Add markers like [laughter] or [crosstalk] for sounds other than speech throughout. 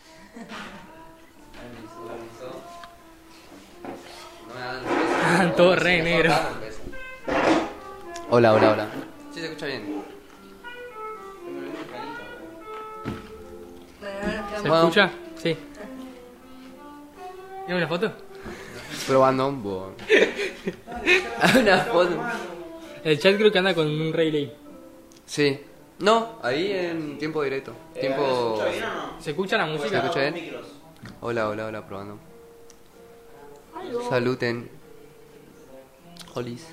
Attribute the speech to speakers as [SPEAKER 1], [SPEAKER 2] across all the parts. [SPEAKER 1] [laughs] Todo re negro.
[SPEAKER 2] Hola, hola, hola.
[SPEAKER 3] Sí, se escucha bien.
[SPEAKER 4] Bueno, ahora nos
[SPEAKER 1] ¿Se
[SPEAKER 4] quedamos.
[SPEAKER 2] Bueno.
[SPEAKER 1] escucha? Sí. ¿Tiene una foto?
[SPEAKER 2] Probando un bo- Una foto.
[SPEAKER 1] El chat creo que anda con un relay.
[SPEAKER 2] Sí. No, ahí en tiempo directo. Tiempo.
[SPEAKER 1] ¿Se escucha la
[SPEAKER 2] ¿Se
[SPEAKER 1] música?
[SPEAKER 2] escucha bien? Hola, hola, hola, probando. Saluten. Jolis.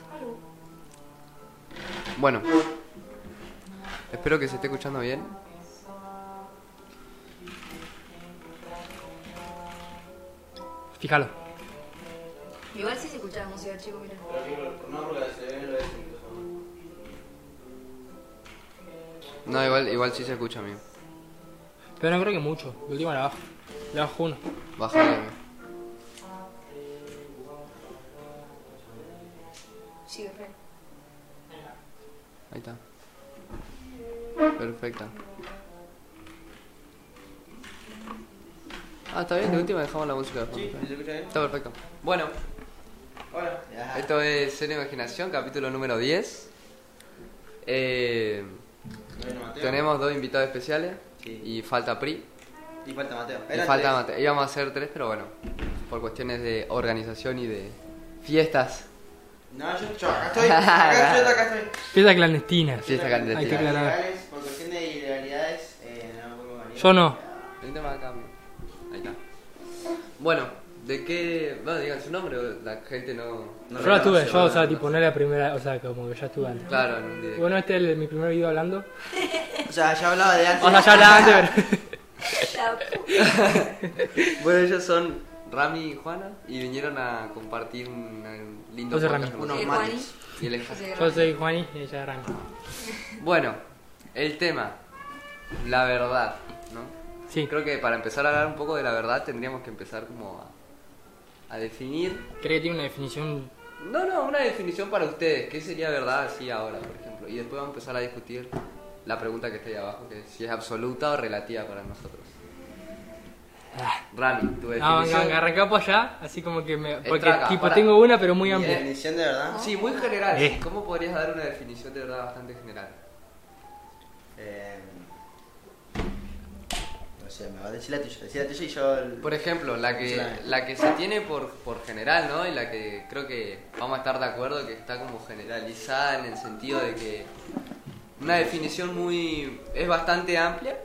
[SPEAKER 2] Bueno. Espero que se esté escuchando bien.
[SPEAKER 1] Fíjalo.
[SPEAKER 4] Igual sí se escucha la música, chicos, mira.
[SPEAKER 2] No, igual, igual sí se escucha, amigo.
[SPEAKER 1] Pero no creo que mucho. La última la bajo. La bajo uno.
[SPEAKER 2] Bájale, amigo.
[SPEAKER 4] Sigue,
[SPEAKER 1] [laughs]
[SPEAKER 4] Fran.
[SPEAKER 2] Ahí está. Perfecta. Ah, está bien, de última dejamos la música. de fondo.
[SPEAKER 3] ¿Se escucha bien?
[SPEAKER 2] Está perfecto. Bueno,
[SPEAKER 3] Hola.
[SPEAKER 2] esto es Cero Imaginación, capítulo número 10. Eh, tenemos dos invitados especiales
[SPEAKER 3] Sí.
[SPEAKER 2] y falta Pri.
[SPEAKER 3] Y falta Mateo.
[SPEAKER 2] Y falta Mate. Íbamos a hacer tres, pero bueno, por cuestiones de organización y de fiestas.
[SPEAKER 3] No, yo,
[SPEAKER 2] [laughs]
[SPEAKER 3] yo acá estoy. Acá estoy, acá estoy.
[SPEAKER 1] Fiesta clandestina.
[SPEAKER 2] Sí. Fiesta clandestina.
[SPEAKER 1] Hay que aclarar.
[SPEAKER 3] Ilegales, Por cuestión de ilegalidades, eh, no podemos venir.
[SPEAKER 1] Yo no.
[SPEAKER 2] Vente más acá, amigo. Ahí está. Bueno, ¿de qué? Bueno, digan su nombre, o la gente no.
[SPEAKER 3] No
[SPEAKER 1] yo la tuve,
[SPEAKER 3] reconoce,
[SPEAKER 1] yo, o
[SPEAKER 3] no
[SPEAKER 1] sea,
[SPEAKER 3] reconoce.
[SPEAKER 1] tipo, no era la primera, o sea, como que ya estuve antes.
[SPEAKER 2] Claro, en un directo.
[SPEAKER 1] Bueno, este es el- mi primer video hablando.
[SPEAKER 3] O sea, ya hablaba de antes.
[SPEAKER 1] O sea, ya hablaba antes, pero.
[SPEAKER 4] La pu-
[SPEAKER 2] Bueno, ellos son Rami y Juana y vinieron a compartir un un lindo
[SPEAKER 1] Yo soy Rami.
[SPEAKER 2] podcast con
[SPEAKER 3] Unos
[SPEAKER 4] El
[SPEAKER 2] nosotros.
[SPEAKER 3] mates.
[SPEAKER 4] Juaní.
[SPEAKER 2] Y el-
[SPEAKER 4] José
[SPEAKER 2] [laughs]
[SPEAKER 1] Yo
[SPEAKER 4] Grande.
[SPEAKER 1] soy Juani y ella es Rami.
[SPEAKER 2] Bueno, el tema, la verdad, ¿no?
[SPEAKER 1] Sí, creo
[SPEAKER 2] Creo que para empezar a hablar un poco de la verdad tendríamos que empezar como a, a definir,
[SPEAKER 1] que tiene una definición.
[SPEAKER 2] no, no, una definición para ustedes, ¿qué sería verdad así ahora, por ejemplo? Y después vamos a empezar a discutir la pregunta que está ahí abajo, que es si es absoluta o relativa para nosotros. Rami, tu definición.
[SPEAKER 1] Ah, venga, venga, arrancá por allá, así como que me. Porque,
[SPEAKER 2] traga,
[SPEAKER 1] tipo,
[SPEAKER 2] pará.
[SPEAKER 1] tengo una, pero muy
[SPEAKER 2] Bien.
[SPEAKER 1] amplia.
[SPEAKER 3] Definición de verdad.
[SPEAKER 2] Sí, muy general.
[SPEAKER 1] Eh.
[SPEAKER 2] ¿Cómo podrías dar una definición de verdad bastante general?
[SPEAKER 3] Eh, no sé, me va a decir la tuya. Decir la tuya y yo. el-
[SPEAKER 2] Por ejemplo, la que, la que se tiene por, por general, ¿no? Y la que creo que vamos a estar de acuerdo que está como generalizada en el sentido de que una definición muy... es bastante amplia,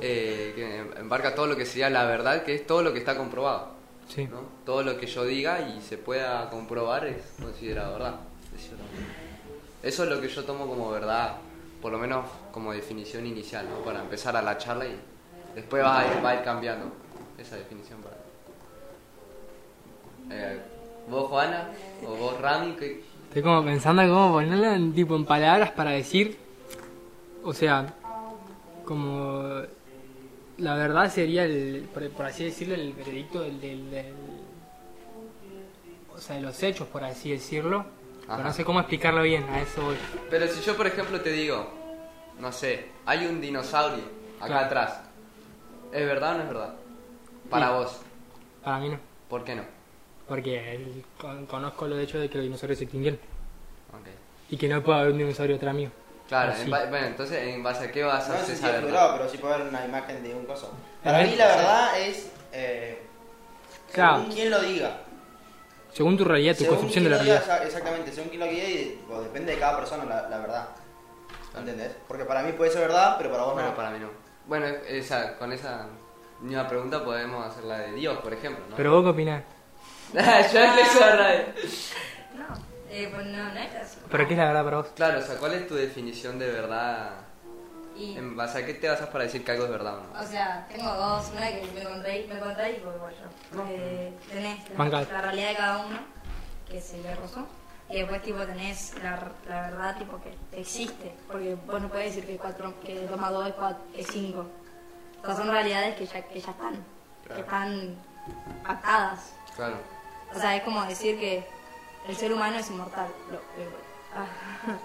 [SPEAKER 2] eh, que embarca todo lo que sería la verdad, que es todo lo que está comprobado,
[SPEAKER 1] Sí.
[SPEAKER 2] ¿no? Todo lo que yo diga y se pueda comprobar es considerado verdad. Eso lo- Eso es lo que yo tomo como verdad, por lo menos como definición inicial, ¿no? Para empezar a la charla y después va a ir, va a ir cambiando esa definición para... Eh, ¿Vos, Juana? ¿O vos, Rami? ¿Qué-
[SPEAKER 1] Estoy como pensando cómo ponerla en, tipo, en palabras para decir. O sea, como. La verdad sería, el, por, por así decirlo, el veredicto del, del- del- O sea, de los hechos, por así decirlo. Pero
[SPEAKER 2] Ajá.
[SPEAKER 1] no sé cómo explicarlo bien, a eso voy.
[SPEAKER 2] Pero si yo, por ejemplo, te digo, no sé, hay un dinosaurio acá
[SPEAKER 1] Claro.
[SPEAKER 2] atrás, ¿es verdad o no es verdad? Para
[SPEAKER 1] Sí.
[SPEAKER 2] vos,
[SPEAKER 1] Para mí no.
[SPEAKER 2] ¿por qué no?
[SPEAKER 1] Porque el- con- conozco los hechos de que los dinosaurios se extinguieron.
[SPEAKER 2] Ok.
[SPEAKER 1] Y que no puede haber un dinosaurio atrás mío.
[SPEAKER 2] Claro,
[SPEAKER 1] Así.
[SPEAKER 2] en ba- bueno, entonces, ¿en base a qué vas
[SPEAKER 3] No
[SPEAKER 2] a
[SPEAKER 3] en
[SPEAKER 2] hacer
[SPEAKER 3] sentido
[SPEAKER 2] saber?
[SPEAKER 3] figurado, pero sí puedo ver una imagen de un coso. Para
[SPEAKER 1] Ajá.
[SPEAKER 3] mí la verdad es. Eh,
[SPEAKER 1] Claro.
[SPEAKER 3] Según quien lo diga.
[SPEAKER 1] Según tu realidad, tu
[SPEAKER 3] Según
[SPEAKER 1] concepción de
[SPEAKER 3] quien
[SPEAKER 1] la
[SPEAKER 3] lo diga,
[SPEAKER 1] realidad.
[SPEAKER 3] exa- exactamente, según quien lo guíe, y, tipo, depende de cada persona la, la verdad. ¿Entendés? Porque para mí puede ser verdad, pero para vos
[SPEAKER 2] Bueno,
[SPEAKER 3] no.
[SPEAKER 2] para mí no. Bueno, esa, con esa misma pregunta podemos hacer la de Dios, por ejemplo, ¿no? [laughs]
[SPEAKER 1] Pero vos qué opinás.
[SPEAKER 2] Yo empiezo a reír.
[SPEAKER 4] No, eh, pues no, no es así.
[SPEAKER 1] ¿Pero qué es la verdad para vos?
[SPEAKER 2] Claro, o sea, ¿cuál es tu definición de verdad?
[SPEAKER 4] Y,
[SPEAKER 2] ¿En base a qué te basas para decir que algo es verdad o no?
[SPEAKER 4] o sea, tengo dos, una que me contáis, me contáis y pues voy yo. Porque tenés la,
[SPEAKER 1] Banca.
[SPEAKER 4] la realidad de cada uno, que sería Rosso, y después tipo tenés la, la verdad tipo que existe, porque vos no puedes decir que 4 que 2 más 2 es 5. O sea, son realidades que ya, que ya están, que están pactadas.
[SPEAKER 2] Claro.
[SPEAKER 4] O sea, es como decir que el ser humano es inmortal. Lo- lo- ah.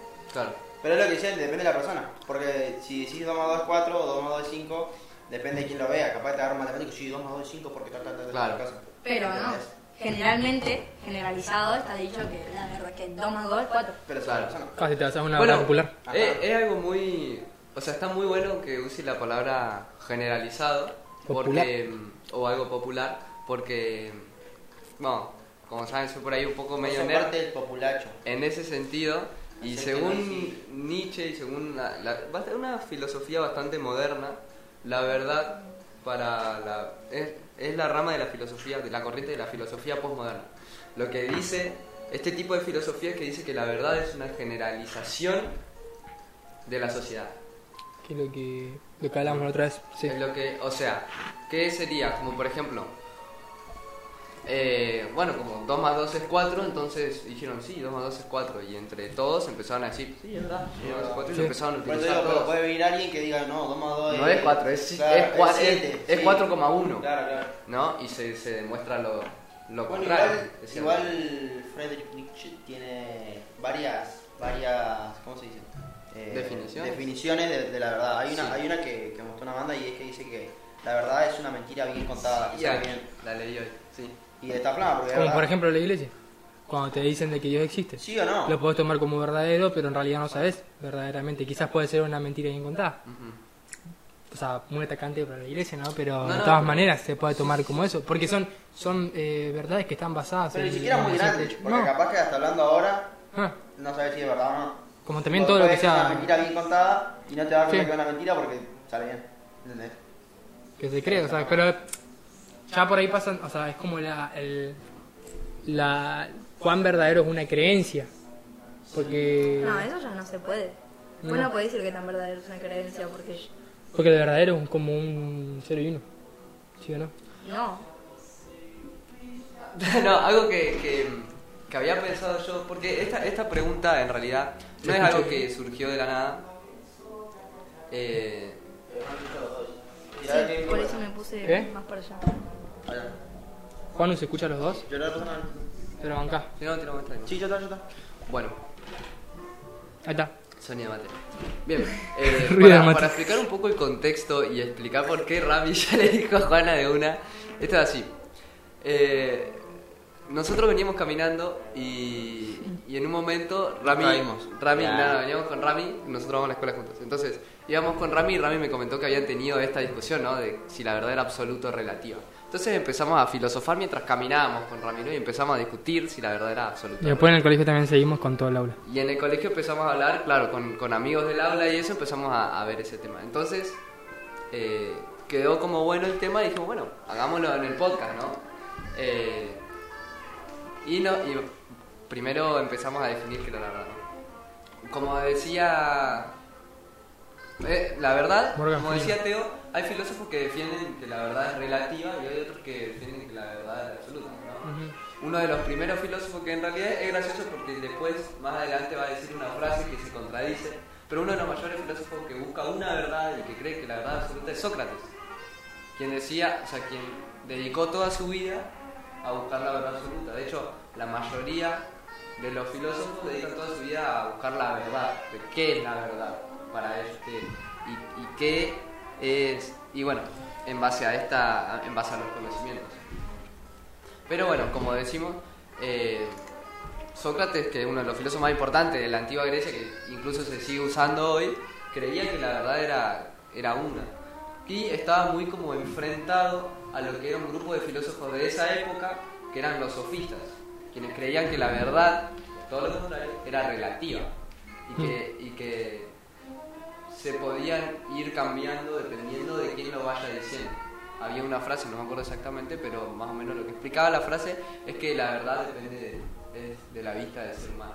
[SPEAKER 4] [laughs]
[SPEAKER 2] Claro.
[SPEAKER 3] Pero es lo que decía, depende de la persona. Porque si decís 2 más 2 es 4 o 2 más 2 es 5, Depende de quién lo vea, capaz te agarra un matemático, sí, 2 más 2 es 5 porque tal, tal, tal,
[SPEAKER 2] Claro.
[SPEAKER 3] tal, tal,
[SPEAKER 4] Pero no.
[SPEAKER 3] ¿Entendés?
[SPEAKER 4] Generalmente, generalizado, está dicho que la verdad que 2 más 2 es 4.
[SPEAKER 3] Pero
[SPEAKER 2] Claro.
[SPEAKER 3] claro.
[SPEAKER 1] Casi te haces una
[SPEAKER 2] Bueno, eh,
[SPEAKER 1] verdad popular.
[SPEAKER 3] Ajá.
[SPEAKER 2] Es, es algo muy. O sea, está muy bueno que use la palabra generalizado
[SPEAKER 1] Popular.
[SPEAKER 2] porque mm, o algo popular, porque. mm, Bueno, como saben, soy por ahí un poco medio
[SPEAKER 3] Son
[SPEAKER 2] nerd
[SPEAKER 3] parte del populacho.
[SPEAKER 2] en ese sentido. Y
[SPEAKER 3] Así que
[SPEAKER 2] según
[SPEAKER 3] sí.
[SPEAKER 2] Nietzsche y según la- la- bast- una filosofía bastante moderna, la verdad para la, es, es la rama de la filosofía, de la corriente de la filosofía postmoderna. Lo que dice, este tipo de filosofía que dice que la verdad es una generalización de la sociedad.
[SPEAKER 1] Que es lo que, lo que hablamos la otra vez. Sí.
[SPEAKER 2] Es lo que, o sea, ¿qué sería? Como por ejemplo, eh, bueno, como 2 más 2 es 4, entonces dijeron, sí, 2 más 2 es 4. Y entre todos empezaron a decir, sí, es verdad, 2 más 2 es 4 y
[SPEAKER 1] Sí.
[SPEAKER 2] lo empezaron a
[SPEAKER 3] Por eso
[SPEAKER 2] utilizar
[SPEAKER 3] digo, pero
[SPEAKER 2] todos.
[SPEAKER 3] puede venir alguien que diga, no, 2 más 2
[SPEAKER 2] No es 4, es,
[SPEAKER 3] Claro,
[SPEAKER 2] es, cua- es-
[SPEAKER 3] siete,
[SPEAKER 2] es
[SPEAKER 3] sí.
[SPEAKER 2] 4,1,
[SPEAKER 3] Claro, claro.
[SPEAKER 2] ¿no? Y se, se demuestra lo, lo
[SPEAKER 3] Bueno,
[SPEAKER 2] contrario.
[SPEAKER 3] igual,
[SPEAKER 2] es decir,
[SPEAKER 3] igual Friedrich Nietzsche tiene varias, varias, ¿cómo se dice? Eh,
[SPEAKER 2] Definiciones.
[SPEAKER 3] definiciones de, de la verdad. Hay una,
[SPEAKER 2] Sí.
[SPEAKER 3] hay una que, que mostró una banda y es que dice que la verdad es una mentira bien contada. que
[SPEAKER 2] sí,
[SPEAKER 3] sabe
[SPEAKER 2] ah,
[SPEAKER 3] bien.
[SPEAKER 2] la leí hoy, sí.
[SPEAKER 3] Y está plana, porque la
[SPEAKER 1] Como
[SPEAKER 3] verdad-
[SPEAKER 1] por ejemplo la iglesia. Cuando te dicen de que Dios existe.
[SPEAKER 3] Sí o no.
[SPEAKER 1] Lo podés tomar como verdadero, pero en realidad no sabes verdaderamente. Quizás puede ser una mentira bien contada.
[SPEAKER 2] Ujú.
[SPEAKER 1] O sea, muy atacante para la iglesia, ¿no? Pero
[SPEAKER 2] No,
[SPEAKER 1] de
[SPEAKER 2] no,
[SPEAKER 1] todas
[SPEAKER 2] pero-
[SPEAKER 1] maneras se puede tomar como eso. Porque son, son eh, verdades que están basadas
[SPEAKER 3] Pero
[SPEAKER 1] en...
[SPEAKER 3] ni siquiera muy
[SPEAKER 1] en-
[SPEAKER 3] grande, porque
[SPEAKER 1] No.
[SPEAKER 3] capaz que hasta hablando ahora
[SPEAKER 1] Ah,
[SPEAKER 3] no sabes si es verdad o no.
[SPEAKER 1] Como también
[SPEAKER 3] Porque
[SPEAKER 1] todo lo
[SPEAKER 3] puede
[SPEAKER 1] que
[SPEAKER 3] ser una
[SPEAKER 1] sea...
[SPEAKER 3] mentira bien contada y no te vas a
[SPEAKER 1] Sí.
[SPEAKER 3] cuenta que es una mentira porque sale bien. ¿Entendés?
[SPEAKER 1] que se cree, o sea, pero ya por ahí pasan, o sea, es como la, el, la cuán verdadero es una creencia, porque,
[SPEAKER 4] No, eso ya no se puede.
[SPEAKER 1] No.
[SPEAKER 4] Bueno, puede decir que tan verdadero es una creencia porque yo-
[SPEAKER 1] porque el verdadero es como un 0 y 1, ¿sí o no?
[SPEAKER 4] no.
[SPEAKER 2] [laughs] No, algo que, que, que había pensado yo, porque esta, esta pregunta en realidad no es algo que surgió de la nada. Eh,
[SPEAKER 3] Y ahora
[SPEAKER 4] Sí,
[SPEAKER 3] que-
[SPEAKER 4] por eso me puse
[SPEAKER 1] ¿Qué?
[SPEAKER 4] más para allá.
[SPEAKER 3] Ahora.
[SPEAKER 1] Juan, ¿se escucha a los dos?
[SPEAKER 3] Yo la otra persona-
[SPEAKER 1] Pero bancá,
[SPEAKER 2] si no, te lo muestro, ¿no?
[SPEAKER 3] Sí, yo está, yo está.
[SPEAKER 2] Bueno,
[SPEAKER 1] ahí está.
[SPEAKER 2] Sonia Mate.
[SPEAKER 1] [laughs]
[SPEAKER 2] Bien, eh,
[SPEAKER 1] Ruido de
[SPEAKER 2] para,
[SPEAKER 1] mate.
[SPEAKER 2] para explicar un poco el contexto y explicar por qué Rami [laughs] ya le dijo a Juana de una, esto es así. Eh, nosotros veníamos caminando y, y en un momento Rami,
[SPEAKER 3] Caímos.
[SPEAKER 2] Rami
[SPEAKER 3] Ya.
[SPEAKER 2] nada, veníamos con Rami, nosotros vamos a la escuela juntos. Entonces íbamos con Rami y Rami me comentó que habían tenido esta discusión, ¿no? De si la verdad era absoluta o relativa. Entonces empezamos a filosofar mientras caminábamos con Rami ¿no? y empezamos a discutir si la verdad era absoluta.
[SPEAKER 1] Y
[SPEAKER 2] o
[SPEAKER 1] después en el colegio también seguimos con todo el aula.
[SPEAKER 2] y en el colegio empezamos a hablar, claro, con, con amigos del aula y eso empezamos a, a ver ese tema. Entonces eh, quedó como bueno el tema y dijimos, bueno, hagámoslo en el podcast, ¿no? Eh, y, no y primero empezamos a definir qué era la verdad. ¿no? Como decía... eh, la verdad,
[SPEAKER 1] Morgan
[SPEAKER 2] como
[SPEAKER 1] Freeman.
[SPEAKER 2] decía Teo, hay filósofos que defienden que la verdad es relativa y hay otros que defienden que la verdad es absoluta, ¿no? uno de los primeros filósofos que en realidad es gracioso porque después, más adelante, va a decir una frase que se contradice, pero uno de los mayores filósofos que busca una verdad y que cree que la verdad absoluta es Sócrates, quien decía, o sea, quien dedicó toda su vida a buscar la verdad absoluta. De hecho, la mayoría de los filósofos dedican toda su vida a buscar la verdad, de qué es la verdad para ellos, qué- y, y qué es, y bueno, en base a esta, en base a los conocimientos. Pero bueno, como decimos, eh, Sócrates, que es uno de los filósofos más importantes de la antigua Grecia, que incluso se sigue usando hoy, creía que la verdad era, era una. Y estaba muy como enfrentado a lo que era un grupo de filósofos de esa época, que eran los sofistas, quienes creían que la verdad, todo lo contrario, era relativa. Y que,
[SPEAKER 1] Hmm.
[SPEAKER 2] y que se podían ir cambiando dependiendo de quién lo vaya diciendo. Había una frase, no me acuerdo exactamente, pero más o menos lo que explicaba la frase es que la verdad depende de, es de la vista del ser humano.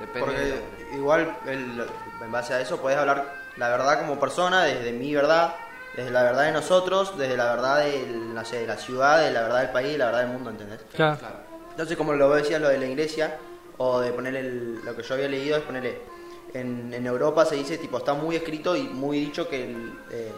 [SPEAKER 2] Depende del
[SPEAKER 3] Porque
[SPEAKER 2] hombre.
[SPEAKER 3] igual el- en base a eso podés hablar la verdad como persona, desde mi verdad, desde la verdad de nosotros, desde la verdad del- no sé, de la ciudad, de la verdad del país, de la verdad del mundo, ¿entendés?
[SPEAKER 1] Claro,
[SPEAKER 2] Claro.
[SPEAKER 3] Entonces, como lo decías, lo de la iglesia, o de ponerle el- lo que yo había leído, es ponerle. En, en Europa se dice, tipo, está muy escrito y muy dicho que el, eh,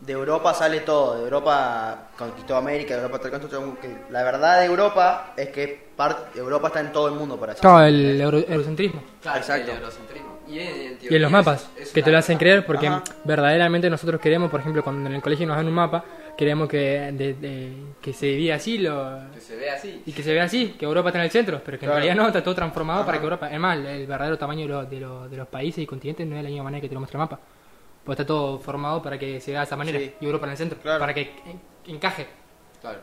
[SPEAKER 3] de Europa sale todo, de Europa conquistó América, de Europa tal conquistó- que la verdad de Europa es que par- Europa está en todo el mundo por así
[SPEAKER 1] Claro, el euro- eurocentrismo.
[SPEAKER 3] Exacto.
[SPEAKER 2] el eurocentrismo. Y en, en
[SPEAKER 1] Y
[SPEAKER 2] teoría
[SPEAKER 1] en los
[SPEAKER 2] es-
[SPEAKER 1] mapas,
[SPEAKER 2] es
[SPEAKER 1] que
[SPEAKER 2] una-
[SPEAKER 1] te lo hacen creer porque
[SPEAKER 3] Ajá.
[SPEAKER 1] verdaderamente nosotros queremos, por ejemplo, cuando en el colegio nos dan un mapa, queremos que, de- de- que se divida así lo,
[SPEAKER 2] Que se ve así.
[SPEAKER 1] y que se vea así, que Europa está en el centro, pero que
[SPEAKER 3] Claro.
[SPEAKER 1] en realidad no, está todo transformado para
[SPEAKER 3] Ajá.
[SPEAKER 1] que Europa... Es más, el verdadero tamaño de, los- de los- de los países y continentes no es de la misma manera que te lo muestra el mapa. Pues está todo formado para que se vea de esa manera,
[SPEAKER 3] Sí.
[SPEAKER 1] y Europa en el centro,
[SPEAKER 3] Claro.
[SPEAKER 1] para que en- encaje.
[SPEAKER 2] Claro.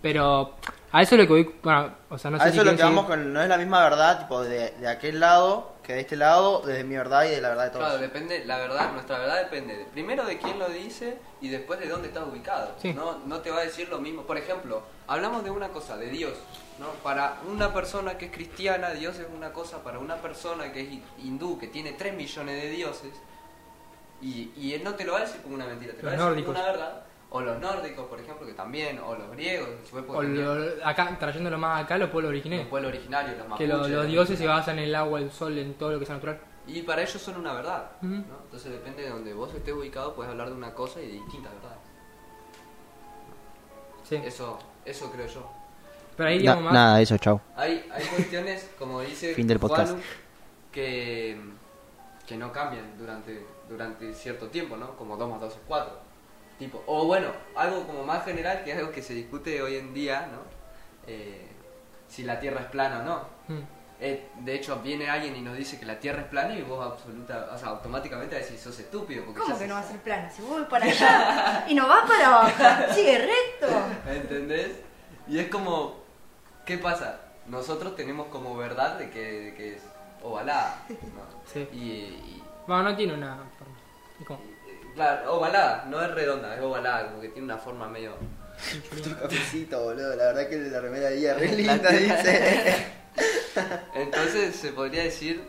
[SPEAKER 1] Pero a eso es lo que voy... Bueno, o sea, no sé
[SPEAKER 3] a
[SPEAKER 1] si
[SPEAKER 3] eso es lo
[SPEAKER 1] querés
[SPEAKER 3] que
[SPEAKER 1] seguir.
[SPEAKER 3] vamos con, no es la misma verdad tipo de, de aquel lado que de este lado, desde mi verdad y de la verdad de todos.
[SPEAKER 2] Claro, depende, la verdad, nuestra verdad depende de- primero de quién lo dice y después de dónde estás ubicado.
[SPEAKER 1] Sí.
[SPEAKER 2] No, no te va a decir lo mismo. Por ejemplo, hablamos de una cosa, de Dios. ¿no? Para una persona que es cristiana, Dios es una cosa. Para una persona que es hi- hindú, que tiene 3 millones de dioses, y, y él no te lo va a decir como una mentira, te lo va
[SPEAKER 1] Los
[SPEAKER 2] a decir como
[SPEAKER 1] nórdicos.
[SPEAKER 2] una verdad. O los nórdicos, por ejemplo, que también, o los griegos, que fue
[SPEAKER 1] O
[SPEAKER 2] porque también,
[SPEAKER 1] lo- acá, trayéndolo más acá, los pueblos
[SPEAKER 2] los
[SPEAKER 1] originarios.
[SPEAKER 2] pueblos originarios, los
[SPEAKER 1] Que lo-
[SPEAKER 2] mapuches,
[SPEAKER 1] los
[SPEAKER 2] los
[SPEAKER 1] dioses se basan en el agua, el sol, en todo lo que sea natural.
[SPEAKER 2] Y para ellos son una verdad.
[SPEAKER 1] Ujú.
[SPEAKER 2] ¿no? Entonces depende de donde vos estés ubicado, puedes hablar de una cosa y de distintas verdades.
[SPEAKER 1] Sí.
[SPEAKER 2] Eso, eso creo yo.
[SPEAKER 1] Pero ahí
[SPEAKER 3] Na-
[SPEAKER 1] digamos más.
[SPEAKER 3] nada, de eso, chao.
[SPEAKER 2] Hay, hay cuestiones, [laughs] como dice
[SPEAKER 3] Fin del podcast.
[SPEAKER 2] Juanu, que, que no cambian durante, durante cierto tiempo, ¿no? Como 2 más 2 es 4. Tipo, o bueno, algo como más general, que es algo que se discute hoy en día, ¿no? Eh, si la Tierra es plana o no.
[SPEAKER 1] Mm.
[SPEAKER 2] Eh, de hecho, viene alguien y nos dice que la Tierra es plana y vos absoluta, o sea, automáticamente decís, sos estúpido. Porque ya
[SPEAKER 4] ¿Cómo que
[SPEAKER 2] se-
[SPEAKER 4] no va a ser plana? Si vos vas para allá [laughs] y no vas para abajo, sigue recto.
[SPEAKER 2] ¿Entendés? Y es como, ¿qué pasa? Nosotros tenemos como verdad de que, de que es ovalada. ¿no?
[SPEAKER 1] Sí.
[SPEAKER 2] Y, y-
[SPEAKER 1] Bueno, no tiene una forma. Es como-
[SPEAKER 2] y- claro, ovalada, no es redonda, es ovalada, como que tiene una forma medio...
[SPEAKER 3] Cafecito, boludo, la verdad que la remera de ella es re linda, dice.
[SPEAKER 2] Entonces se podría decir,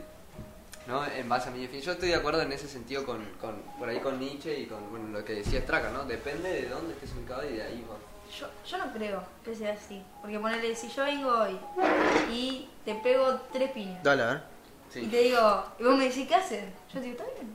[SPEAKER 2] ¿no? En base a mi definición, yo estoy de acuerdo en ese sentido con, con- por ahí con Nietzsche y con bueno, lo que decía Straka, ¿no? Depende de dónde estés ubicado y de ahí va.
[SPEAKER 4] Yo, yo no creo que sea así. Porque ponele, si yo vengo hoy y te pego tres piñas
[SPEAKER 3] Dale, a ver.
[SPEAKER 4] y
[SPEAKER 2] Sí,
[SPEAKER 4] te digo, y vos me decís, ¿qué haces? Yo te digo, está bien.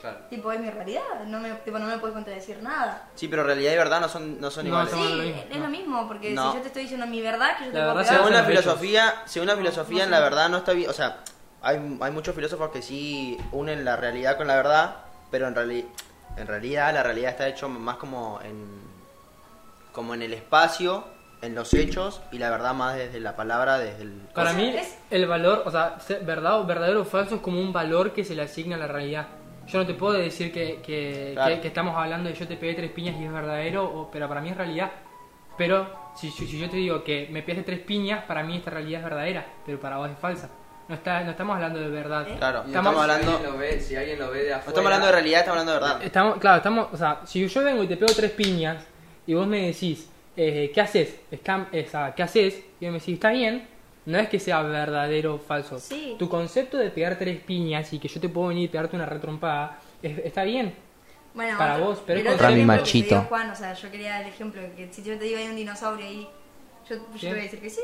[SPEAKER 2] claro.
[SPEAKER 4] Tipo, es mi realidad. No me, tipo, no me puedes contradecir nada.
[SPEAKER 3] Sí, pero realidad y verdad no son, no son
[SPEAKER 1] No,
[SPEAKER 3] iguales.
[SPEAKER 1] son-
[SPEAKER 4] Sí,
[SPEAKER 1] lo mismo,
[SPEAKER 4] es
[SPEAKER 1] no.
[SPEAKER 4] lo mismo, porque
[SPEAKER 3] No.
[SPEAKER 4] si yo te estoy diciendo mi verdad, que yo te
[SPEAKER 1] La
[SPEAKER 4] puedo
[SPEAKER 1] verdad
[SPEAKER 4] pegar,
[SPEAKER 1] se
[SPEAKER 3] Según la
[SPEAKER 1] son hechos.
[SPEAKER 3] filosofía, según la filosofía,
[SPEAKER 4] no
[SPEAKER 3] la
[SPEAKER 4] son-
[SPEAKER 3] verdad no está bien. O sea, hay, hay muchos filósofos que sí unen la realidad con la verdad, pero en, reali- en realidad la realidad está hecho más como en, como en el espacio, en los hechos, y la verdad más desde la palabra, desde el...
[SPEAKER 1] Para
[SPEAKER 4] O sea,
[SPEAKER 1] mí,
[SPEAKER 4] es-
[SPEAKER 1] el valor, o sea, ser verdad, o- verdadero o falso es como un valor que se le asigna a la realidad. Yo no te puedo decir que, que-
[SPEAKER 3] Claro.
[SPEAKER 1] que- que estamos hablando de yo te pegué tres piñas y es verdadero, o- pero para mí es realidad. Pero si, si- si yo te digo que me pegaste tres piñas, para mí esta realidad es verdadera, pero para vos es falsa. No, está, no estamos hablando de verdad.
[SPEAKER 4] ¿Eh?
[SPEAKER 3] Claro,
[SPEAKER 2] Y
[SPEAKER 3] estamos
[SPEAKER 2] entonces,
[SPEAKER 3] hablando...
[SPEAKER 2] Si alguien lo ve, si alguien lo ve de
[SPEAKER 3] No
[SPEAKER 2] afuera...
[SPEAKER 3] estamos hablando de realidad, estamos hablando de verdad.
[SPEAKER 1] Estamos, claro, estamos, o sea, si yo vengo y te pego tres piñas y vos me decís, eh, ¿qué haces? Está, o sea, ¿qué haces? Y yo me decís, está bien, no es que sea verdadero o falso.
[SPEAKER 4] Sí.
[SPEAKER 1] Tu concepto de pegar tres piñas y que yo te puedo venir y pegarte una retrompada, es- está bien.
[SPEAKER 4] Bueno,
[SPEAKER 1] Para
[SPEAKER 4] otro-
[SPEAKER 1] vos, pero
[SPEAKER 4] el
[SPEAKER 1] es
[SPEAKER 4] otro
[SPEAKER 1] contra mi
[SPEAKER 4] ejemplo que te
[SPEAKER 5] machito.
[SPEAKER 4] dio Juan, o sea, yo quería dar el ejemplo de que si yo te digo hay un dinosaurio ahí, yo, yo
[SPEAKER 1] Sí.
[SPEAKER 4] te voy a decir que sí.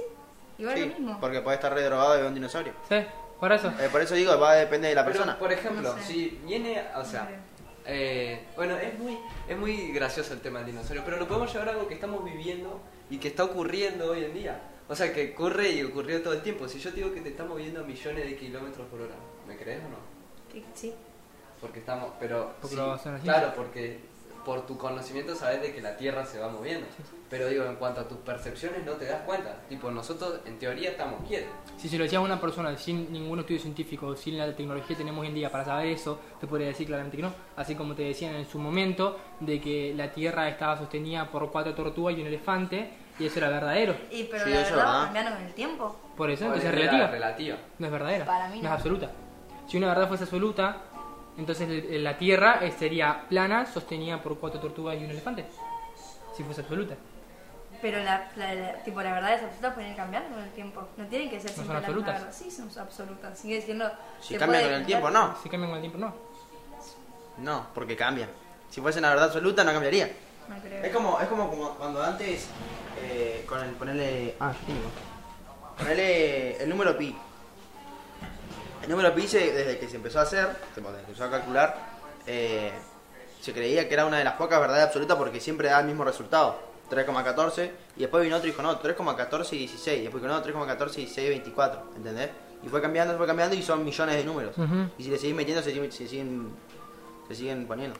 [SPEAKER 4] Igual es
[SPEAKER 3] Sí,
[SPEAKER 4] lo mismo.
[SPEAKER 3] porque puede estar redrogado y ver un dinosaurio.
[SPEAKER 1] ¿Sí? Por eso.
[SPEAKER 3] Eh, por eso digo, va depende de la
[SPEAKER 2] Pero,
[SPEAKER 3] persona.
[SPEAKER 2] por ejemplo,
[SPEAKER 4] No sé.
[SPEAKER 2] si viene, o sea, eh, bueno, es muy, es muy gracioso el tema del dinosaurio, pero lo podemos llevar a algo que estamos viviendo y que está ocurriendo hoy en día. O sea, que ocurre y ocurrió todo el tiempo. Si yo te digo que te estamos moviendo a millones de kilómetros por hora, ¿me crees o no?
[SPEAKER 4] Sí, Sí.
[SPEAKER 2] Porque estamos, pero
[SPEAKER 1] Porque lo basas en la ciencia.
[SPEAKER 2] claro, porque por tu conocimiento sabes de que la Tierra se va moviendo. Pero digo, en cuanto a tus percepciones no te das cuenta. Tipo, nosotros en teoría estamos quietos.
[SPEAKER 1] Si se lo decías a una persona sin ningún estudio científico, sin la tecnología que tenemos hoy en día para saber eso, te podría decir claramente que no. Así como te decían en su momento de que la Tierra estaba sostenida por cuatro tortugas y un elefante, y eso era verdadero.
[SPEAKER 4] Y, pero
[SPEAKER 3] Sí,
[SPEAKER 4] la
[SPEAKER 3] eso es
[SPEAKER 4] verdad va
[SPEAKER 3] verdad.
[SPEAKER 4] cambiando con el tiempo.
[SPEAKER 1] Por eso,
[SPEAKER 2] Hoy
[SPEAKER 1] entonces
[SPEAKER 2] en
[SPEAKER 1] es
[SPEAKER 2] día,
[SPEAKER 1] relativa.
[SPEAKER 2] relativa.
[SPEAKER 1] No es verdadera.
[SPEAKER 4] Para mí
[SPEAKER 1] no.
[SPEAKER 4] no.
[SPEAKER 1] es absoluta. Si una verdad fuese absoluta, entonces el- el- la Tierra eh, sería plana, sostenida por cuatro tortugas y un elefante. Si fuese absoluta.
[SPEAKER 4] Pero la, la- la- tipo, la verdad es absoluta pueden ir cambiando con el tiempo. No tienen que ser
[SPEAKER 1] son
[SPEAKER 4] siempre las
[SPEAKER 1] absolutas.
[SPEAKER 4] mismas verdades. Sí, son absolutas. Sigue diciendo.
[SPEAKER 3] Si
[SPEAKER 4] se
[SPEAKER 3] cambia
[SPEAKER 4] puede
[SPEAKER 3] con el
[SPEAKER 4] cambiar.
[SPEAKER 3] tiempo, no.
[SPEAKER 1] Si cambian con el tiempo, no.
[SPEAKER 3] No, porque cambia. Si fuese la verdad absoluta, no cambiaría.
[SPEAKER 4] No creo.
[SPEAKER 3] Es como, es como, como cuando antes, eh, con el ponerle. Ah, yo tengo. Ponerle el número pi. El número pi, se- desde que se empezó a hacer, tipo, desde que se empezó a calcular, eh, se creía que era una de las pocas verdades absolutas porque siempre da el mismo resultado, 3,14, y después vino otro y dijo, no, 3,14 y 16, y después dijo, no, 3,14 y 16 24, ¿entendés? Y fue cambiando, fue cambiando y son millones de números.
[SPEAKER 1] Ujú.
[SPEAKER 3] Y si le seguís metiendo, se, siguen- se siguen, se siguen poniendo.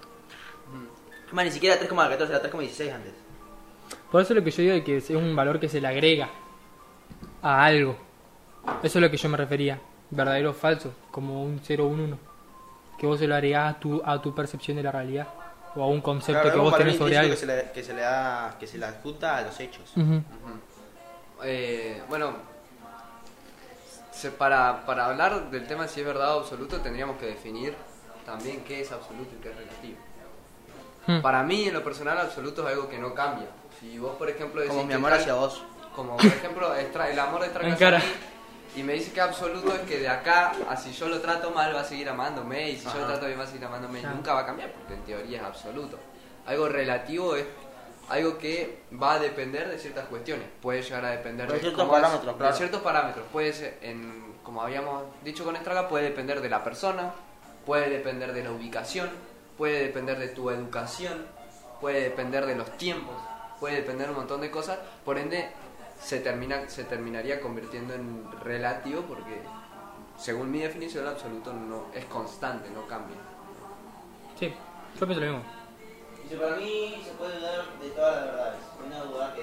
[SPEAKER 3] Es Más, ni siquiera 3,14, era 3,16 antes.
[SPEAKER 1] Por eso lo que yo digo de que es un valor que se le agrega a algo. Eso es lo que yo me refería. Verdadero o falso, como un 0 un 1. Que vos se lo agregás a tu, a tu percepción de la realidad o a un concepto que
[SPEAKER 3] Claro, es un
[SPEAKER 1] vos
[SPEAKER 3] valor
[SPEAKER 1] tenés sobre
[SPEAKER 3] intrínseco
[SPEAKER 1] algo.
[SPEAKER 3] Que se, le, que se le da, que se le adjunta a los hechos.
[SPEAKER 1] Ujú.
[SPEAKER 2] Eh, bueno, se- para, para hablar del tema si es verdad o absoluto, tendríamos que definir también qué es absoluto y qué es relativo.
[SPEAKER 1] Hmm.
[SPEAKER 2] Para mí, en lo personal, absoluto es algo que no cambia. Si vos, por ejemplo, decís
[SPEAKER 3] Como mi
[SPEAKER 2] que
[SPEAKER 3] amor
[SPEAKER 2] tal-
[SPEAKER 3] hacia vos.
[SPEAKER 2] Como, por ejemplo, extra- el amor de esta
[SPEAKER 1] En
[SPEAKER 2] casa
[SPEAKER 1] cara.
[SPEAKER 2] a mí, Y me dice que absoluto es que de acá, a si yo lo trato mal, va a seguir amándome. Y si yo lo trato bien, va a seguir amándome. y
[SPEAKER 1] Claro.
[SPEAKER 2] Nunca va a cambiar, porque en teoría es absoluto. Algo relativo es algo que va a depender de ciertas cuestiones. Puede llegar a depender
[SPEAKER 3] De ciertos
[SPEAKER 2] cómo es-
[SPEAKER 3] parámetros,
[SPEAKER 2] de
[SPEAKER 3] claro.
[SPEAKER 2] ciertos parámetros. Puede ser, en, como habíamos dicho con Estraga, puede depender de la persona, puede depender de la ubicación, puede depender de tu educación, puede depender de los tiempos, puede depender de un montón de cosas. Por ende, se, termina, se terminaría convirtiendo en relativo porque, según mi definición, el absoluto no es constante, no cambia.
[SPEAKER 1] Sí, yo pienso lo mismo.
[SPEAKER 3] Dice, para mí se puede dudar de todas las verdades. No dudar que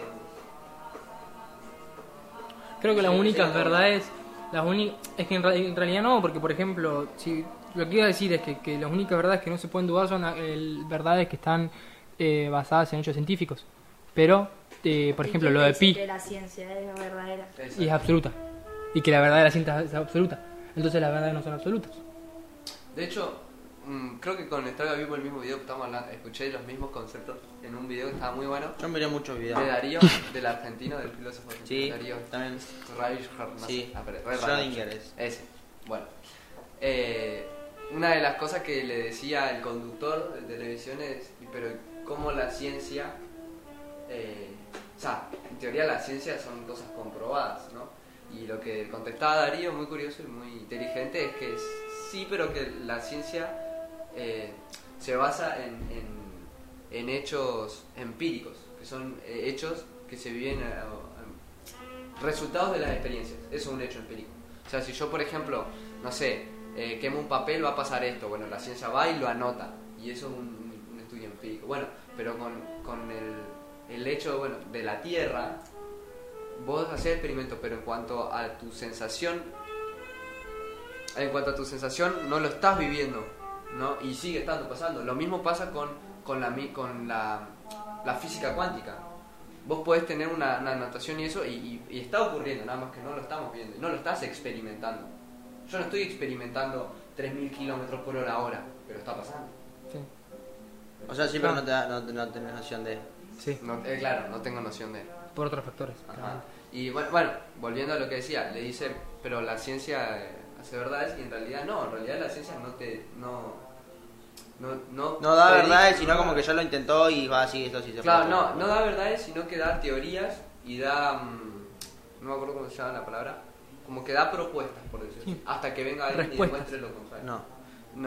[SPEAKER 1] Creo que las
[SPEAKER 3] Sí,
[SPEAKER 1] únicas
[SPEAKER 3] sí, no.
[SPEAKER 1] verdades, las uni- es que en, ra- en realidad no, porque por ejemplo, si lo que iba a decir es que, que las únicas verdades que no se pueden dudar son la- el- verdades que están eh, basadas en hechos científicos. Pero, eh, por
[SPEAKER 4] ¿Y
[SPEAKER 1] ejemplo,
[SPEAKER 4] quién
[SPEAKER 1] lo de
[SPEAKER 4] dice
[SPEAKER 1] pi
[SPEAKER 4] Que la ciencia es verdadera.
[SPEAKER 1] y es absoluta. Y que la verdad de la ciencia es absoluta. Entonces las verdades no son absolutas.
[SPEAKER 2] De hecho, mm, creo que con Estraga vivo el mismo video que estamos hablando, escuché los mismos conceptos en un video que estaba muy bueno.
[SPEAKER 3] Yo miré muchos videos.
[SPEAKER 2] De
[SPEAKER 3] [laughs]
[SPEAKER 2] Darío, del argentino, del filósofo argentino
[SPEAKER 3] Sí,
[SPEAKER 2] Darío
[SPEAKER 3] también.
[SPEAKER 2] Reinhardt, no
[SPEAKER 3] Sí,
[SPEAKER 2] sé, ah, pero es raro.
[SPEAKER 3] Schrödinger es.
[SPEAKER 2] Ese, bueno. Eh, una de las cosas que le decía el conductor de televisión es, pero ¿cómo la ciencia? eh, o sea, en teoría la ciencia son cosas comprobadas, ¿no? Y lo que contestaba Darío, muy curioso y muy inteligente, es que sí, pero que la ciencia eh, se basa en, en- en hechos empíricos, que son eh, hechos que se viven, eh, eh, resultados de las experiencias, eso es un hecho empírico. O sea, si yo, por ejemplo, no sé, eh, quemo un papel, va a pasar esto, bueno, la ciencia va y lo anota, y eso es un, un estudio empírico. Bueno, pero con, con el, el hecho bueno, de la Tierra, vos haces experimentos, pero en cuanto a tu sensación, en cuanto a tu sensación, no lo estás viviendo, ¿no? Y sigue estando pasando. Lo mismo pasa con, con, la, mi- con la, la física cuántica. Vos podés tener una, una anotación y eso, y, y- y está ocurriendo, nada más que no lo estamos viendo, y no lo estás experimentando. Yo no estoy experimentando 3.000 kilómetros por hora ahora, pero está pasando.
[SPEAKER 3] O sea, sí, pero no, te da- no, te- no tenés noción de.
[SPEAKER 1] Sí,
[SPEAKER 2] No- eh, claro, no tengo noción de...
[SPEAKER 1] por otros factores.
[SPEAKER 2] Ajá.
[SPEAKER 1] claramente.
[SPEAKER 2] Y bueno, bueno, volviendo a lo que decía, le dice, pero la ciencia eh, hace verdades y en realidad no, en realidad la ciencia no te... No, no, no,
[SPEAKER 3] No da
[SPEAKER 2] predice
[SPEAKER 3] verdades, sino
[SPEAKER 2] nada.
[SPEAKER 3] como que ya lo intentó y va así, esto sí se
[SPEAKER 2] Claro,
[SPEAKER 3] puede.
[SPEAKER 2] no, no da verdades, sino que da teorías y da... mm, no me acuerdo cómo se llama la palabra. Como que da propuestas, por decirlo así,
[SPEAKER 1] Sí.
[SPEAKER 2] Hasta que venga alguien
[SPEAKER 1] Respuestas.
[SPEAKER 2] y demuestre lo contrario.
[SPEAKER 3] No.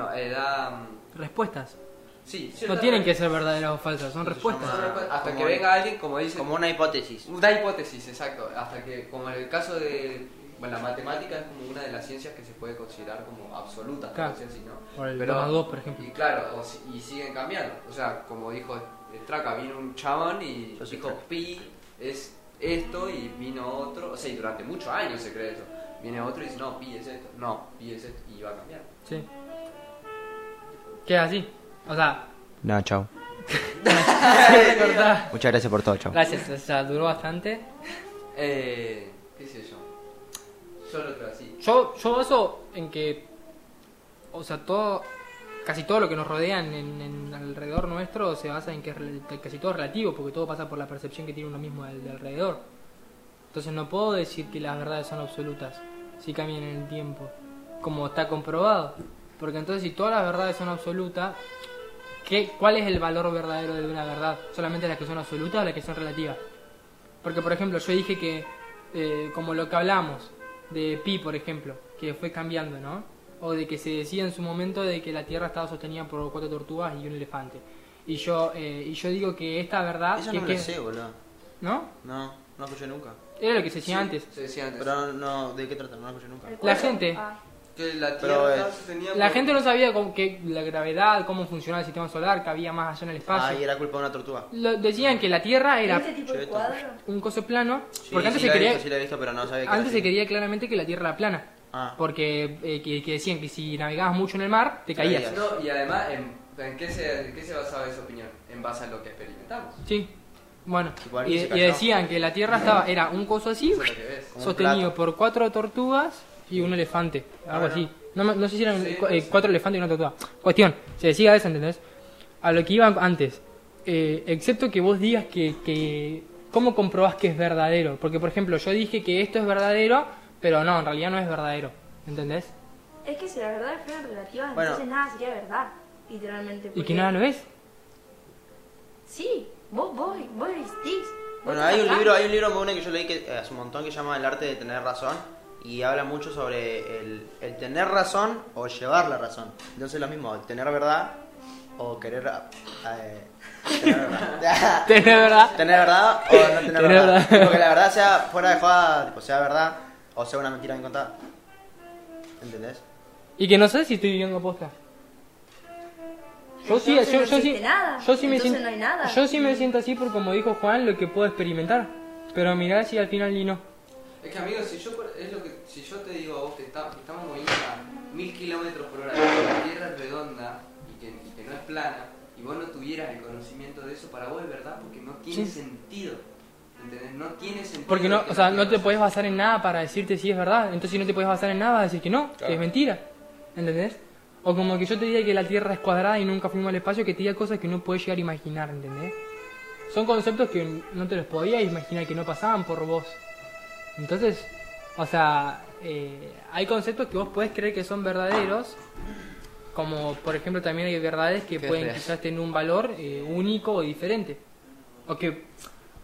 [SPEAKER 2] No, eh, da... mm,
[SPEAKER 1] Respuestas.
[SPEAKER 2] sí,
[SPEAKER 1] No
[SPEAKER 2] ciertas-
[SPEAKER 1] tienen que ser verdaderas o falsas, son
[SPEAKER 3] Eso se
[SPEAKER 1] respuestas.
[SPEAKER 2] Son respuestas. Hasta
[SPEAKER 3] Como
[SPEAKER 2] que
[SPEAKER 3] el-
[SPEAKER 2] venga alguien, como dice...
[SPEAKER 3] Como una hipótesis.
[SPEAKER 2] Da hipótesis, exacto. Hasta que, como en el caso de. Bueno, la matemática es como una de las ciencias que se puede considerar como absoluta,
[SPEAKER 1] Claro.
[SPEAKER 2] por decir así, ¿no?
[SPEAKER 1] Por el 2 más 2, por ejemplo.
[SPEAKER 2] Y claro, o si- y siguen cambiando. O sea, como dijo Traca, vino un chabón y
[SPEAKER 3] Yo soy
[SPEAKER 2] dijo
[SPEAKER 3] Traca.
[SPEAKER 2] pi es esto y vino otro. O sea, y durante muchos años se cree eso. Viene otro y dice, no, pi es esto, no, pi es esto, y va a cambiar.
[SPEAKER 1] Sí. Queda así. O sea, [laughs]
[SPEAKER 3] No, chao.
[SPEAKER 1] cortá.
[SPEAKER 3] Muchas gracias por todo, chao.
[SPEAKER 1] Gracias, o sea, duró bastante.
[SPEAKER 2] Eh, qué sé yo. Yo lo creo así.
[SPEAKER 1] Yo, yo eso en que, o sea, todo, casi todo lo que nos rodea en, en- en alrededor nuestro se basa en que es rel- que casi todo es relativo, porque todo pasa por la percepción que tiene uno mismo del, de alrededor. Entonces no puedo decir que las verdades son absolutas, si cambian en el tiempo, como está comprobado. Porque entonces si todas las verdades son absolutas, ¿qué, ¿cuál es el valor verdadero de una verdad? ¿Solamente las que son absolutas o las que son relativas? Porque, por ejemplo, yo dije que, eh, como lo que hablamos de Pi, por ejemplo, que fue cambiando, ¿no? O de que se decía en su momento de que la Tierra estaba sostenida por cuatro tortugas y un elefante. Y yo, eh, y yo digo que esta verdad.
[SPEAKER 3] Eso
[SPEAKER 1] que
[SPEAKER 3] no me lo
[SPEAKER 1] queda-
[SPEAKER 3] sé, boludo.
[SPEAKER 1] ¿no?
[SPEAKER 3] No, no escuché nunca.
[SPEAKER 1] Era lo que se decía antes.
[SPEAKER 2] Se decía antes.
[SPEAKER 3] Pero no, no, ¿de qué trata? No lo escuché nunca.
[SPEAKER 4] El
[SPEAKER 1] La
[SPEAKER 4] cuerpo-
[SPEAKER 1] gente.
[SPEAKER 4] ah,
[SPEAKER 2] que la
[SPEAKER 3] Pero,
[SPEAKER 2] Tierra
[SPEAKER 3] eh,
[SPEAKER 2] se tenía
[SPEAKER 1] La
[SPEAKER 2] por-
[SPEAKER 1] gente no sabía cómo, que la gravedad, cómo funcionaba el sistema solar, que había más allá en el
[SPEAKER 3] Ah,
[SPEAKER 1] espacio.
[SPEAKER 3] y era culpa de una tortuga.
[SPEAKER 1] Lo- decían que la Tierra era
[SPEAKER 4] ¿Este tipo de
[SPEAKER 3] cheto.
[SPEAKER 4] cuadro?
[SPEAKER 1] un coso plano,
[SPEAKER 3] Sí,
[SPEAKER 1] porque antes
[SPEAKER 3] sí
[SPEAKER 1] se
[SPEAKER 3] la he
[SPEAKER 1] quería,
[SPEAKER 3] visto, sí la he visto, pero no sabía que era
[SPEAKER 1] antes se
[SPEAKER 3] así.
[SPEAKER 1] quería claramente que la Tierra era plana,
[SPEAKER 3] Ah.
[SPEAKER 1] porque eh, que, que decían que si navegabas mucho en el mar te caías.
[SPEAKER 3] caías.
[SPEAKER 2] No, y además, ¿en, en qué, se, en qué se basaba esa opinión? En base a lo que experimentamos.
[SPEAKER 1] Sí. Bueno,
[SPEAKER 3] Igual
[SPEAKER 1] y,
[SPEAKER 3] se
[SPEAKER 1] y
[SPEAKER 3] cayó.
[SPEAKER 1] decían que la Tierra estaba era un coso así,
[SPEAKER 2] Eso es lo que ves.
[SPEAKER 3] Como un
[SPEAKER 1] sostenido
[SPEAKER 3] plato.
[SPEAKER 1] por cuatro tortugas y un elefante, algo
[SPEAKER 3] Claro.
[SPEAKER 1] así. No, me- no sé si eran
[SPEAKER 2] Sí,
[SPEAKER 1] cu- eh,
[SPEAKER 2] sí.
[SPEAKER 1] cuatro elefantes y una tortuga. Cuestión, se decía eso, ¿entendés? A lo que iban antes. Eh, excepto que vos digas que, que... ¿Cómo comprobás que es verdadero? Porque, por ejemplo, yo dije que esto es verdadero, pero no, en realidad no es verdadero. ¿Entendés?
[SPEAKER 4] Es que si la verdad fuera relativa,
[SPEAKER 3] Bueno.
[SPEAKER 4] entonces nada sería verdad, literalmente.
[SPEAKER 1] Y
[SPEAKER 4] porque-
[SPEAKER 1] que nada lo es. [laughs]
[SPEAKER 4] Sí, vos, vos, vos existís. Vos
[SPEAKER 3] Bueno,
[SPEAKER 4] estás
[SPEAKER 3] hay un
[SPEAKER 4] acá.
[SPEAKER 3] libro, hay un libro muy bueno que yo leí que eh, hace un montón que se llama El arte de tener razón y habla mucho sobre el, el tener razón o llevar la razón. Entonces lo mismo, tener verdad o querer eh, tener verdad. [laughs]
[SPEAKER 1] ¿Tenés verdad?
[SPEAKER 3] tener verdad o no tener,
[SPEAKER 1] Tener
[SPEAKER 3] verdad.
[SPEAKER 1] verdad.
[SPEAKER 3] Porque la verdad sea fuera de joda, tipo, sea verdad o sea una mentira bien contada. ¿Entendés?
[SPEAKER 1] Y que no sé si estoy viviendo posta. Yo sí,
[SPEAKER 4] Entonces
[SPEAKER 1] yo,
[SPEAKER 4] no
[SPEAKER 1] yo sí,
[SPEAKER 4] existe nada.
[SPEAKER 1] yo sí me
[SPEAKER 4] Entonces
[SPEAKER 1] siento,
[SPEAKER 4] no hay nada.
[SPEAKER 1] yo sí me siento así por como dijo Juan, lo que puedo experimentar. Pero mirá si al final y no.
[SPEAKER 2] Es que, amigo, si yo, por- es lo que, si yo te digo a vos que está- que estamos moviendo a mil kilómetros por hora, que la Tierra es redonda y que, y que no es plana, y vos no tuvieras el conocimiento de eso, para vos es verdad porque no tiene
[SPEAKER 1] Sí.
[SPEAKER 2] sentido. ¿Entendés? No tiene sentido.
[SPEAKER 1] Porque no,
[SPEAKER 2] que
[SPEAKER 1] o
[SPEAKER 2] la
[SPEAKER 1] sea, no
[SPEAKER 2] Tierra
[SPEAKER 1] te puedes basar en nada para decirte si es verdad. Entonces si no te puedes basar en nada vas a decir que no, que
[SPEAKER 3] Claro.
[SPEAKER 1] es mentira. ¿Entendés? O como que yo te diga que la Tierra es cuadrada y nunca fuimos al espacio, que te diga cosas que no puedes llegar a imaginar, ¿entendés? Son conceptos que no te los podías imaginar, que no pasaban por vos. Entonces, o sea, eh, hay conceptos que vos podés creer que son verdaderos, como por ejemplo también hay verdades que
[SPEAKER 2] Qué
[SPEAKER 1] pueden
[SPEAKER 2] fea.
[SPEAKER 1] quizás tener un valor eh, único o diferente. O que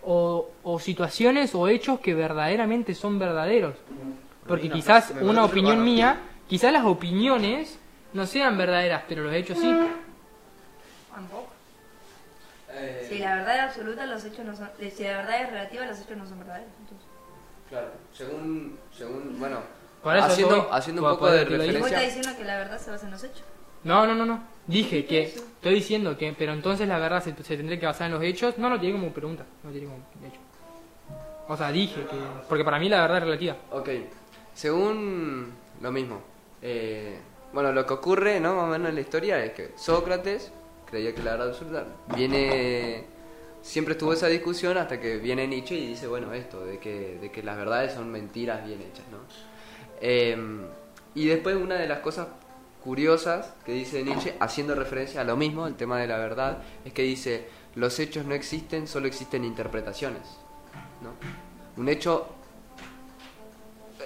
[SPEAKER 1] o, o situaciones o hechos que verdaderamente son verdaderos. Porque
[SPEAKER 3] Romina,
[SPEAKER 1] quizás
[SPEAKER 3] me parece
[SPEAKER 1] una
[SPEAKER 3] que
[SPEAKER 1] opinión
[SPEAKER 3] van a-
[SPEAKER 1] mía, quizás las opiniones no sean verdaderas, pero los hechos sí.
[SPEAKER 4] Tampoco.
[SPEAKER 2] Eh,
[SPEAKER 4] Si la verdad es absoluta, los hechos no son. eh, Si la verdad es relativa, los hechos no son verdaderos. entonces.
[SPEAKER 2] Claro, según, según bueno,
[SPEAKER 1] Por eso
[SPEAKER 2] haciendo,
[SPEAKER 1] voy.
[SPEAKER 2] haciendo un
[SPEAKER 1] Por-
[SPEAKER 2] poco
[SPEAKER 1] por
[SPEAKER 2] de
[SPEAKER 1] lo que lo
[SPEAKER 4] Y vos estás
[SPEAKER 2] referencia.
[SPEAKER 4] diciendo que la verdad se basa en los hechos.
[SPEAKER 1] No, no, no, no. Dije que
[SPEAKER 4] eso?
[SPEAKER 1] estoy diciendo que, pero entonces la verdad se, se tendría que basar en los hechos. No, no tiene como pregunta, no tiene como hecho. O sea, dije que, porque para mí la verdad es relativa.
[SPEAKER 2] Ok, según lo mismo. eh, bueno, lo que ocurre, ¿no? Más o menos en la historia es que Sócrates creía que la verdad absoluta viene. Siempre estuvo esa discusión hasta que viene Nietzsche y dice, bueno, esto, de que, de que las verdades son mentiras bien hechas, ¿no? Eh, y después una de las cosas curiosas que dice Nietzsche, haciendo referencia a lo mismo, el tema de la verdad, es que dice, los hechos no existen, solo existen interpretaciones. ¿no? Un hecho...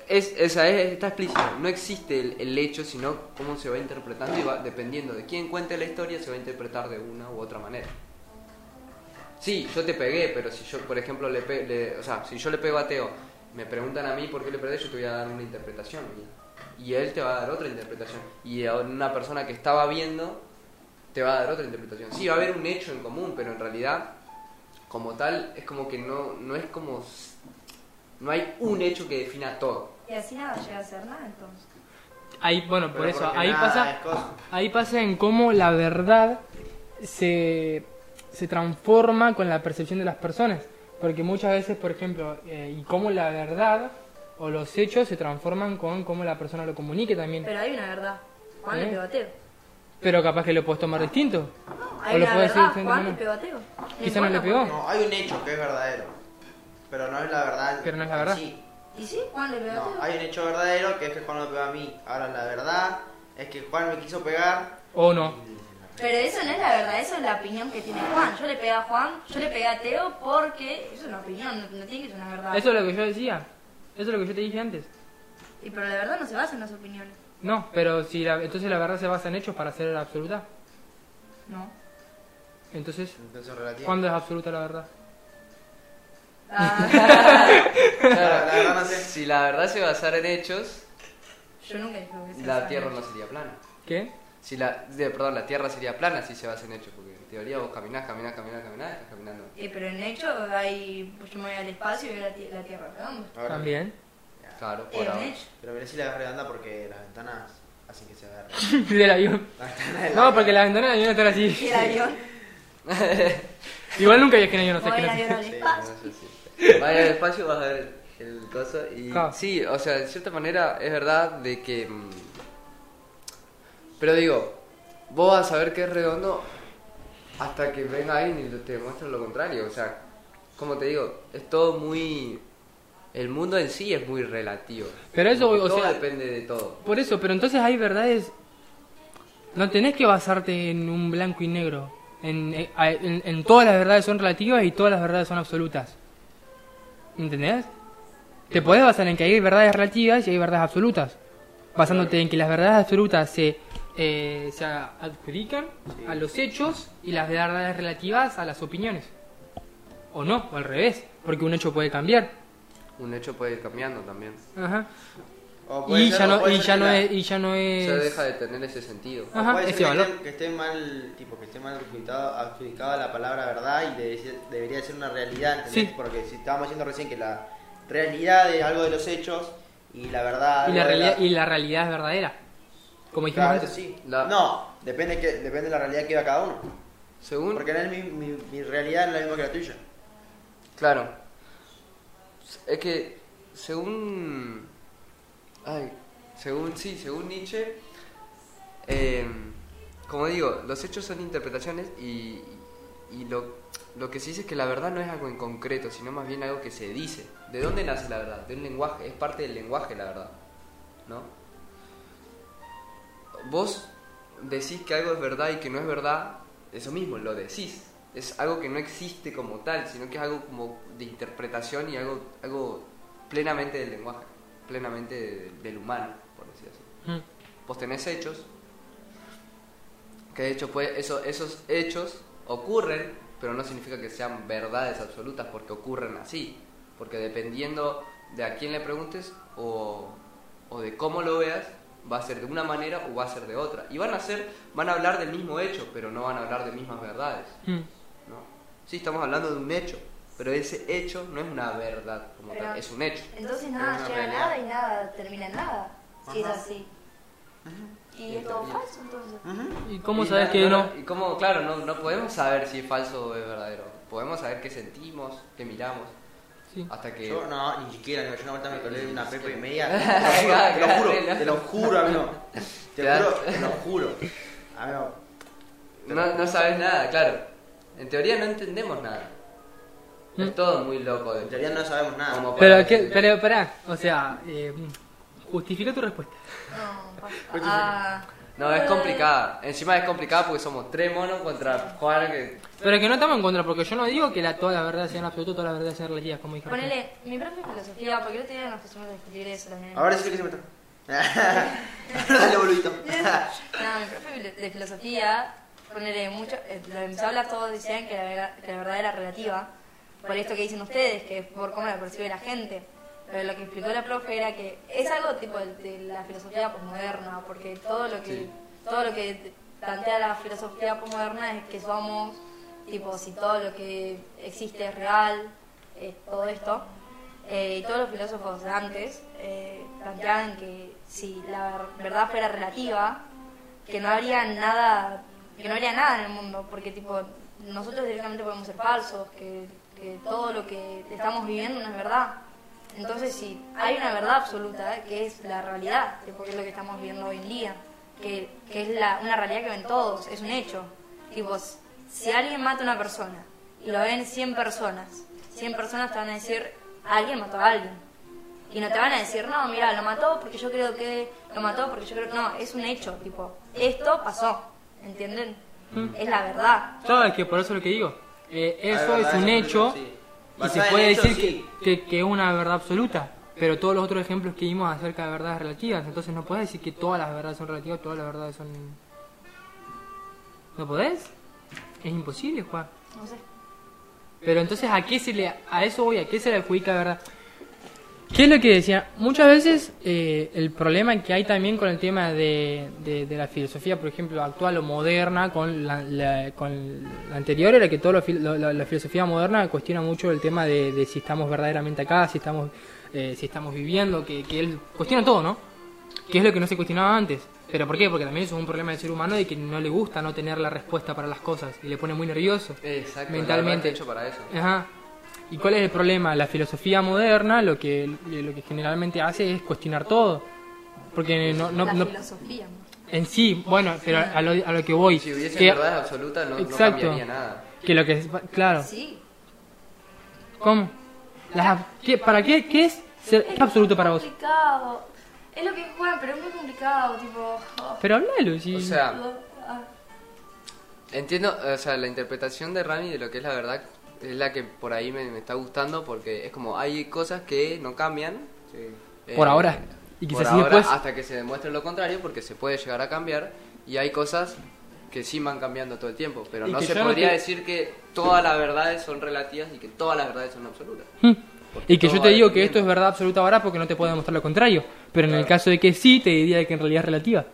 [SPEAKER 2] Es, esa es, está explícito, no existe el, el hecho, sino cómo se va interpretando y va, dependiendo de quién cuente la historia, se va a interpretar de una u otra manera. Sí, yo te pegué, pero si yo, por ejemplo, le, pe- le- o sea, si yo le pego a Teo, me preguntan a mí por qué le pegué, yo te voy a dar una interpretación mía. Y él te va a dar otra interpretación. Y a una persona que estaba viendo te va a dar otra interpretación. Sí, va a haber un hecho en común, pero en realidad, como tal, es como que no, no es como. s- No hay un hecho que defina todo.
[SPEAKER 4] Y así nada llega a ser nada, entonces.
[SPEAKER 1] Ahí, bueno, por
[SPEAKER 3] Pero
[SPEAKER 1] eso,
[SPEAKER 3] porque
[SPEAKER 1] ahí
[SPEAKER 3] nada
[SPEAKER 1] pasa,
[SPEAKER 3] es cosa.
[SPEAKER 1] Ahí pasa en cómo la verdad se, se transforma con la percepción de las personas. Porque muchas veces, por ejemplo, eh, y cómo la verdad o los hechos se transforman con cómo la persona lo comunique también. Pero,
[SPEAKER 4] Pero hay una verdad. Juan
[SPEAKER 1] ¿Eh?
[SPEAKER 4] le pegoteo.
[SPEAKER 1] capaz que lo puedes tomar distinto.
[SPEAKER 4] No,
[SPEAKER 1] O
[SPEAKER 4] hay
[SPEAKER 1] lo
[SPEAKER 4] una
[SPEAKER 1] puede decir
[SPEAKER 4] verdad.
[SPEAKER 1] diferente
[SPEAKER 4] Juan le
[SPEAKER 1] manera.
[SPEAKER 4] pegoteo.
[SPEAKER 1] Quizá no
[SPEAKER 4] importa,
[SPEAKER 1] le pegó.
[SPEAKER 4] Juan.
[SPEAKER 3] No, hay un hecho que es verdadero, pero no es la verdad.
[SPEAKER 1] Pero no es la
[SPEAKER 3] en
[SPEAKER 1] verdad.
[SPEAKER 3] sí.
[SPEAKER 4] Y sí, Juan le pegoteo.
[SPEAKER 3] No, hay un hecho verdadero que es que Juan me pegó a mí. Ahora la verdad es que Juan me quiso pegar.
[SPEAKER 1] O no.
[SPEAKER 4] Pero eso no es la verdad, eso es la opinión que tiene Juan. Yo le pegué a Juan, yo le pegué a Teo porque eso es una opinión, no, no tiene que ser una verdad.
[SPEAKER 1] Eso es lo que yo decía. Eso es lo que yo te dije antes.
[SPEAKER 4] Y pero la verdad no se basa en las opiniones.
[SPEAKER 1] No, pero si la- entonces la verdad se basa en hechos para ser absoluta. [laughs]
[SPEAKER 4] No.
[SPEAKER 1] Entonces,
[SPEAKER 3] Entonces relativo.
[SPEAKER 1] ¿cuándo es absoluta la verdad?
[SPEAKER 4] Ah,
[SPEAKER 3] Claro, la verdad no sé.
[SPEAKER 2] Si la verdad se basara en hechos,
[SPEAKER 4] yo nunca dije que
[SPEAKER 2] la Tierra no sería plana.
[SPEAKER 1] ¿Qué?
[SPEAKER 2] Si la, de- perdón, la Tierra sería plana si se basa en hechos, porque en teoría vos caminás, caminás, caminás, caminás, estás caminando.
[SPEAKER 4] Eh, pero en hecho hay, pues yo me voy al espacio y veo la, ti- la Tierra redonda.
[SPEAKER 3] Ahora,
[SPEAKER 1] También. [laughs]
[SPEAKER 2] Claro, por
[SPEAKER 4] Eh, en
[SPEAKER 2] ahora.
[SPEAKER 4] hecho.
[SPEAKER 3] Pero mirá si la ves redonda porque las ventanas hacen que
[SPEAKER 1] [laughs]
[SPEAKER 3] se vea redonda.
[SPEAKER 1] Del avión.
[SPEAKER 3] Las ventanas del
[SPEAKER 1] No,
[SPEAKER 3] avión.
[SPEAKER 1] porque las ventanas del avión están así.
[SPEAKER 4] El avión.
[SPEAKER 1] Igual nunca viajé en avión, [laughs] no sé
[SPEAKER 4] Voy
[SPEAKER 1] qué.
[SPEAKER 4] el
[SPEAKER 1] no sé.
[SPEAKER 4] avión al
[SPEAKER 3] Sí,
[SPEAKER 4] espacio.
[SPEAKER 2] No sé si- Vaya al espacio, vas a ver el coso y...
[SPEAKER 1] Claro.
[SPEAKER 2] Sí, o sea, de cierta manera es verdad de que... mm, Pero digo, vos vas a saber que es redondo hasta que venga alguien y te muestre lo contrario. O sea, como te digo, es todo muy... El mundo en sí es muy relativo.
[SPEAKER 1] Pero eso,
[SPEAKER 2] Como que
[SPEAKER 1] o
[SPEAKER 2] todo
[SPEAKER 1] sea-
[SPEAKER 2] depende de todo.
[SPEAKER 1] Por eso, pero entonces hay verdades. No tenés que basarte en un blanco y negro. En, eh, a- en- en todas las verdades son relativas y todas las verdades son absolutas. ¿Entendés? Te podés basar en que hay verdades relativas y hay verdades absolutas. Basándote en que las verdades absolutas se, eh, se adjudican a los hechos y las verdades relativas a las opiniones. O no, o al revés, porque un hecho puede cambiar.
[SPEAKER 2] Un hecho puede ir cambiando también.
[SPEAKER 1] Ajá.
[SPEAKER 3] O puede
[SPEAKER 1] Y
[SPEAKER 3] ser-
[SPEAKER 1] ya,
[SPEAKER 3] o
[SPEAKER 1] no,
[SPEAKER 3] puede
[SPEAKER 1] y,
[SPEAKER 3] ser
[SPEAKER 1] ya
[SPEAKER 3] que
[SPEAKER 1] no
[SPEAKER 3] la-
[SPEAKER 1] es, y ya no es...
[SPEAKER 2] Ya deja de tener ese sentido.
[SPEAKER 3] o
[SPEAKER 1] Ajá,
[SPEAKER 3] puede ser
[SPEAKER 1] ese
[SPEAKER 3] que
[SPEAKER 1] valor.
[SPEAKER 3] esté- que esté mal, tipo, que esté mal adjudicado- adjudicada la palabra verdad y debe ser- debería ser una realidad, ¿entendés?
[SPEAKER 1] Sí.
[SPEAKER 3] Porque si estábamos diciendo recién que la realidad es algo de los hechos y la verdad...
[SPEAKER 1] y la,
[SPEAKER 3] algo de
[SPEAKER 1] realidad, y la realidad es verdadera. Como dijimos
[SPEAKER 3] Claro,
[SPEAKER 1] antes.
[SPEAKER 3] eso sí.
[SPEAKER 2] La-
[SPEAKER 3] No, depende, que, depende de la realidad que vea cada uno.
[SPEAKER 2] Según...
[SPEAKER 3] Porque no es mi, mi- mi realidad no es la misma que la tuya.
[SPEAKER 2] Claro. Es que según. Ay, según sí, según Nietzsche. eh, como digo, los hechos son interpretaciones y, y lo, lo que se dice es que la verdad no es algo en concreto, sino más bien algo que se dice. ¿De dónde nace la verdad? De un lenguaje, es parte del lenguaje la verdad. ¿No? Vos decís que algo es verdad y que no es verdad, eso mismo, lo decís. Es algo que no existe como tal, sino que es algo como de interpretación y algo, algo plenamente del lenguaje, plenamente de- del humano, por decir así.
[SPEAKER 1] Mm.
[SPEAKER 2] Vos Pues tenés hechos, que de hecho puede- eso- esos hechos ocurren, pero no significa que sean verdades absolutas porque ocurren así. Porque dependiendo de a quién le preguntes o, o de cómo lo veas, va a ser de una manera o va a ser de otra. Y van a ser, van a hablar del mismo hecho, pero no van a hablar de mismas verdades.
[SPEAKER 1] Mm.
[SPEAKER 2] ¿no? Sí, estamos hablando de un hecho, pero ese hecho no es una verdad como
[SPEAKER 4] Pero-
[SPEAKER 2] tal, es un hecho.
[SPEAKER 4] Entonces
[SPEAKER 2] Es
[SPEAKER 4] nada llega a
[SPEAKER 2] una realidad.
[SPEAKER 4] nada y nada termina en nada. Si es
[SPEAKER 3] Ajá.
[SPEAKER 4] así. Y es todo falso entonces.
[SPEAKER 1] ¿Y cómo
[SPEAKER 2] Y
[SPEAKER 1] sabes
[SPEAKER 2] na-
[SPEAKER 1] que
[SPEAKER 2] no-
[SPEAKER 1] no?
[SPEAKER 2] Y cómo, claro, no, no podemos saber si es falso o es verdadero. Podemos saber qué sentimos, qué miramos,
[SPEAKER 1] Sí.
[SPEAKER 2] hasta que...
[SPEAKER 3] Eh, Yo no, ni siquiera, no, yo una vuelta me colé una pepa
[SPEAKER 2] [laughs]
[SPEAKER 3] y media. Te lo
[SPEAKER 2] Claro,
[SPEAKER 3] juro,
[SPEAKER 2] claro.
[SPEAKER 3] te lo juro, amigo. Te lo
[SPEAKER 2] Claro.
[SPEAKER 3] juro, te lo juro. Amigo,
[SPEAKER 2] No, no sabes nada, claro. En teoría no entendemos nada. Es todo muy loco. de-
[SPEAKER 3] en teoría no sabemos nada.
[SPEAKER 2] Como para
[SPEAKER 1] ¿Mm? Pero, ¿qué,
[SPEAKER 2] decir-
[SPEAKER 1] pero pará, o sea, eh, justifica tu respuesta.
[SPEAKER 2] [laughs]
[SPEAKER 4] No, pasa.
[SPEAKER 3] Oye,
[SPEAKER 4] Ah,
[SPEAKER 2] Pues No, es complicada. Encima es complicada porque somos tres monos contra Juan que...
[SPEAKER 1] Pero que no estamos en contra, porque yo no digo que la, todas las verdades sean absolutas, todas las verdades sean relativas, como dije. recién.
[SPEAKER 4] Ponele, mi propia filosofía, porque el otro día nos pusimos a discutir eso también.
[SPEAKER 3] Ahora sí sé que se me está. [laughs] Dale, boludito.
[SPEAKER 4] [laughs] No, mi profe de- de filosofía, ponele mucho, eh, lo empezó a hablar todos, decían que la, vera- que la verdad era relativa, por esto que dicen ustedes, que es por cómo la percibe la gente. Pero lo que explicó la profe era que es algo tipo de, de la filosofía posmoderna, porque todo lo que
[SPEAKER 2] Sí.
[SPEAKER 4] todo lo que te- plantea la filosofía posmoderna es que somos, tipo, si todo lo que existe es real, eh, todo esto. Eh, y todos los filósofos de antes eh, planteaban que si la ver- verdad fuera relativa, que no habría nada que no habría nada en el mundo porque tipo nosotros directamente podemos ser falsos que, que todo lo que estamos viviendo no es verdad entonces si hay una verdad absoluta eh, que es la realidad tipo, que es lo que estamos viviendo hoy en día que, que es la, una realidad que ven todos es un hecho tipo s- si alguien mata a una persona y lo ven 100 personas 100 personas te van a decir alguien mató a alguien y no te van a decir, no, mira, lo mató porque yo creo que. Lo mató porque yo creo. No, es un hecho, tipo. Esto pasó, ¿entienden?
[SPEAKER 1] Mm.
[SPEAKER 4] Es la verdad.
[SPEAKER 1] Claro, es que por eso es lo que digo. Eh, eso es
[SPEAKER 3] Hay verdades
[SPEAKER 1] un
[SPEAKER 3] absolutas,
[SPEAKER 1] hecho
[SPEAKER 3] sí.
[SPEAKER 1] y se
[SPEAKER 3] Basada en
[SPEAKER 1] puede
[SPEAKER 3] hechos,
[SPEAKER 1] decir
[SPEAKER 3] sí.
[SPEAKER 1] que, que- que es una verdad absoluta. Pero todos los otros ejemplos que vimos acerca de verdades relativas, entonces no podés decir que todas las verdades son relativas, todas las verdades son... ¿No podés? Es imposible, Juan.
[SPEAKER 4] No sé.
[SPEAKER 1] Pero entonces a qué se le a eso voy, a qué se le adjudica verdad. ¿Qué es lo que decía? Muchas veces eh, el problema que hay también con el tema de, de- de la filosofía, por ejemplo, actual o moderna, con la, la- con la anterior, era que toda la, fil- la- la- la filosofía moderna cuestiona mucho el tema de, de si estamos verdaderamente acá, si estamos, eh, si estamos viviendo, que, que él cuestiona todo, ¿no? Que es lo que no se cuestionaba antes. ¿Pero por qué? Porque también eso es un problema del ser humano de que no le gusta no tener la respuesta para las cosas y le pone muy nervioso.
[SPEAKER 2] Exacto,
[SPEAKER 1] Mentalmente.
[SPEAKER 2] mentalmente hecho para eso.
[SPEAKER 1] Ajá. ¿Y cuál es el problema? La filosofía moderna lo que, lo que generalmente hace es cuestionar todo. Porque no, no-
[SPEAKER 4] la
[SPEAKER 1] no-
[SPEAKER 4] filosofía. ¿no?
[SPEAKER 1] en sí, bueno, pero a lo, a lo que voy.
[SPEAKER 2] Si hubiese
[SPEAKER 1] que,
[SPEAKER 2] verdad absoluta no, no
[SPEAKER 1] Exacto.
[SPEAKER 2] cambiaría nada.
[SPEAKER 1] que lo que es- claro.
[SPEAKER 4] Sí,
[SPEAKER 1] ¿Cómo? Las ab- ¿qué- ¿Para qué, qué es ser
[SPEAKER 5] Es
[SPEAKER 1] absoluto para vos?
[SPEAKER 5] complicado. Es lo que juegan, pero es muy complicado, tipo. oh,
[SPEAKER 1] Pero hablalo, sí.
[SPEAKER 2] O sea,
[SPEAKER 5] lo- ah,
[SPEAKER 2] Entiendo, o sea, la interpretación de Rami de lo que es la verdad es la que por ahí me, me está gustando porque es como hay cosas que no cambian. Eh,
[SPEAKER 1] Por ahora. Y
[SPEAKER 2] por
[SPEAKER 1] quizás sí
[SPEAKER 2] ahora,
[SPEAKER 1] después.
[SPEAKER 2] Hasta que se demuestre lo contrario porque se puede llegar a cambiar y hay cosas que sí van cambiando todo el tiempo. Pero
[SPEAKER 1] Y
[SPEAKER 2] no
[SPEAKER 1] que
[SPEAKER 2] se
[SPEAKER 1] yo no
[SPEAKER 2] podría
[SPEAKER 1] te-
[SPEAKER 2] decir que todas las verdades son relativas y que todas las verdades son absolutas.
[SPEAKER 1] Hmm.
[SPEAKER 2] Porque
[SPEAKER 1] Y que
[SPEAKER 2] todo
[SPEAKER 1] yo te
[SPEAKER 2] va
[SPEAKER 1] digo que
[SPEAKER 2] dependiendo.
[SPEAKER 1] esto es verdad absoluta ahora porque no te puedo demostrar lo contrario. Pero en el
[SPEAKER 2] Claro.
[SPEAKER 1] caso de que sí, te diría que en realidad es relativa.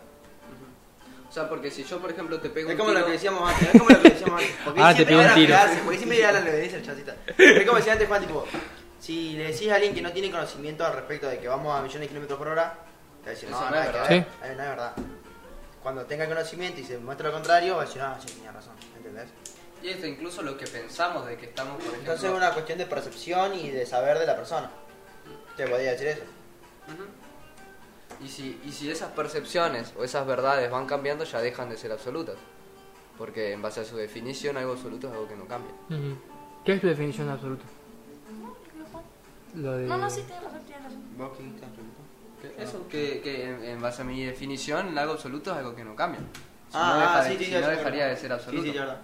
[SPEAKER 2] O sea, porque si yo, por ejemplo, te pego
[SPEAKER 3] Es
[SPEAKER 2] un
[SPEAKER 3] como lo
[SPEAKER 2] tiro-
[SPEAKER 3] que decíamos antes, es como lo que
[SPEAKER 2] [laughs]
[SPEAKER 3] decíamos antes. Porque
[SPEAKER 1] Ah,
[SPEAKER 3] siempre
[SPEAKER 1] te pegó un
[SPEAKER 3] van a
[SPEAKER 1] tiro.
[SPEAKER 3] pegarse, porque siempre ya lo dice el chacita. Es como decía antes Juan, tipo, si le decís a alguien que no tiene conocimiento al respecto de que vamos a millones de kilómetros por hora, te va a decir, no,
[SPEAKER 2] Eso no
[SPEAKER 3] nada
[SPEAKER 2] es
[SPEAKER 3] que
[SPEAKER 2] verdad.
[SPEAKER 3] ver,
[SPEAKER 1] Sí.
[SPEAKER 3] eh, no es verdad. Cuando tenga conocimiento y se muestra lo contrario, va a decir, ah, sí, tenía razón, ¿entendés?
[SPEAKER 2] Y esto incluso lo que pensamos de que estamos, por ejemplo...
[SPEAKER 3] Entonces es una cuestión de percepción y de saber de la persona. Te podría decir eso.
[SPEAKER 2] Ujú. Y si, y si esas percepciones o esas verdades van cambiando, ya dejan de ser absolutas. Porque en base a su definición, algo absoluto es algo que no cambia.
[SPEAKER 1] Ujú. ¿Qué es tu definición de absoluto? Lo de...
[SPEAKER 5] No, no, sí, tienes razón, tienes razón.
[SPEAKER 3] ¿Vos qué estás
[SPEAKER 2] Eso, que, que en, en base a mi definición, algo absoluto es algo que no cambia. Si
[SPEAKER 3] Ah,
[SPEAKER 2] no, deja
[SPEAKER 3] ah,
[SPEAKER 2] de-
[SPEAKER 3] sí, sí,
[SPEAKER 2] si
[SPEAKER 3] ya
[SPEAKER 2] no
[SPEAKER 3] sé,
[SPEAKER 2] dejaría
[SPEAKER 3] bueno.
[SPEAKER 2] de ser absoluto.
[SPEAKER 3] Sí, sí, es verdad.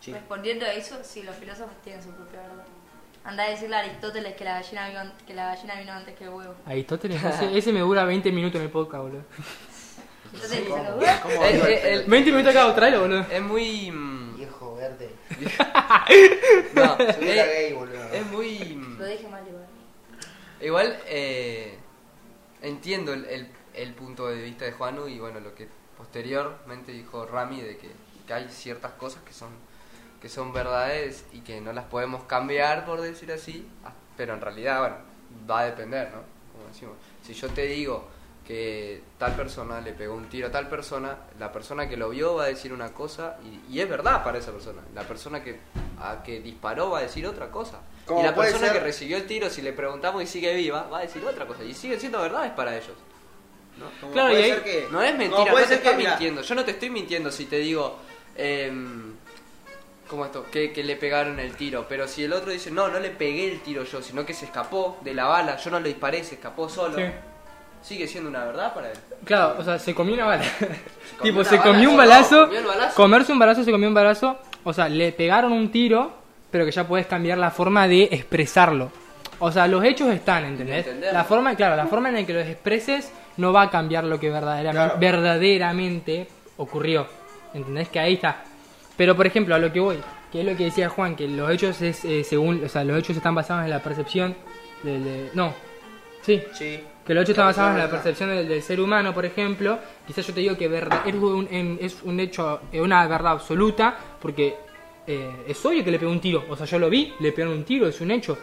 [SPEAKER 3] Sí.
[SPEAKER 4] Respondiendo a eso, sí, los filósofos tienen su propia verdad. Anda a decirle a Aristóteles que la gallina vino, an- que la gallina vino antes que el huevo.
[SPEAKER 1] Aristóteles, ese, ese me dura 20 minutos en el podcast, boludo.
[SPEAKER 4] Entonces dice,
[SPEAKER 3] ¿Cómo?
[SPEAKER 4] "Ué".
[SPEAKER 3] ¿Cómo?
[SPEAKER 2] [laughs] Eh,
[SPEAKER 3] digo el
[SPEAKER 2] eh,
[SPEAKER 3] pelo?
[SPEAKER 2] el-
[SPEAKER 1] 20 minutos acá, tráelo, boludo.
[SPEAKER 2] Es muy...
[SPEAKER 3] [laughs]
[SPEAKER 2] mm,
[SPEAKER 3] Viejo verde.
[SPEAKER 2] no,
[SPEAKER 3] Soy una
[SPEAKER 2] eh,
[SPEAKER 3] gay, boludo.
[SPEAKER 2] es muy... mm,
[SPEAKER 4] lo dije mal igual.
[SPEAKER 2] Igual eh, entiendo el, el- el punto de vista de Juanu y bueno lo que posteriormente dijo Rami de que, que hay ciertas cosas que son que son verdades y que no las podemos cambiar por decir así, ah, pero en realidad bueno va a depender, ¿no? Como decimos, si yo te digo que tal persona le pegó un tiro a tal persona, la persona que lo vio va a decir una cosa y, y es verdad para esa persona, la persona que a que disparó va a decir otra cosa
[SPEAKER 3] Como
[SPEAKER 2] y la
[SPEAKER 3] puede
[SPEAKER 2] persona
[SPEAKER 3] ser-
[SPEAKER 2] que recibió el tiro, si le preguntamos y sigue viva, va a decir otra cosa. Y siguen siendo verdades para ellos.
[SPEAKER 3] Como
[SPEAKER 1] Claro,
[SPEAKER 3] puede
[SPEAKER 1] y ahí
[SPEAKER 3] ser que-
[SPEAKER 2] No es
[SPEAKER 3] como
[SPEAKER 2] mentira, no
[SPEAKER 3] puede
[SPEAKER 2] te
[SPEAKER 3] ser
[SPEAKER 2] estoy
[SPEAKER 3] que, mirá,
[SPEAKER 2] mintiendo. Yo no te estoy mintiendo si te digo, em, ¿cómo esto? Que, que le pegaron el tiro. Pero si el otro dice, no, no le pegué el tiro yo, sino que se escapó de la bala, yo no le disparé, se escapó solo.
[SPEAKER 1] Sí.
[SPEAKER 2] Sigue siendo una verdad para él.
[SPEAKER 1] Claro, o sea, se comió una bala. [laughs]
[SPEAKER 2] comió
[SPEAKER 1] tipo,
[SPEAKER 2] una
[SPEAKER 1] se
[SPEAKER 2] bala,
[SPEAKER 1] comió un
[SPEAKER 2] no,
[SPEAKER 1] balazo,
[SPEAKER 2] comió el balazo.
[SPEAKER 1] Comerse un balazo, se comió un balazo. O sea, le pegaron un tiro, pero que ya puedes cambiar la forma de expresarlo. O sea, los hechos están, ¿entendés?
[SPEAKER 2] entenderlo.
[SPEAKER 1] La forma, claro, la forma en la que los expreses no va a cambiar lo que verdaderamente,
[SPEAKER 3] Claro.
[SPEAKER 1] verdaderamente ocurrió. ¿Entendés? Que ahí está. Pero, por ejemplo, a lo que voy, que es lo que decía Juan, que los hechos es eh, según, o sea, los hechos están basados en la percepción del... de- no, sí,
[SPEAKER 3] Sí.
[SPEAKER 1] que los hechos están
[SPEAKER 3] La
[SPEAKER 1] basados en la
[SPEAKER 3] persona.
[SPEAKER 1] percepción del, del ser humano, por ejemplo. Quizás yo te digo que verda- es, un, en- es un hecho, eh, una verdad absoluta, porque eh, es obvio que le pegó un tiro. O sea, yo lo vi, le pegaron un tiro, es un hecho.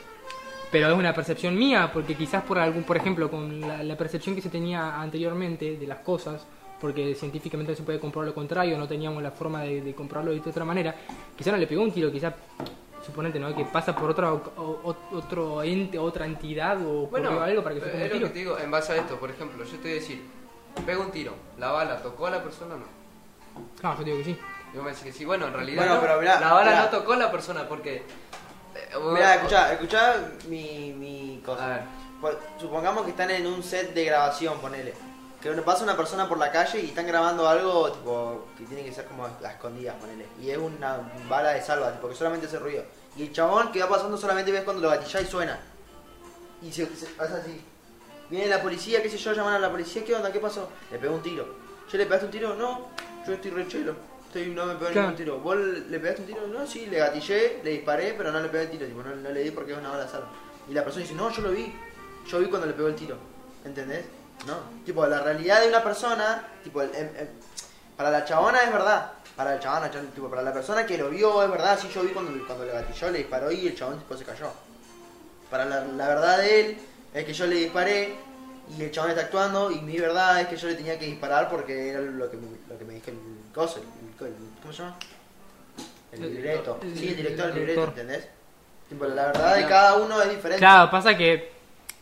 [SPEAKER 1] Pero es una percepción mía, porque quizás por algún, por ejemplo, con la, la percepción que se tenía anteriormente de las cosas, porque científicamente no se puede comprobar lo contrario, no teníamos la forma de, de comprobarlo de otra manera, quizás no le pegó un tiro, quizás, suponente, ¿no? Que pasa por otra, o- o- otro ente, otra entidad o ocurrió algo para que se
[SPEAKER 2] eh,
[SPEAKER 1] ponga un
[SPEAKER 2] es lo
[SPEAKER 1] tiro.
[SPEAKER 2] que te digo, en base a esto, por ejemplo, yo te voy a decir, pega un tiro, la bala tocó a la persona o no.
[SPEAKER 1] No, yo digo que sí.
[SPEAKER 2] Yo me decía que sí, bueno, en realidad
[SPEAKER 3] Bueno,
[SPEAKER 2] no.
[SPEAKER 3] pero mirá,
[SPEAKER 2] la bala
[SPEAKER 3] mirá.
[SPEAKER 2] no tocó a la persona porque... eh,
[SPEAKER 3] Mira,
[SPEAKER 2] bueno,
[SPEAKER 3] escuchá, escuchá mi, mi cosa.
[SPEAKER 2] A ver.
[SPEAKER 3] Pues, Supongamos que están en un set de grabación, ponele. Que uno- pasa una persona por la calle y están grabando algo tipo, que tiene que ser como a escondidas, ponele. Y es una bala de salva, tipo, que solamente hace ruido. Y el chabón que va pasando solamente ves cuando lo gatilla y suena. Y se, se- hace así. Viene la policía, qué sé yo, llaman a la policía, ¿qué onda? ¿Qué pasó? Le pegó un tiro. ¿Yo le pegaste un tiro? No, yo estoy re chelo. Estoy, no me pegó
[SPEAKER 1] Claro.
[SPEAKER 3] ningún tiro. ¿Vos le pegaste un tiro? No, sí, le gatillé, le disparé, pero no le pegué el tiro. Tipo, no, no le di porque es una bala salva. Y la persona dice, no, yo lo vi. yo vi cuando le pegó el tiro. ¿Entendés? No. Tipo, la realidad de una persona, tipo, el- em- em, para la chabona es verdad. Para el chabón, el chabón, tipo, para la persona que lo vio es verdad. Sí, yo vi cuando, cuando le gatilló, le disparó y el chabón tipo, se cayó. Para la, la verdad de él es que yo le disparé y el chabón está actuando y mi verdad es que yo le tenía que disparar porque era lo que, me- lo que me dijo el coso, el- el- ¿cómo se llama? El
[SPEAKER 1] El
[SPEAKER 3] libreto.
[SPEAKER 1] director.
[SPEAKER 3] Sí, el director,
[SPEAKER 1] El
[SPEAKER 3] el libreto,
[SPEAKER 1] director.
[SPEAKER 3] ¿entendés? Tipo, la verdad de cada uno es diferente.
[SPEAKER 1] Claro, pasa que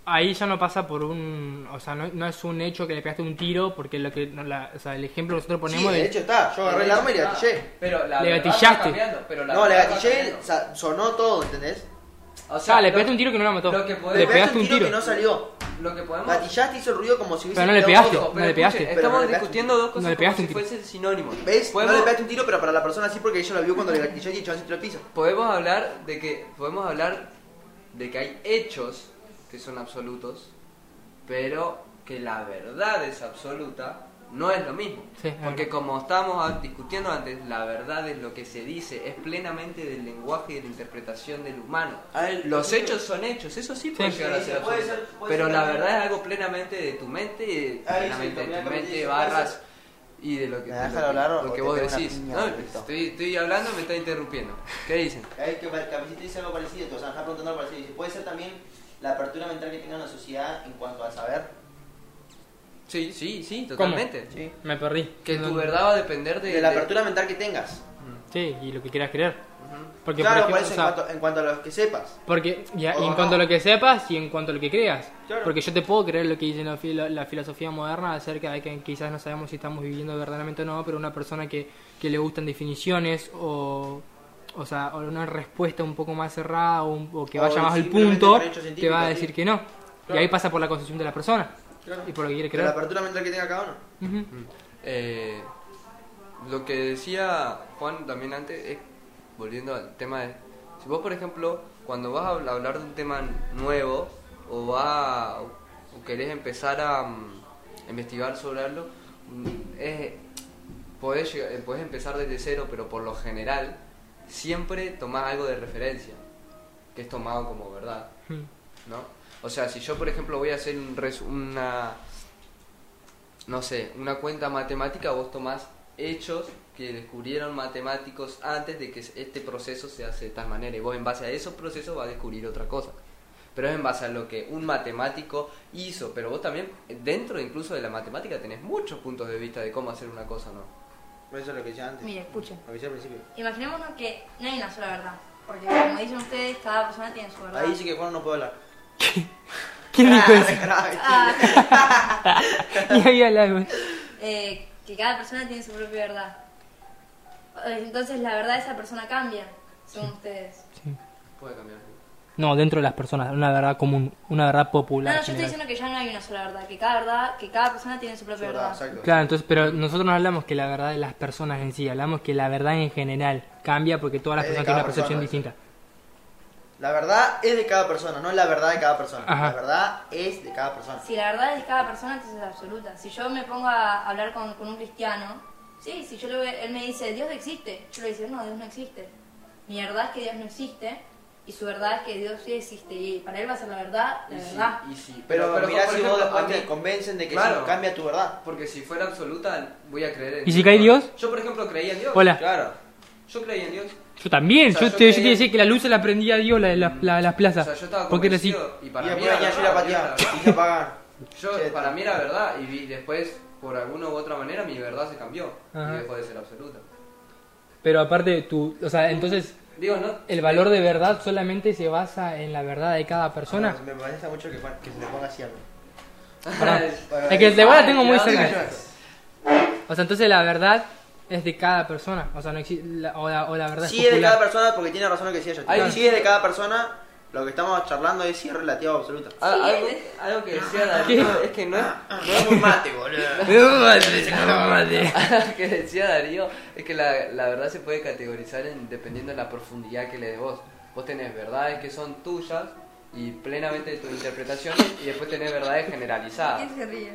[SPEAKER 1] ahí ya no pasa por un. O sea, no, no es un hecho que le pegaste un tiro, porque lo que. no, la- o sea, el ejemplo que nosotros
[SPEAKER 3] Sí,
[SPEAKER 1] ponemos
[SPEAKER 3] de
[SPEAKER 1] de.
[SPEAKER 3] hecho está, yo agarré el arma y le gatillé.
[SPEAKER 2] Pero la
[SPEAKER 1] Le
[SPEAKER 2] verdad va
[SPEAKER 1] gatillaste.
[SPEAKER 2] cambiando, pero la
[SPEAKER 3] No, le
[SPEAKER 2] verdad va
[SPEAKER 3] gatillé,
[SPEAKER 2] cambiando.
[SPEAKER 3] sa- sonó todo, ¿entendés?
[SPEAKER 2] O
[SPEAKER 1] o sea, Ah, le
[SPEAKER 2] lo-
[SPEAKER 1] pegaste un tiro que no la mató.
[SPEAKER 2] lo que podés-
[SPEAKER 1] le pegaste
[SPEAKER 3] un
[SPEAKER 1] un
[SPEAKER 3] que
[SPEAKER 1] tiro.
[SPEAKER 3] no salió.
[SPEAKER 2] Lo que podemos...
[SPEAKER 3] Gatillaste hizo el ruido como si hubiese
[SPEAKER 1] Pero no le
[SPEAKER 3] pegado
[SPEAKER 1] pegaste.
[SPEAKER 3] otro.
[SPEAKER 1] No le pegaste.
[SPEAKER 2] escuchen,
[SPEAKER 3] Pero no
[SPEAKER 2] Estamos
[SPEAKER 3] le pegaste.
[SPEAKER 2] discutiendo dos cosas
[SPEAKER 1] No le
[SPEAKER 2] como
[SPEAKER 1] pegaste
[SPEAKER 2] si
[SPEAKER 1] un tiro.
[SPEAKER 2] fuesen sinónimos.
[SPEAKER 3] ¿Ves? No
[SPEAKER 2] Podemos-
[SPEAKER 3] le pegaste un tiro, pero para la persona sí porque ella lo vio cuando le gatilló y el chabón se tiró al piso.
[SPEAKER 2] Podemos hablar de que podemos hablar de que hay hechos que son absolutos, pero que la verdad es absoluta, no es lo mismo.
[SPEAKER 1] Sí, es
[SPEAKER 2] Porque
[SPEAKER 1] verdad.
[SPEAKER 2] como estábamos a- discutiendo antes, la verdad es lo que se dice, es plenamente del lenguaje y de la interpretación del humano.
[SPEAKER 3] A ver,
[SPEAKER 2] Los
[SPEAKER 3] sí.
[SPEAKER 2] hechos son hechos, eso sí puede
[SPEAKER 1] Sí.
[SPEAKER 2] llegar a
[SPEAKER 3] Sí,
[SPEAKER 2] ser
[SPEAKER 3] puede
[SPEAKER 2] absoluto.
[SPEAKER 3] ser- puede
[SPEAKER 2] Pero
[SPEAKER 3] ser
[SPEAKER 2] la
[SPEAKER 3] también.
[SPEAKER 2] verdad es algo plenamente de tu mente, y de-
[SPEAKER 3] Ahí sí,
[SPEAKER 2] plenamente de tu
[SPEAKER 3] completamente
[SPEAKER 2] mente,
[SPEAKER 3] sí, puede
[SPEAKER 2] barras
[SPEAKER 3] ser.
[SPEAKER 2] y de lo que,
[SPEAKER 3] ¿Me
[SPEAKER 2] de
[SPEAKER 3] dejas
[SPEAKER 2] lo que-
[SPEAKER 3] hablar o
[SPEAKER 2] lo que
[SPEAKER 3] te
[SPEAKER 2] vos
[SPEAKER 3] pego una
[SPEAKER 2] decís.
[SPEAKER 3] piña,
[SPEAKER 2] No,
[SPEAKER 3] Alberto?
[SPEAKER 2] estoy, estoy hablando, me está interrumpiendo. ¿Qué dicen?
[SPEAKER 3] Hay que Capacita dice algo parecido, o sea, está preguntando algo parecido. Dice, ¿puede ser también la apertura mental que tenga la sociedad en cuanto al saber?
[SPEAKER 2] Sí, sí, sí, totalmente.
[SPEAKER 3] Sí.
[SPEAKER 1] Me perdí.
[SPEAKER 2] Que tu
[SPEAKER 1] No-
[SPEAKER 2] verdad va a depender de...
[SPEAKER 3] De la
[SPEAKER 2] de-
[SPEAKER 3] apertura mental que tengas.
[SPEAKER 1] Sí, y lo que quieras creer.
[SPEAKER 2] Ujú.
[SPEAKER 1] Porque,
[SPEAKER 3] claro,
[SPEAKER 1] por
[SPEAKER 3] por
[SPEAKER 1] ejemplo,
[SPEAKER 3] eso,
[SPEAKER 1] o
[SPEAKER 3] en,
[SPEAKER 1] sea,
[SPEAKER 3] cuanto, en cuanto a lo que sepas.
[SPEAKER 1] Porque, y a-
[SPEAKER 3] O
[SPEAKER 1] y en
[SPEAKER 3] no.
[SPEAKER 1] cuanto a lo que sepas y en cuanto a lo que creas.
[SPEAKER 3] Claro.
[SPEAKER 1] Porque yo te puedo creer lo que dice la, filo- la filosofía moderna acerca de que quizás no sabemos si estamos viviendo verdaderamente o no, pero una persona que, que le gustan definiciones o, o sea, o una respuesta un poco más cerrada o, un- o que
[SPEAKER 3] O
[SPEAKER 1] vaya más al
[SPEAKER 3] simplemente
[SPEAKER 1] punto,
[SPEAKER 3] con hechos
[SPEAKER 1] te va a
[SPEAKER 3] científicos, sí.
[SPEAKER 1] decir que no. Y
[SPEAKER 3] Claro.
[SPEAKER 1] ahí pasa por la concepción de la persona
[SPEAKER 3] Claro.
[SPEAKER 1] y por lo que quiere
[SPEAKER 3] De la
[SPEAKER 1] creer.
[SPEAKER 3] apertura mental que tenga cada uno.
[SPEAKER 1] Ujú.
[SPEAKER 2] Eh, lo que decía Juan también antes es, volviendo al tema de... Si vos, por ejemplo, cuando vas a habl- hablar de un tema nuevo o, va, o querés empezar a mm, investigar sobre algo, mm, es, podés, llegar- eh, podés empezar desde cero, pero por lo general siempre tomás algo de referencia, que es tomado como verdad.
[SPEAKER 1] Ujú.
[SPEAKER 2] ¿no? O sea, si yo, por ejemplo, voy a hacer un res- una, no sé, una cuenta matemática, vos tomás hechos que descubrieron matemáticos antes de que este proceso se hace de tal manera y vos en base a esos procesos vas a descubrir otra cosa. Pero es en base a lo que un matemático hizo, pero vos también dentro incluso de la matemática tenés muchos puntos de vista de cómo hacer una cosa, ¿no?
[SPEAKER 3] Eso es lo que decía antes.
[SPEAKER 4] Mire, escuchen.
[SPEAKER 3] Lo que decía al principio.
[SPEAKER 4] Imaginémonos que no hay una sola verdad. Porque como dicen ustedes, cada persona tiene su verdad.
[SPEAKER 3] Ahí sí que Juan no
[SPEAKER 1] [laughs]
[SPEAKER 3] puede hablar.
[SPEAKER 1] ¿Quién dijo
[SPEAKER 3] [laughs]
[SPEAKER 1] eso?
[SPEAKER 3] Ah,
[SPEAKER 4] Ah,
[SPEAKER 1] Y ahí habla, güey.
[SPEAKER 4] [laughs] eh, que cada persona tiene su propia verdad. Eh, Entonces la verdad de esa persona cambia, según ustedes.
[SPEAKER 1] Sí.
[SPEAKER 2] Puede cambiar.
[SPEAKER 1] No, dentro de las personas, una verdad común, una verdad
[SPEAKER 4] No,
[SPEAKER 1] popular.
[SPEAKER 4] no, yo estoy
[SPEAKER 1] general.
[SPEAKER 4] diciendo que ya no hay una sola verdad, que cada verdad, que cada persona tiene su propia verdad.
[SPEAKER 3] exacto.
[SPEAKER 1] Claro, entonces, pero nosotros no hablamos que la verdad de las personas en sí, hablamos que la verdad en general cambia porque todas las
[SPEAKER 3] Es de
[SPEAKER 1] personas tienen una
[SPEAKER 3] cada
[SPEAKER 1] percepción
[SPEAKER 3] persona,
[SPEAKER 1] distinta.
[SPEAKER 3] La verdad es de cada persona, no es la verdad de cada persona.
[SPEAKER 1] Ajá.
[SPEAKER 3] La verdad es de cada persona.
[SPEAKER 4] Si la verdad es de cada persona, entonces es absoluta. Si yo me pongo a hablar con, con un cristiano, sí, si yo le voy- él me dice, Dios existe, yo le voy a decir, no, Dios no existe. Mi verdad es que Dios no existe y su verdad es que Dios sí existe. Y para él va a ser la verdad, la
[SPEAKER 2] Y sí,
[SPEAKER 4] verdad.
[SPEAKER 2] y sí,
[SPEAKER 3] Pero, mirá
[SPEAKER 2] por
[SPEAKER 3] si
[SPEAKER 2] ejemplo,
[SPEAKER 3] vos después
[SPEAKER 2] a
[SPEAKER 3] te
[SPEAKER 2] mí-
[SPEAKER 3] convencen de que
[SPEAKER 2] Claro.
[SPEAKER 3] sí, cambia tu verdad.
[SPEAKER 2] Porque si fuera absoluta, voy a creer en
[SPEAKER 1] ¿Y si cae Dios?
[SPEAKER 2] Yo, por ejemplo, creía en Dios.
[SPEAKER 1] Hola.
[SPEAKER 2] Claro. Yo creía en Dios.
[SPEAKER 1] Yo también,
[SPEAKER 2] O sea,
[SPEAKER 1] yo,
[SPEAKER 2] yo
[SPEAKER 1] te, yo
[SPEAKER 2] creía-
[SPEAKER 1] te decía que la luz se la prendía Dios, la de las- la de las
[SPEAKER 2] O
[SPEAKER 1] plazas.
[SPEAKER 2] sea, yo estaba
[SPEAKER 1] porque era así.
[SPEAKER 2] convencido. Y
[SPEAKER 3] Y
[SPEAKER 2] para mí
[SPEAKER 3] después
[SPEAKER 2] era
[SPEAKER 3] venía yo y la
[SPEAKER 2] verdad, yo
[SPEAKER 3] pateaba.
[SPEAKER 2] era verdad.
[SPEAKER 3] Y se apagaban.
[SPEAKER 2] Yo,
[SPEAKER 3] Che,
[SPEAKER 2] para mí era verdad. Y vi- después, por alguna u otra manera, mi verdad se cambió.
[SPEAKER 1] Ajá.
[SPEAKER 2] Y dejó de ser absoluta.
[SPEAKER 1] Pero aparte, tú, o sea, entonces,
[SPEAKER 2] Digo, ¿no?
[SPEAKER 1] el valor
[SPEAKER 2] [laughs]
[SPEAKER 1] de verdad solamente se basa en la verdad de cada persona.
[SPEAKER 3] Ah, Me molesta mucho que, Juan- que se le ponga así algo.
[SPEAKER 1] Pará.
[SPEAKER 3] Bueno,
[SPEAKER 1] Es que de
[SPEAKER 2] Ay,
[SPEAKER 1] igual la tengo muy
[SPEAKER 2] cuidado,
[SPEAKER 1] cerca.
[SPEAKER 2] cuidado.
[SPEAKER 1] O sea, entonces la verdad es de cada persona. O sea, no existe. la- o, la, o la verdad
[SPEAKER 3] Sí
[SPEAKER 1] es
[SPEAKER 3] es de
[SPEAKER 1] popular.
[SPEAKER 3] cada persona porque tiene razón lo que decía yo.
[SPEAKER 2] Ahí
[SPEAKER 3] Si sí es de cada persona, lo que estamos charlando es sí es relativo absoluta.
[SPEAKER 2] Ah, algo, algo que decía Darío es que no es.
[SPEAKER 3] No es un mate, boludo.
[SPEAKER 2] [laughs] que decía Darío es que la, la verdad se puede categorizar en- dependiendo de la profundidad que le des vos. Vos tenés verdades que son tuyas y plenamente de tu interpretación y después tenés verdades generalizadas.
[SPEAKER 4] [laughs] ¿Quién se ríe?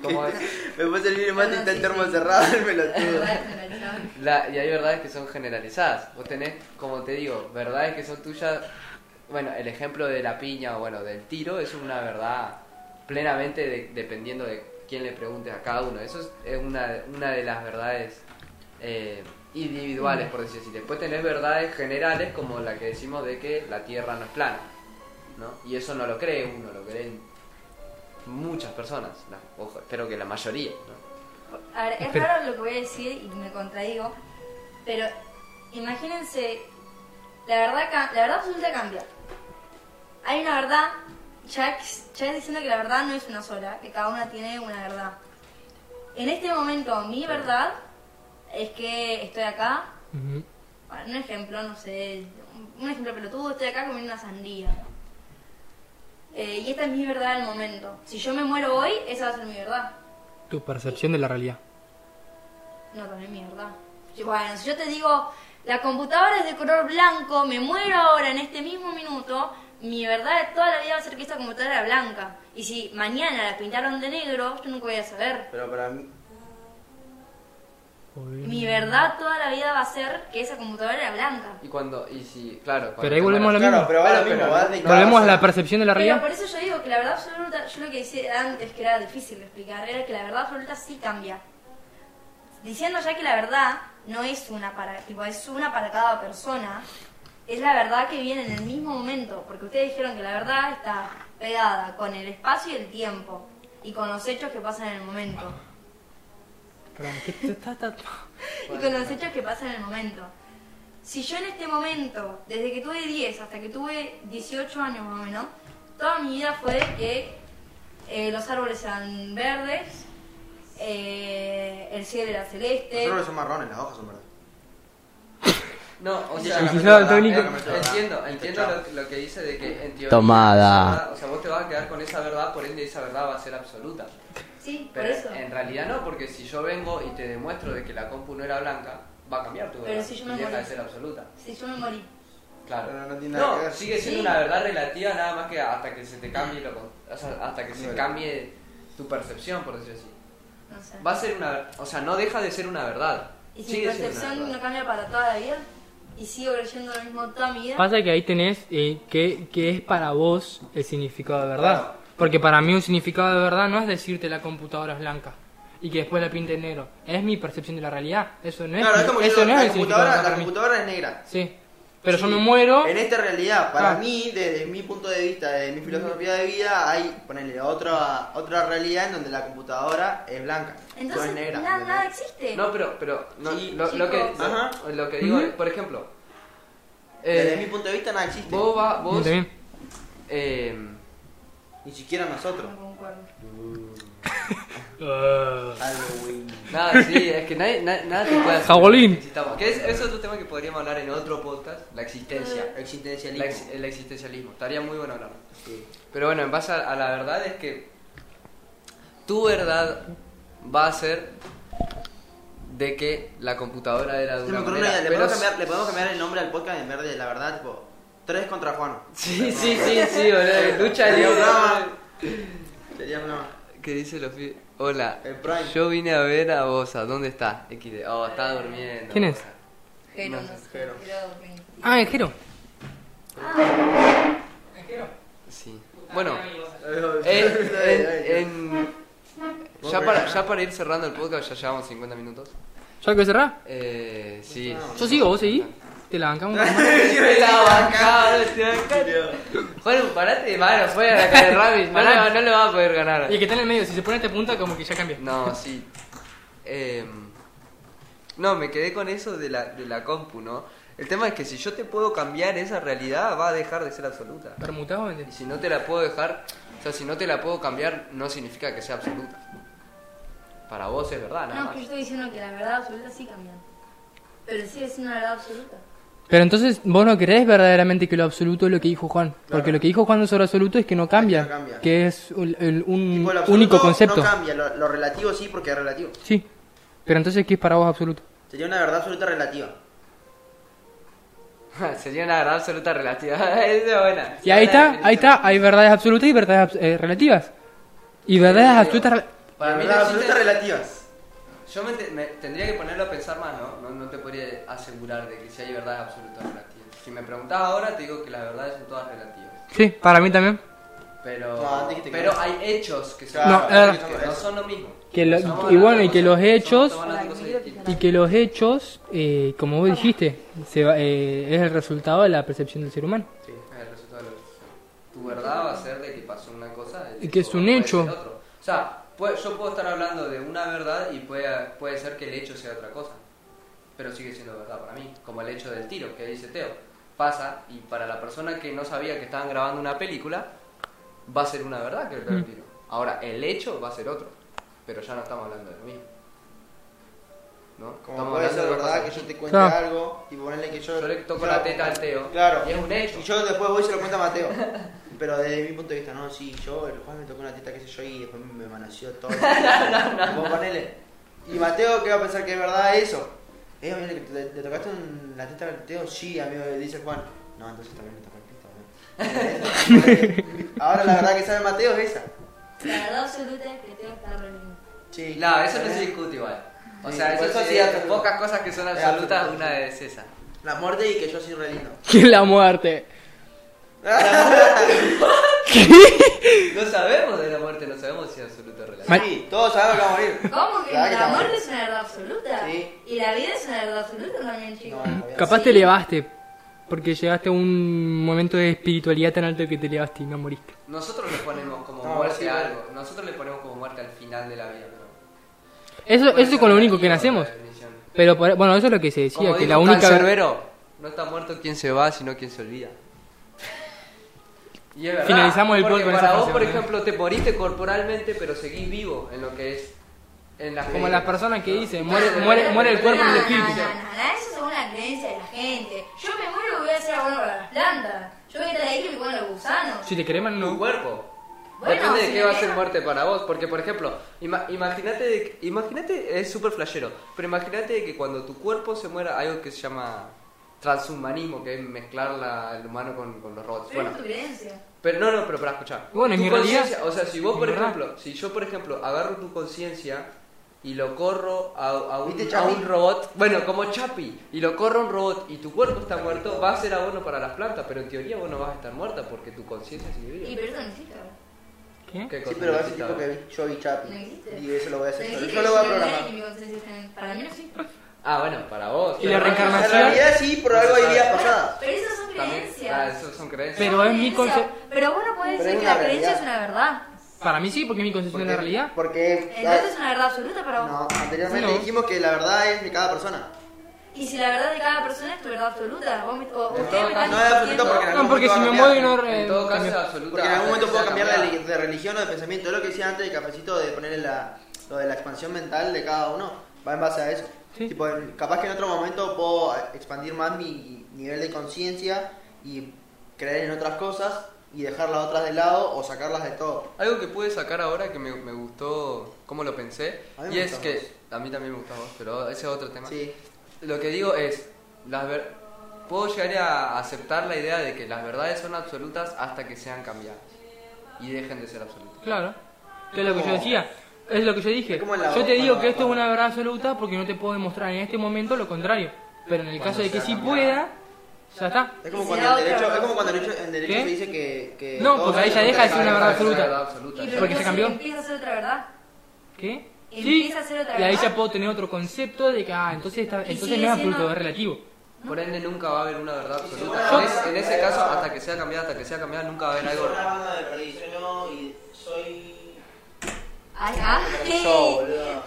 [SPEAKER 2] Como es-
[SPEAKER 3] [laughs] Me puede servir el mate y está el termo cerrado el pelotudo.
[SPEAKER 4] La verdad es generalizada.
[SPEAKER 2] La- y hay verdades que son generalizadas. Vos tenés, como te digo, verdades que son tuyas bueno, el ejemplo de la piña o bueno, del tiro es una verdad plenamente de- dependiendo de quién le pregunte a cada uno. Eso es, es una, una de las verdades eh,
[SPEAKER 1] Mm.
[SPEAKER 2] individuales, por decir así. Después tenés verdades generales como la que decimos de que la Tierra no es plana. ¿no? Y eso no lo cree uno, lo creen muchas personas. la- ojo, espero que la mayoría. ¿no?
[SPEAKER 4] A ver, es
[SPEAKER 1] Espera.
[SPEAKER 4] raro lo que voy a decir y me contradigo, pero imagínense, la verdad, ca- la verdad absoluta cambia. Hay una verdad, ya, ex- ya es diciendo que la verdad no es una sola, que cada una tiene una verdad. En este momento mi verdad es que estoy acá,
[SPEAKER 1] Ujú.
[SPEAKER 4] bueno, un ejemplo, no sé, un- un ejemplo pelotudo, estoy acá comiendo una sandía. Eh, y esta es mi verdad del momento. Si yo me muero hoy, esa va a ser mi verdad.
[SPEAKER 1] Tu percepción de la realidad.
[SPEAKER 4] No, también mierda. Yo- Bueno, si yo te digo, la computadora es de color blanco, me muero ahora en este mismo minuto, mi verdad de toda la vida va a ser que esta computadora era blanca. Y si mañana la pintaron de negro, yo nunca voy a saber.
[SPEAKER 3] Pero para mí,
[SPEAKER 1] Joder.
[SPEAKER 4] Mi verdad toda la vida va a ser que esa computadora era blanca.
[SPEAKER 2] Y cuando, y si, claro, cuando
[SPEAKER 1] Pero ahí
[SPEAKER 2] te
[SPEAKER 1] volvemos a
[SPEAKER 2] mueras-
[SPEAKER 1] lo mismo.
[SPEAKER 3] claro, pero va lo
[SPEAKER 2] Claro,
[SPEAKER 3] mismo,
[SPEAKER 2] pero
[SPEAKER 3] va
[SPEAKER 2] no-
[SPEAKER 3] de cada
[SPEAKER 1] Volvemos a la
[SPEAKER 3] persona.
[SPEAKER 1] percepción de la
[SPEAKER 4] Pero
[SPEAKER 1] realidad.
[SPEAKER 4] por eso yo digo que la verdad absoluta, yo lo que decía antes que era difícil de explicar, era que la verdad absoluta sí cambia. Diciendo ya que la verdad no es una para, tipo, es una para cada persona, es la verdad que viene en el mismo momento, porque ustedes dijeron que la verdad está pegada con el espacio y el tiempo, y con los hechos que pasan en el momento.
[SPEAKER 1] Perdón, ¿qué te está- está-
[SPEAKER 4] y con los hechos que pasan en el momento. Si yo en este momento, desde que tuve 10 hasta que tuve 18 años más o menos, toda mi vida fue que eh, los árboles eran verdes, eh, el cielo era
[SPEAKER 3] Los
[SPEAKER 4] celeste.
[SPEAKER 3] árboles son marrones, las hojas son verdes.
[SPEAKER 2] No, o sea,
[SPEAKER 3] Sí, sí,
[SPEAKER 2] la-
[SPEAKER 3] sí,
[SPEAKER 1] Suicidado
[SPEAKER 3] verdad,
[SPEAKER 1] tónico.
[SPEAKER 3] es verdad.
[SPEAKER 2] Entiendo, entiendo
[SPEAKER 3] Chao.
[SPEAKER 2] lo, lo que dice de que en teoría.
[SPEAKER 3] Tomada.
[SPEAKER 2] esa verdad- O sea, vos te vas a quedar con esa verdad, por ende esa verdad va a ser absoluta.
[SPEAKER 4] Sí, por
[SPEAKER 2] Pero
[SPEAKER 4] eso.
[SPEAKER 2] en realidad no, porque si yo vengo y te demuestro de que la compu no era blanca, va a cambiar tu
[SPEAKER 4] Pero
[SPEAKER 2] verdad.
[SPEAKER 4] si yo
[SPEAKER 2] y
[SPEAKER 4] me
[SPEAKER 2] deja
[SPEAKER 4] morí.
[SPEAKER 2] de ser absoluta.
[SPEAKER 4] Si yo me morí.
[SPEAKER 2] Claro.
[SPEAKER 3] Pero no tiene nada que ver.
[SPEAKER 2] sigue siendo
[SPEAKER 4] Sí.
[SPEAKER 2] una verdad relativa nada más que hasta que se te cambie lo con- o sea, hasta que se
[SPEAKER 3] Bueno.
[SPEAKER 2] cambie tu percepción, por decirlo así.
[SPEAKER 4] No sé.
[SPEAKER 2] Va a ser una, o sea, no deja de ser una verdad.
[SPEAKER 4] Y si mi
[SPEAKER 2] sigue siendo una
[SPEAKER 4] percepción
[SPEAKER 2] verdad.
[SPEAKER 4] no cambia para toda la vida, y sigo creyendo lo mismo toda mi vida,
[SPEAKER 1] Pasa que ahí tenés eh, que, que es para vos el significado de verdad.
[SPEAKER 2] Claro.
[SPEAKER 1] Porque para mí un significado de verdad no es decirte la computadora es blanca y que después la pinte en negro. Es mi percepción de la realidad. Eso no es,
[SPEAKER 3] Claro, es como
[SPEAKER 1] eso
[SPEAKER 3] yo,
[SPEAKER 1] no
[SPEAKER 3] la,
[SPEAKER 1] es el significado de
[SPEAKER 3] computadora,
[SPEAKER 1] verdad
[SPEAKER 3] la
[SPEAKER 1] para mí.
[SPEAKER 3] computadora es negra.
[SPEAKER 1] Sí. Pero yo me muero.
[SPEAKER 3] En esta realidad, para
[SPEAKER 1] Ah.
[SPEAKER 3] mí, desde mi punto de vista, desde mi filosofía de vida, hay, ponele, otra, otra realidad en donde la computadora es blanca,
[SPEAKER 4] entonces
[SPEAKER 3] no es negra.
[SPEAKER 4] nada, nada
[SPEAKER 3] ¿entendés?
[SPEAKER 4] existe.
[SPEAKER 2] No, pero, pero no,
[SPEAKER 3] Sí,
[SPEAKER 2] lo, lo que,
[SPEAKER 4] chicos.
[SPEAKER 3] Ajá.
[SPEAKER 2] lo, lo que digo
[SPEAKER 1] Ujú.
[SPEAKER 2] es, por ejemplo,
[SPEAKER 3] Desde
[SPEAKER 2] eh,
[SPEAKER 3] mi punto de vista, nada existe.
[SPEAKER 2] vos, va,
[SPEAKER 1] Yo
[SPEAKER 2] vos
[SPEAKER 1] también.
[SPEAKER 2] eh,
[SPEAKER 3] Ni siquiera nosotros.
[SPEAKER 4] No concuerdo.
[SPEAKER 3] Halloween.
[SPEAKER 1] [laughs]
[SPEAKER 2] Nada, sí, es que nadie, na- nada te puede hacer.
[SPEAKER 1] Jagolín.
[SPEAKER 2] Necesitamos- Que es, es otro tema que podríamos hablar en otro podcast, la existencia.
[SPEAKER 1] Ah.
[SPEAKER 3] Existencialismo.
[SPEAKER 2] La ex- el existencialismo. Estaría muy bueno hablarlo.
[SPEAKER 3] Sí.
[SPEAKER 2] Pero bueno, en base a, a la verdad es que tu verdad va a ser de que la computadora era de
[SPEAKER 3] Se me
[SPEAKER 2] una
[SPEAKER 3] ocurrió
[SPEAKER 2] manera,
[SPEAKER 3] una idea, ¿Le,
[SPEAKER 2] pero
[SPEAKER 3] podemos cambiar, le podemos cambiar el nombre al podcast en verde, la verdad, tipo, tres contra Juan.
[SPEAKER 2] Sí, sí, sí, sí, boludo. [laughs] Lucha
[SPEAKER 3] Sería
[SPEAKER 2] libre.
[SPEAKER 3] brava. Sería una...
[SPEAKER 2] ¿Qué dice los pibes? Hola.
[SPEAKER 3] El Prime. [laughs]
[SPEAKER 2] Yo vine a ver a Bosa. ¿Dónde está? XD. Oh, está durmiendo.
[SPEAKER 1] Eh, ¿Quién es?
[SPEAKER 4] Jero,
[SPEAKER 2] No,
[SPEAKER 4] no sé,
[SPEAKER 3] Jero.
[SPEAKER 4] creo que-
[SPEAKER 1] Ah, el Jero.
[SPEAKER 2] Sí. Bueno.
[SPEAKER 3] [laughs]
[SPEAKER 2] En- en- en- ya, para, ya para ir cerrando el podcast, ya llevamos 50 minutos.
[SPEAKER 1] ¿Ya que cerrar?
[SPEAKER 2] Eh, sí.
[SPEAKER 1] Yo sigo, vos seguís. [laughs] Te la
[SPEAKER 3] [laughs]
[SPEAKER 1] bancamos.
[SPEAKER 2] Te la bancado, te la bancado. Juan, parate de mano, fuera la cara de Ramis. No, le- no le va a poder ganar.
[SPEAKER 1] y el que está en el medio, si se pone este punta, como que ya cambia.
[SPEAKER 2] No, sí. Em, no, me quedé con eso de la, de la compu, ¿no? El tema es que si yo te puedo cambiar esa realidad, va a dejar de ser absoluta.
[SPEAKER 1] ¿Permutado o
[SPEAKER 2] Y si no te la puedo dejar, o sea, si no te la puedo cambiar, no significa que sea absoluta. Para vos es verdad, nada
[SPEAKER 4] No,
[SPEAKER 2] más.
[SPEAKER 4] que yo estoy diciendo que la verdad absoluta sí cambia. Pero sí es una verdad absoluta.
[SPEAKER 1] Pero entonces vos no crees verdaderamente que lo absoluto es lo que dijo Juan. Porque lo que dijo Juan sobre absoluto es que no cambia.
[SPEAKER 3] no cambia.
[SPEAKER 1] Que es un, el- un
[SPEAKER 3] Tipo, lo absoluto
[SPEAKER 1] único concepto.
[SPEAKER 3] No cambia, lo, lo relativo sí, porque es relativo.
[SPEAKER 1] sí. Pero entonces, ¿qué es para vos absoluto?
[SPEAKER 3] Sería una verdad absoluta relativa.
[SPEAKER 2] [laughs] Sería una verdad absoluta relativa. [laughs] Esa es buena.
[SPEAKER 1] Y ahí
[SPEAKER 2] Buena
[SPEAKER 1] está, ahí
[SPEAKER 2] definición.
[SPEAKER 1] está. Hay verdades absolutas y verdades abs- eh, relativas. Y verdades
[SPEAKER 2] digo,
[SPEAKER 1] absolutas. re-
[SPEAKER 2] Para mí
[SPEAKER 3] verdad
[SPEAKER 2] no
[SPEAKER 3] absoluta
[SPEAKER 2] existe-
[SPEAKER 3] relativas.
[SPEAKER 2] Yo me, te- me tendría que ponerlo a pensar más, ¿no? ¿no? No te podría asegurar de que si hay verdades absolutas o relativas. si me preguntás ahora, te digo que las verdades son todas relativas.
[SPEAKER 1] Sí, para mí también.
[SPEAKER 2] Pero,
[SPEAKER 3] No, antes dijiste que
[SPEAKER 2] pero
[SPEAKER 3] no.
[SPEAKER 2] hay hechos que, son-
[SPEAKER 3] Claro,
[SPEAKER 1] No, eh.
[SPEAKER 2] que no son lo mismo.
[SPEAKER 1] Que lo-
[SPEAKER 2] Somos
[SPEAKER 1] y bueno, y
[SPEAKER 2] fanáticos,
[SPEAKER 1] que los
[SPEAKER 2] somos
[SPEAKER 1] hechos-
[SPEAKER 2] fanáticos de distintos.
[SPEAKER 1] Y que los hechos, eh, como vos dijiste, se va- eh, es el resultado de la percepción del ser humano. [laughs]
[SPEAKER 2] Sí, es el resultado de la elección. Tu verdad va a ser de que pasó una cosa.
[SPEAKER 1] Y que es
[SPEAKER 2] tipo,
[SPEAKER 1] un
[SPEAKER 2] puede
[SPEAKER 1] hecho.
[SPEAKER 2] ser otro. O sea, puede- yo puedo estar hablando de una verdad y puede, puede ser que el hecho sea otra cosa. Pero sigue siendo verdad para mí. Como el hecho del tiro que dice Teo. Pasa y para la persona que no sabía que estaban grabando una película, va a ser una verdad que el
[SPEAKER 1] Mm.
[SPEAKER 2] tiro. Ahora, el hecho va a ser otro. Pero ya no estamos hablando de lo mismo. ¿No?
[SPEAKER 3] Como
[SPEAKER 2] Estamos
[SPEAKER 3] puede
[SPEAKER 2] hablando
[SPEAKER 3] ser
[SPEAKER 2] de cosas
[SPEAKER 3] verdad que yo
[SPEAKER 2] distintas.
[SPEAKER 3] te cuente
[SPEAKER 1] Claro.
[SPEAKER 3] algo y ponerle que yo.
[SPEAKER 2] Yo le toco
[SPEAKER 3] claro,
[SPEAKER 2] la teta al Teo.
[SPEAKER 3] Claro.
[SPEAKER 2] Y es un hecho.
[SPEAKER 3] Y yo después voy y se lo cuento a
[SPEAKER 2] [laughs]
[SPEAKER 3] Mateo. Pero desde mi punto de vista, no, sí, yo el jueves me tocó una teta, qué sé yo, y después me
[SPEAKER 2] [laughs]
[SPEAKER 3] manoseó todo. Vos ponele. Y Mateo, ¿qué va a pensar que es verdad eso? Eh, mira, que te, te tocaste un- la teta al Teo, sí, amigo, dice Juan. No, entonces también me tocó el pito. ¿eh? Ahora la verdad que sabe Mateo es esa.
[SPEAKER 4] La verdad absoluta es que tengo que estar
[SPEAKER 3] [laughs]
[SPEAKER 4] reunido.
[SPEAKER 3] Sí.
[SPEAKER 2] No, eso no se discute igual. O
[SPEAKER 3] ¿Eh? Sí,
[SPEAKER 2] sea,
[SPEAKER 3] por
[SPEAKER 2] eso,
[SPEAKER 3] eso
[SPEAKER 2] sí,
[SPEAKER 3] sí, absoluto.
[SPEAKER 2] pocas cosas que son
[SPEAKER 3] Es
[SPEAKER 2] absolutas,
[SPEAKER 3] absoluto.
[SPEAKER 2] una es esa.
[SPEAKER 3] La muerte y que yo soy
[SPEAKER 2] [laughs]
[SPEAKER 3] re lindo.
[SPEAKER 1] Que la muerte.
[SPEAKER 2] No sabemos de la muerte, no sabemos si es absoluta o relativa.
[SPEAKER 1] Ma-
[SPEAKER 3] Sí, todos sabemos que vamos a morir.
[SPEAKER 4] ¿Cómo que
[SPEAKER 3] Claro
[SPEAKER 4] el
[SPEAKER 3] que
[SPEAKER 4] amor
[SPEAKER 3] estamos-
[SPEAKER 4] es una verdad absoluta?
[SPEAKER 3] Sí.
[SPEAKER 4] Y la vida es una verdad absoluta también,
[SPEAKER 3] No,
[SPEAKER 4] chicos.
[SPEAKER 3] no, no,
[SPEAKER 1] Capaz
[SPEAKER 4] Sí.
[SPEAKER 1] te elevaste, porque llegaste a un momento de espiritualidad tan alto que te elevaste y no moriste.
[SPEAKER 2] Nosotros le ponemos como
[SPEAKER 3] No,
[SPEAKER 2] muerte
[SPEAKER 3] sí,
[SPEAKER 2] a
[SPEAKER 3] vale.
[SPEAKER 2] algo. Nosotros le ponemos como muerte al final de la vida. pero-
[SPEAKER 1] Eso,
[SPEAKER 2] Puede
[SPEAKER 1] eso es
[SPEAKER 2] ser
[SPEAKER 1] con lo
[SPEAKER 2] relativo
[SPEAKER 1] único que
[SPEAKER 2] la
[SPEAKER 1] nacemos.
[SPEAKER 2] definición.
[SPEAKER 1] Pero por- bueno, eso es lo que se decía,
[SPEAKER 2] Como
[SPEAKER 1] que
[SPEAKER 2] dijo
[SPEAKER 1] la única
[SPEAKER 2] Canserbero, no está muerto quien se va, sino quien se olvida. Y es verdad,
[SPEAKER 1] Finalizamos el
[SPEAKER 2] porque
[SPEAKER 1] podcast con
[SPEAKER 2] para
[SPEAKER 1] esa ¿eh?
[SPEAKER 2] vos,
[SPEAKER 1] frase,
[SPEAKER 2] por
[SPEAKER 1] ¿verdad?
[SPEAKER 2] ejemplo, te moriste corporalmente, pero seguís vivo en lo que es... En las
[SPEAKER 1] Como las personas que dicen,
[SPEAKER 2] No.
[SPEAKER 1] muere- muere- muere el cuerpo
[SPEAKER 4] no,
[SPEAKER 1] y el
[SPEAKER 4] no,
[SPEAKER 1] espíritu.
[SPEAKER 4] No, no, no, eso según la creencia de la gente. Yo me muero y voy a hacer abono para las plantas. Yo voy a estar ahí que me comen los gusanos.
[SPEAKER 1] Si te creman,
[SPEAKER 2] tu
[SPEAKER 1] no.
[SPEAKER 2] cuerpo.
[SPEAKER 4] Bueno,
[SPEAKER 2] Depende de
[SPEAKER 4] si
[SPEAKER 2] qué
[SPEAKER 4] me
[SPEAKER 2] va a ser
[SPEAKER 4] dejan-
[SPEAKER 2] muerte para vos, porque por ejemplo, ima- imagínate, de- imagínate, es súper flashero, pero imagínate de que cuando tu cuerpo se muera, hay algo que se llama transhumanismo, que es mezclar la- el humano con, con los robots.
[SPEAKER 4] Pero
[SPEAKER 2] Bueno,
[SPEAKER 4] es tu creencia.
[SPEAKER 2] pero no, no, pero para escuchar.
[SPEAKER 1] Bueno, en
[SPEAKER 2] Tu
[SPEAKER 1] mi realidad-
[SPEAKER 2] conciencia, O sea, si vos,
[SPEAKER 1] mi
[SPEAKER 2] por
[SPEAKER 1] verdad.
[SPEAKER 2] ejemplo, si yo, por ejemplo, agarro tu conciencia y lo corro a, a un,
[SPEAKER 3] ¿Viste,
[SPEAKER 2] a
[SPEAKER 3] Chapi?
[SPEAKER 2] un robot, bueno, como Chapi, y lo corro a un robot y tu cuerpo está muerto, va a ser abono para las plantas, pero en teoría vos no vas a estar muerta porque tu conciencia sigue viva.
[SPEAKER 4] Y pero eso no existe ahora.
[SPEAKER 1] ¿Qué?
[SPEAKER 2] ¿Qué
[SPEAKER 3] Sí,
[SPEAKER 2] cosa?
[SPEAKER 3] pero va a ser
[SPEAKER 2] Necesita-
[SPEAKER 3] tipo que vi- yo vi Chapi.
[SPEAKER 4] No existe.
[SPEAKER 3] Y eso lo voy a
[SPEAKER 4] No
[SPEAKER 3] hacer yo.
[SPEAKER 4] existe
[SPEAKER 3] Yo lo voy a
[SPEAKER 4] que yo me muera y
[SPEAKER 3] programar.
[SPEAKER 4] que mi conciencia esté en- Para mí no existe.
[SPEAKER 2] Ah, bueno, para vos.
[SPEAKER 1] Y la
[SPEAKER 2] Pero-
[SPEAKER 1] reencarnación.
[SPEAKER 3] En realidad sí, por algo hay vidas pasadas.
[SPEAKER 4] Pero esas son
[SPEAKER 2] También-
[SPEAKER 4] creencias.
[SPEAKER 2] Ah, eso son creencias.
[SPEAKER 1] Pero es mi
[SPEAKER 4] Creencias.
[SPEAKER 1] conce-
[SPEAKER 4] Pero vos no podés
[SPEAKER 3] Pero
[SPEAKER 4] decir
[SPEAKER 3] es
[SPEAKER 4] que
[SPEAKER 3] una
[SPEAKER 4] la creencia
[SPEAKER 3] realidad.
[SPEAKER 4] es una verdad.
[SPEAKER 1] Para mí sí, porque es mi concepción de la realidad.
[SPEAKER 3] Porque.
[SPEAKER 4] Entonces es una verdad absoluta para vos.
[SPEAKER 3] No, anteriormente
[SPEAKER 1] No.
[SPEAKER 3] dijimos que la verdad es de cada persona.
[SPEAKER 4] Y si la verdad de cada persona es tu verdad absoluta, vos me, o,
[SPEAKER 3] En
[SPEAKER 4] ustedes me
[SPEAKER 3] todo caso,
[SPEAKER 4] están
[SPEAKER 3] no es absoluto
[SPEAKER 4] diciendo-
[SPEAKER 3] porque
[SPEAKER 1] No, porque si me
[SPEAKER 3] Cambiar.
[SPEAKER 1] muevo y no... eh,
[SPEAKER 2] En todo caso, es
[SPEAKER 1] también-
[SPEAKER 2] absoluta.
[SPEAKER 3] Porque en algún momento puedo
[SPEAKER 2] sea
[SPEAKER 3] cambiar de,
[SPEAKER 2] cambiada.
[SPEAKER 3] relig- de religión o de pensamiento. Es lo que decía antes de cafecito de ponerle la, lo de la expansión mental de cada uno. Va en base a eso.
[SPEAKER 1] Sí.
[SPEAKER 3] Tipo, en- capaz que en otro momento puedo expandir más mi nivel de conciencia y creer en otras cosas y dejarlas otras de lado o sacarlas de todo.
[SPEAKER 2] Algo que pude sacar ahora que me, me gustó, cómo lo pensé,
[SPEAKER 3] A mí me
[SPEAKER 2] y es
[SPEAKER 3] gustó
[SPEAKER 2] que. A mí también me gustó a vos, pero ese es otro tema.
[SPEAKER 3] Sí.
[SPEAKER 2] Lo que digo es. Las ver- Puedo llegar a aceptar la idea de que las verdades son absolutas hasta que sean cambiadas. Y dejen de ser absolutas.
[SPEAKER 1] Claro. Que es lo que yo
[SPEAKER 3] Como-
[SPEAKER 1] decía. Es lo que yo dije.
[SPEAKER 3] Es como la-
[SPEAKER 1] Yo te digo
[SPEAKER 3] cuando-
[SPEAKER 1] que esto es
[SPEAKER 3] cuando-
[SPEAKER 1] una verdad absoluta porque no te puedo demostrar en este momento lo contrario. Pero en el
[SPEAKER 2] Cuando
[SPEAKER 1] caso de que
[SPEAKER 2] sea
[SPEAKER 1] sí
[SPEAKER 2] cambiado.
[SPEAKER 1] pueda, ya está.
[SPEAKER 3] Es como
[SPEAKER 4] Y
[SPEAKER 3] cuando
[SPEAKER 4] será
[SPEAKER 3] el
[SPEAKER 4] otra
[SPEAKER 3] derecho,
[SPEAKER 4] verdad.
[SPEAKER 3] es como cuando el derecho, en derecho
[SPEAKER 1] ¿Qué?
[SPEAKER 3] se dice que. que
[SPEAKER 1] No,
[SPEAKER 3] todos
[SPEAKER 1] porque ahí
[SPEAKER 3] son
[SPEAKER 1] ya deja de
[SPEAKER 3] contra-
[SPEAKER 1] ser una verdad absoluta.
[SPEAKER 4] Y pero
[SPEAKER 1] Porque se
[SPEAKER 4] entonces
[SPEAKER 1] cambió.
[SPEAKER 4] Empieza a ser otra verdad.
[SPEAKER 1] ¿Qué? Sí,
[SPEAKER 4] Empieza a ser otra
[SPEAKER 1] y ahí
[SPEAKER 4] verdad.
[SPEAKER 1] ya puedo tener otro concepto de que, ah, entonces, está,
[SPEAKER 4] Y
[SPEAKER 1] entonces
[SPEAKER 4] sigue
[SPEAKER 1] no es
[SPEAKER 4] siendo-
[SPEAKER 1] absoluto, es relativo.
[SPEAKER 2] Por ende, nunca va a haber una verdad absoluta. En ese, en ese caso, hasta que sea cambiada, hasta que sea cambiada, nunca va a haber algo.
[SPEAKER 3] banda de religión y soy.
[SPEAKER 4] Ay, ah,
[SPEAKER 3] Yo, boludo.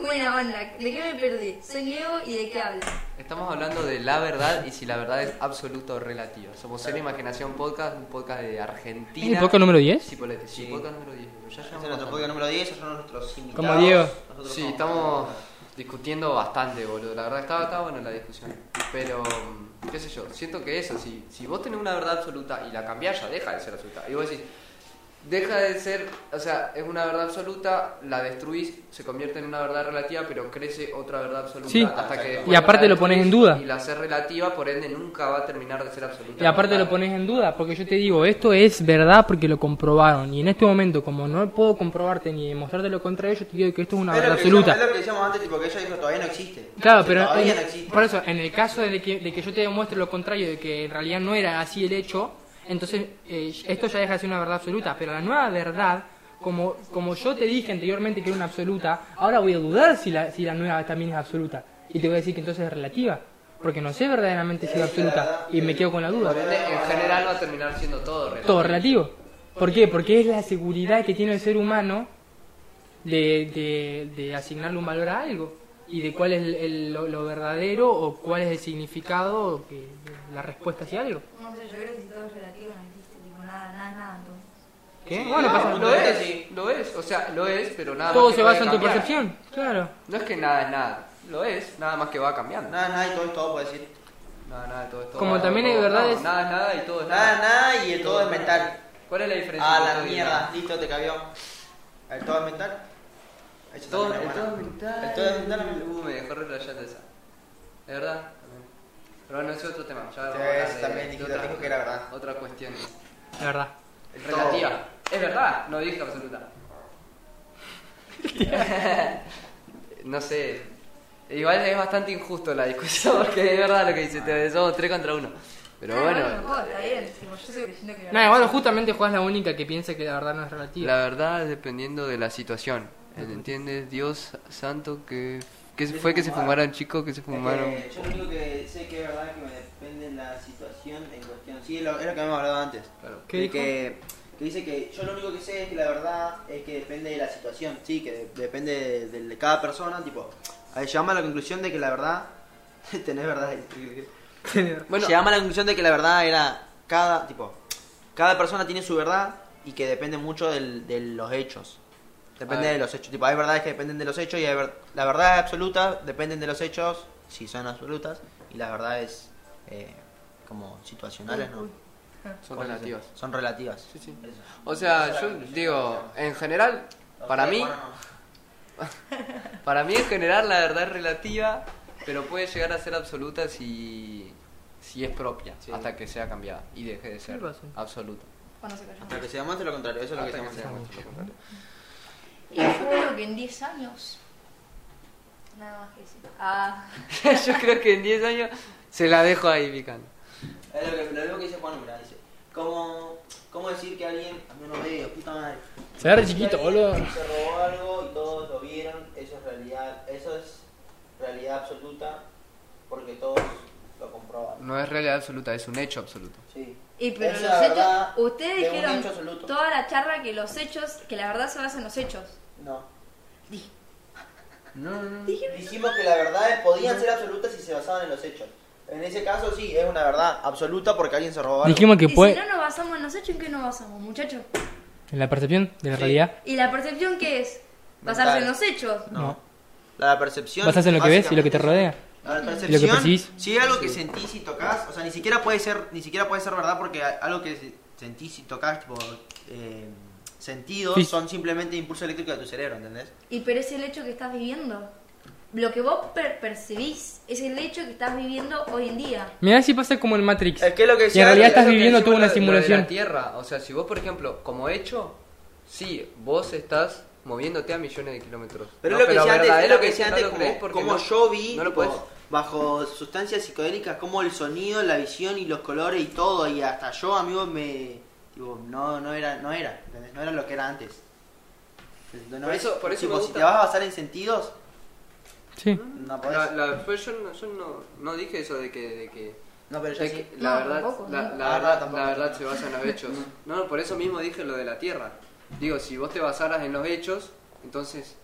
[SPEAKER 4] Buena onda, ¿de qué me perdí? Soy Diego y de qué hablo.
[SPEAKER 2] Estamos hablando de la verdad y si la verdad es absoluta o relativa. Somos Cero Imaginación Podcast, un podcast de Argentina.
[SPEAKER 1] ¿El podcast número 10?
[SPEAKER 2] Sí, polete, sí, podcast número 10. pero Ya
[SPEAKER 3] Este
[SPEAKER 2] llevamos
[SPEAKER 3] es nuestro podcast
[SPEAKER 2] bastante.
[SPEAKER 3] número 10, esos son nuestros invitados.
[SPEAKER 1] Como Diego.
[SPEAKER 3] Nosotros
[SPEAKER 2] Sí,
[SPEAKER 3] somos-
[SPEAKER 2] estamos discutiendo bastante, boludo. La verdad, estaba, estaba buena la discusión. Pero, mm, qué sé yo, siento que eso, si, si vos tenés una verdad absoluta y la cambiás, ya deja de ser absoluta. Y vos decís, deja de ser, o sea, es una verdad absoluta, la destruís, se convierte en una verdad relativa, pero crece otra verdad absoluta
[SPEAKER 1] Sí.
[SPEAKER 2] hasta que después
[SPEAKER 1] Y aparte
[SPEAKER 2] la
[SPEAKER 1] lo pones en
[SPEAKER 2] destruís
[SPEAKER 1] duda.
[SPEAKER 2] Y la haces relativa, por ende nunca va a terminar de ser absoluta.
[SPEAKER 1] Y aparte lo pones en duda, porque yo te digo, esto es verdad porque lo comprobaron. Y en este momento, como no puedo comprobarte ni demostrarte lo contrario, yo te digo que esto es una
[SPEAKER 3] Es lo
[SPEAKER 1] verdad
[SPEAKER 3] que
[SPEAKER 1] absoluta.
[SPEAKER 3] decíamos- Es lo que decíamos antes, tipo que ella dijo todavía no existe.
[SPEAKER 1] Claro,
[SPEAKER 3] Sí,
[SPEAKER 1] pero
[SPEAKER 3] todavía
[SPEAKER 1] en-
[SPEAKER 3] no existe.
[SPEAKER 1] por eso, en el caso de que, de que yo te demuestre lo contrario, de que en realidad no era así el hecho, entonces eh, esto ya deja de ser una verdad absoluta. Pero la nueva verdad, como, como yo te dije anteriormente que era una absoluta, ahora voy a dudar si la, si la nueva también es absoluta. Y te voy a decir que entonces es relativa, porque no sé verdaderamente si es absoluta, y me quedo con la duda.
[SPEAKER 2] Por ende, en general va a terminar siendo todo relativo.
[SPEAKER 1] Todo relativo. ¿Por qué? Porque es la seguridad que tiene el ser humano de, de- de asignarle un valor a algo y de cuál es el- el- lo, lo verdadero o cuál es el significado o que, la respuesta hacia algo.
[SPEAKER 4] No sé, yo creo que si todo es relativo, no existe. Tipo, nada, nada, nada. Entonces.
[SPEAKER 1] ¿Qué? bueno,
[SPEAKER 2] No,
[SPEAKER 1] pasa
[SPEAKER 2] lo es, lo es, o sea, lo es, pero nada
[SPEAKER 1] Todo
[SPEAKER 2] más que
[SPEAKER 1] se basa
[SPEAKER 2] puede
[SPEAKER 1] en tu
[SPEAKER 2] cambiar.
[SPEAKER 1] percepción, claro.
[SPEAKER 2] No es que nada es nada, lo es, nada más que va cambiando.
[SPEAKER 3] Nada, nada y todo es todo, puedo decir.
[SPEAKER 2] Nada, nada, todo es todo.
[SPEAKER 1] Como
[SPEAKER 2] Nada,
[SPEAKER 1] también
[SPEAKER 2] todo-
[SPEAKER 1] es verdad
[SPEAKER 2] no,
[SPEAKER 1] es-
[SPEAKER 2] Nada es nada y todo es
[SPEAKER 3] Nada,
[SPEAKER 2] nada.
[SPEAKER 3] nada y el todo es mental.
[SPEAKER 2] ¿Cuál es la diferencia?
[SPEAKER 3] Ah,
[SPEAKER 2] entre
[SPEAKER 3] la
[SPEAKER 2] todo y
[SPEAKER 3] mierda,
[SPEAKER 2] nada?
[SPEAKER 3] listo, te cabió. ¿El todo es mental? Eso
[SPEAKER 2] Todo,
[SPEAKER 3] también
[SPEAKER 2] el
[SPEAKER 3] es
[SPEAKER 2] todo es
[SPEAKER 3] buena.
[SPEAKER 2] mental.
[SPEAKER 3] El todo es mental.
[SPEAKER 2] Uh, me dejó replayando esa. ¿Es verdad? También. Pero bueno, ese es otro tema. Ya
[SPEAKER 3] Sí,
[SPEAKER 2] vamos a hablar
[SPEAKER 3] ese
[SPEAKER 2] de-
[SPEAKER 3] también
[SPEAKER 2] de
[SPEAKER 3] dijiste,
[SPEAKER 2] otra-
[SPEAKER 3] dijo que era verdad.
[SPEAKER 2] Otra cuestión.
[SPEAKER 1] La verdad.
[SPEAKER 3] El todo.
[SPEAKER 2] Relativa. Es verdad, no dije
[SPEAKER 3] [laughs]
[SPEAKER 2] absoluta. no sé. Igual es bastante injusto la discusión [laughs] porque es verdad lo que dice ustedes. Somos 3 contra 1. Pero
[SPEAKER 4] Ah,
[SPEAKER 2] bueno,
[SPEAKER 4] no, está bien. Tipo, yo sigo creyendo que.
[SPEAKER 1] No, igual justamente Juan es la única que piensa que la verdad no es relativa.
[SPEAKER 2] la verdad dependiendo de la situación. ¿Entiendes? Dios santo que. que fue que se fumaron chicos? Que se fumaron.
[SPEAKER 3] Es que yo lo único que sé que es verdad es que me depende la situación en cuestión. Sí, es lo, es lo que habíamos hablado antes.
[SPEAKER 2] Claro.
[SPEAKER 1] ¿Qué
[SPEAKER 3] De
[SPEAKER 1] dijo?
[SPEAKER 3] Que, que dice que yo lo único que sé es que la verdad es que depende de la situación. Sí, que de- depende de, de- de cada persona. Tipo, ahí llegamos a la conclusión de que la verdad. [laughs] tenés verdad.
[SPEAKER 2] Bueno.
[SPEAKER 3] llegamos a la conclusión de que la verdad era cada. Tipo, cada persona tiene su verdad y que depende mucho del- de los hechos. Depende
[SPEAKER 2] Ah.
[SPEAKER 3] de los hechos. Tipo, hay verdades que dependen de los hechos y hay ver- la verdad absoluta dependen de los hechos, si son absolutas, y las verdades eh, como situacionales, ¿no?
[SPEAKER 2] Son
[SPEAKER 3] Cosas así.
[SPEAKER 2] relativas.
[SPEAKER 3] Son relativas.
[SPEAKER 2] Sí, sí.
[SPEAKER 3] Eso.
[SPEAKER 2] O sea, yo digo, en general, para mí, para mí en general la verdad es relativa, pero puede llegar a ser absoluta si, si es propia, hasta que sea cambiada y deje de ser
[SPEAKER 1] ¿Qué pasa?
[SPEAKER 2] [laughs] absoluta.
[SPEAKER 5] Cuando se cayó.
[SPEAKER 3] Hasta que se demuestre lo contrario, eso es lo que
[SPEAKER 2] Hasta que
[SPEAKER 3] se
[SPEAKER 2] sea
[SPEAKER 3] demuestra.
[SPEAKER 2] mucho lo contrario.
[SPEAKER 5] Y yo creo que en 10 años. Nada más que decir. Ah.
[SPEAKER 2] yo creo que en 10 años se la dejo ahí picando.
[SPEAKER 3] Es lo, que, lo mismo que dice Juan, mira, dice, ¿cómo, ¿cómo decir que alguien, "Ah, a menos medio, puta madre,
[SPEAKER 1] Se ve re chiquito, boludo.
[SPEAKER 3] Se robó algo y todos lo vieron, eso es realidad, eso es realidad absoluta porque todos lo comprobaron.
[SPEAKER 2] No es realidad absoluta, es un hecho absoluto.
[SPEAKER 3] Sí.
[SPEAKER 5] Y pero
[SPEAKER 3] Esa
[SPEAKER 5] los hechos.
[SPEAKER 3] verdad
[SPEAKER 5] Ustedes
[SPEAKER 3] de un
[SPEAKER 5] dijeron
[SPEAKER 3] hecho absoluto.
[SPEAKER 5] toda la charla que los hechos. que la verdad se basa en los hechos.
[SPEAKER 3] No.
[SPEAKER 5] Dije.
[SPEAKER 2] No, no, no.
[SPEAKER 3] Dijimos que las verdades podían ser absolutas si se basaban en los hechos. En ese caso sí, es una verdad absoluta porque alguien se robó algo.
[SPEAKER 1] Dijimos que
[SPEAKER 5] Y
[SPEAKER 1] puede...
[SPEAKER 5] si no nos basamos en los hechos, ¿en qué nos basamos, muchachos?
[SPEAKER 1] En la percepción de la realidad,
[SPEAKER 5] ¿Y la percepción qué es?
[SPEAKER 3] Mental.
[SPEAKER 5] Basarse en los hechos.
[SPEAKER 1] no.
[SPEAKER 3] La percepción...
[SPEAKER 1] Basas en lo que ves y lo que te rodea.
[SPEAKER 3] La
[SPEAKER 1] Y lo que
[SPEAKER 3] percepción,
[SPEAKER 1] percibís.
[SPEAKER 3] si hay algo que sentís y tocas, o sea, ni siquiera puede ser, ni siquiera puede ser verdad porque a- algo que se- sentís y tocas, tipo, eh, sentidos,
[SPEAKER 1] Sí.
[SPEAKER 3] son simplemente impulso eléctrico de tu cerebro, ¿entendés?
[SPEAKER 5] Y pero es el hecho que estás viviendo. Lo que vos per- percibís es el hecho que estás viviendo hoy en día.
[SPEAKER 1] Mirá si pasa como en Matrix.
[SPEAKER 2] Eh.
[SPEAKER 3] Es que es lo que
[SPEAKER 1] y en realidad
[SPEAKER 3] antes,
[SPEAKER 1] estás
[SPEAKER 3] es lo que
[SPEAKER 1] viviendo
[SPEAKER 3] decimos
[SPEAKER 1] toda una
[SPEAKER 3] la-
[SPEAKER 2] Lo de
[SPEAKER 1] simulación.
[SPEAKER 2] la Tierra, o sea, si vos, por ejemplo, como hecho, sí, vos estás moviéndote a millones de kilómetros.
[SPEAKER 3] Pero
[SPEAKER 2] No,
[SPEAKER 3] es lo que decía antes, es lo
[SPEAKER 2] verdaderamente
[SPEAKER 3] que decía
[SPEAKER 2] no
[SPEAKER 3] antes,
[SPEAKER 2] lo crees
[SPEAKER 3] como,
[SPEAKER 2] porque
[SPEAKER 3] como
[SPEAKER 2] no-
[SPEAKER 3] yo vi,
[SPEAKER 2] No lo
[SPEAKER 3] tipo,
[SPEAKER 2] puedes.
[SPEAKER 3] bajo sustancias psicodélicas, como el sonido, la visión y los colores y todo, y hasta yo, amigo, me... Tipo, no, no era, no era, ¿entendés? No era lo que era antes. No
[SPEAKER 2] Por
[SPEAKER 3] es-
[SPEAKER 2] eso- por eso
[SPEAKER 3] tipo,
[SPEAKER 2] me
[SPEAKER 3] si
[SPEAKER 2] gusta-
[SPEAKER 3] te vas a basar en sentidos,
[SPEAKER 1] Sí.
[SPEAKER 3] no podés.
[SPEAKER 2] La, la- pero yo no, yo no, no dije eso de que, de que,
[SPEAKER 3] No, pero
[SPEAKER 2] de
[SPEAKER 3] ya sí.
[SPEAKER 2] que la,
[SPEAKER 5] No,
[SPEAKER 2] verdad,
[SPEAKER 5] tampoco,
[SPEAKER 2] la,
[SPEAKER 5] no.
[SPEAKER 2] la
[SPEAKER 3] Ah,
[SPEAKER 2] verdad,
[SPEAKER 3] tampoco.
[SPEAKER 2] la verdad se basa en los hechos. No, no, por eso mismo dije lo de la Tierra. Digo, si vos te basaras en los hechos, entonces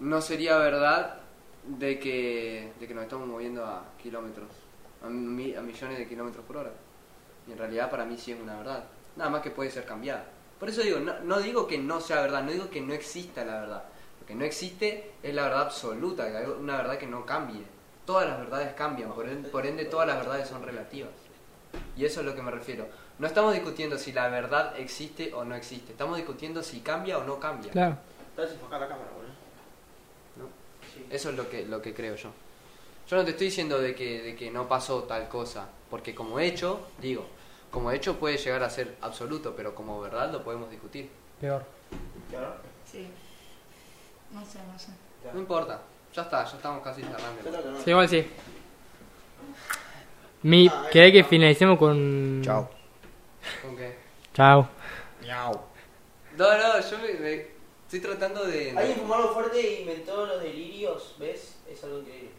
[SPEAKER 2] no sería verdad de que, de que nos estamos moviendo a kilómetros, a, mi- a millones de kilómetros por hora. Y en realidad para mí sí es una verdad. Nada más que puede ser cambiada. Por eso digo, no, no digo que no sea verdad, no digo que no exista la verdad. Lo que no existe es la verdad absoluta, que hay una verdad que no cambie. Todas las verdades cambian, por en- por ende, todas las verdades son relativas. Y eso es lo que me refiero. No estamos discutiendo si la verdad existe o no existe, estamos discutiendo si cambia o no cambia.
[SPEAKER 1] Claro.
[SPEAKER 3] Estás enfocada la cámara, boludo.
[SPEAKER 2] Eso es lo que, lo que creo yo. Yo no te estoy diciendo de que, de que no pasó tal cosa, porque como hecho, digo, como hecho puede llegar a ser absoluto, pero como verdad lo podemos discutir.
[SPEAKER 1] Peor.
[SPEAKER 3] Claro.
[SPEAKER 4] Sí. No sé, no sé.
[SPEAKER 2] No importa, ya está, ya estamos casi
[SPEAKER 3] Yo
[SPEAKER 2] cerrando.
[SPEAKER 3] creo que no.
[SPEAKER 1] Sí, igual sí. Mi, ¿Querés que finalicemos con.
[SPEAKER 3] Chao.
[SPEAKER 2] ¿Con qué?
[SPEAKER 1] Chao.
[SPEAKER 3] Miau.
[SPEAKER 2] No, no, yo me, me- estoy tratando de...
[SPEAKER 6] Alguien fumó algo fuerte e inventó los delirios, ¿ves? Es algo increíble.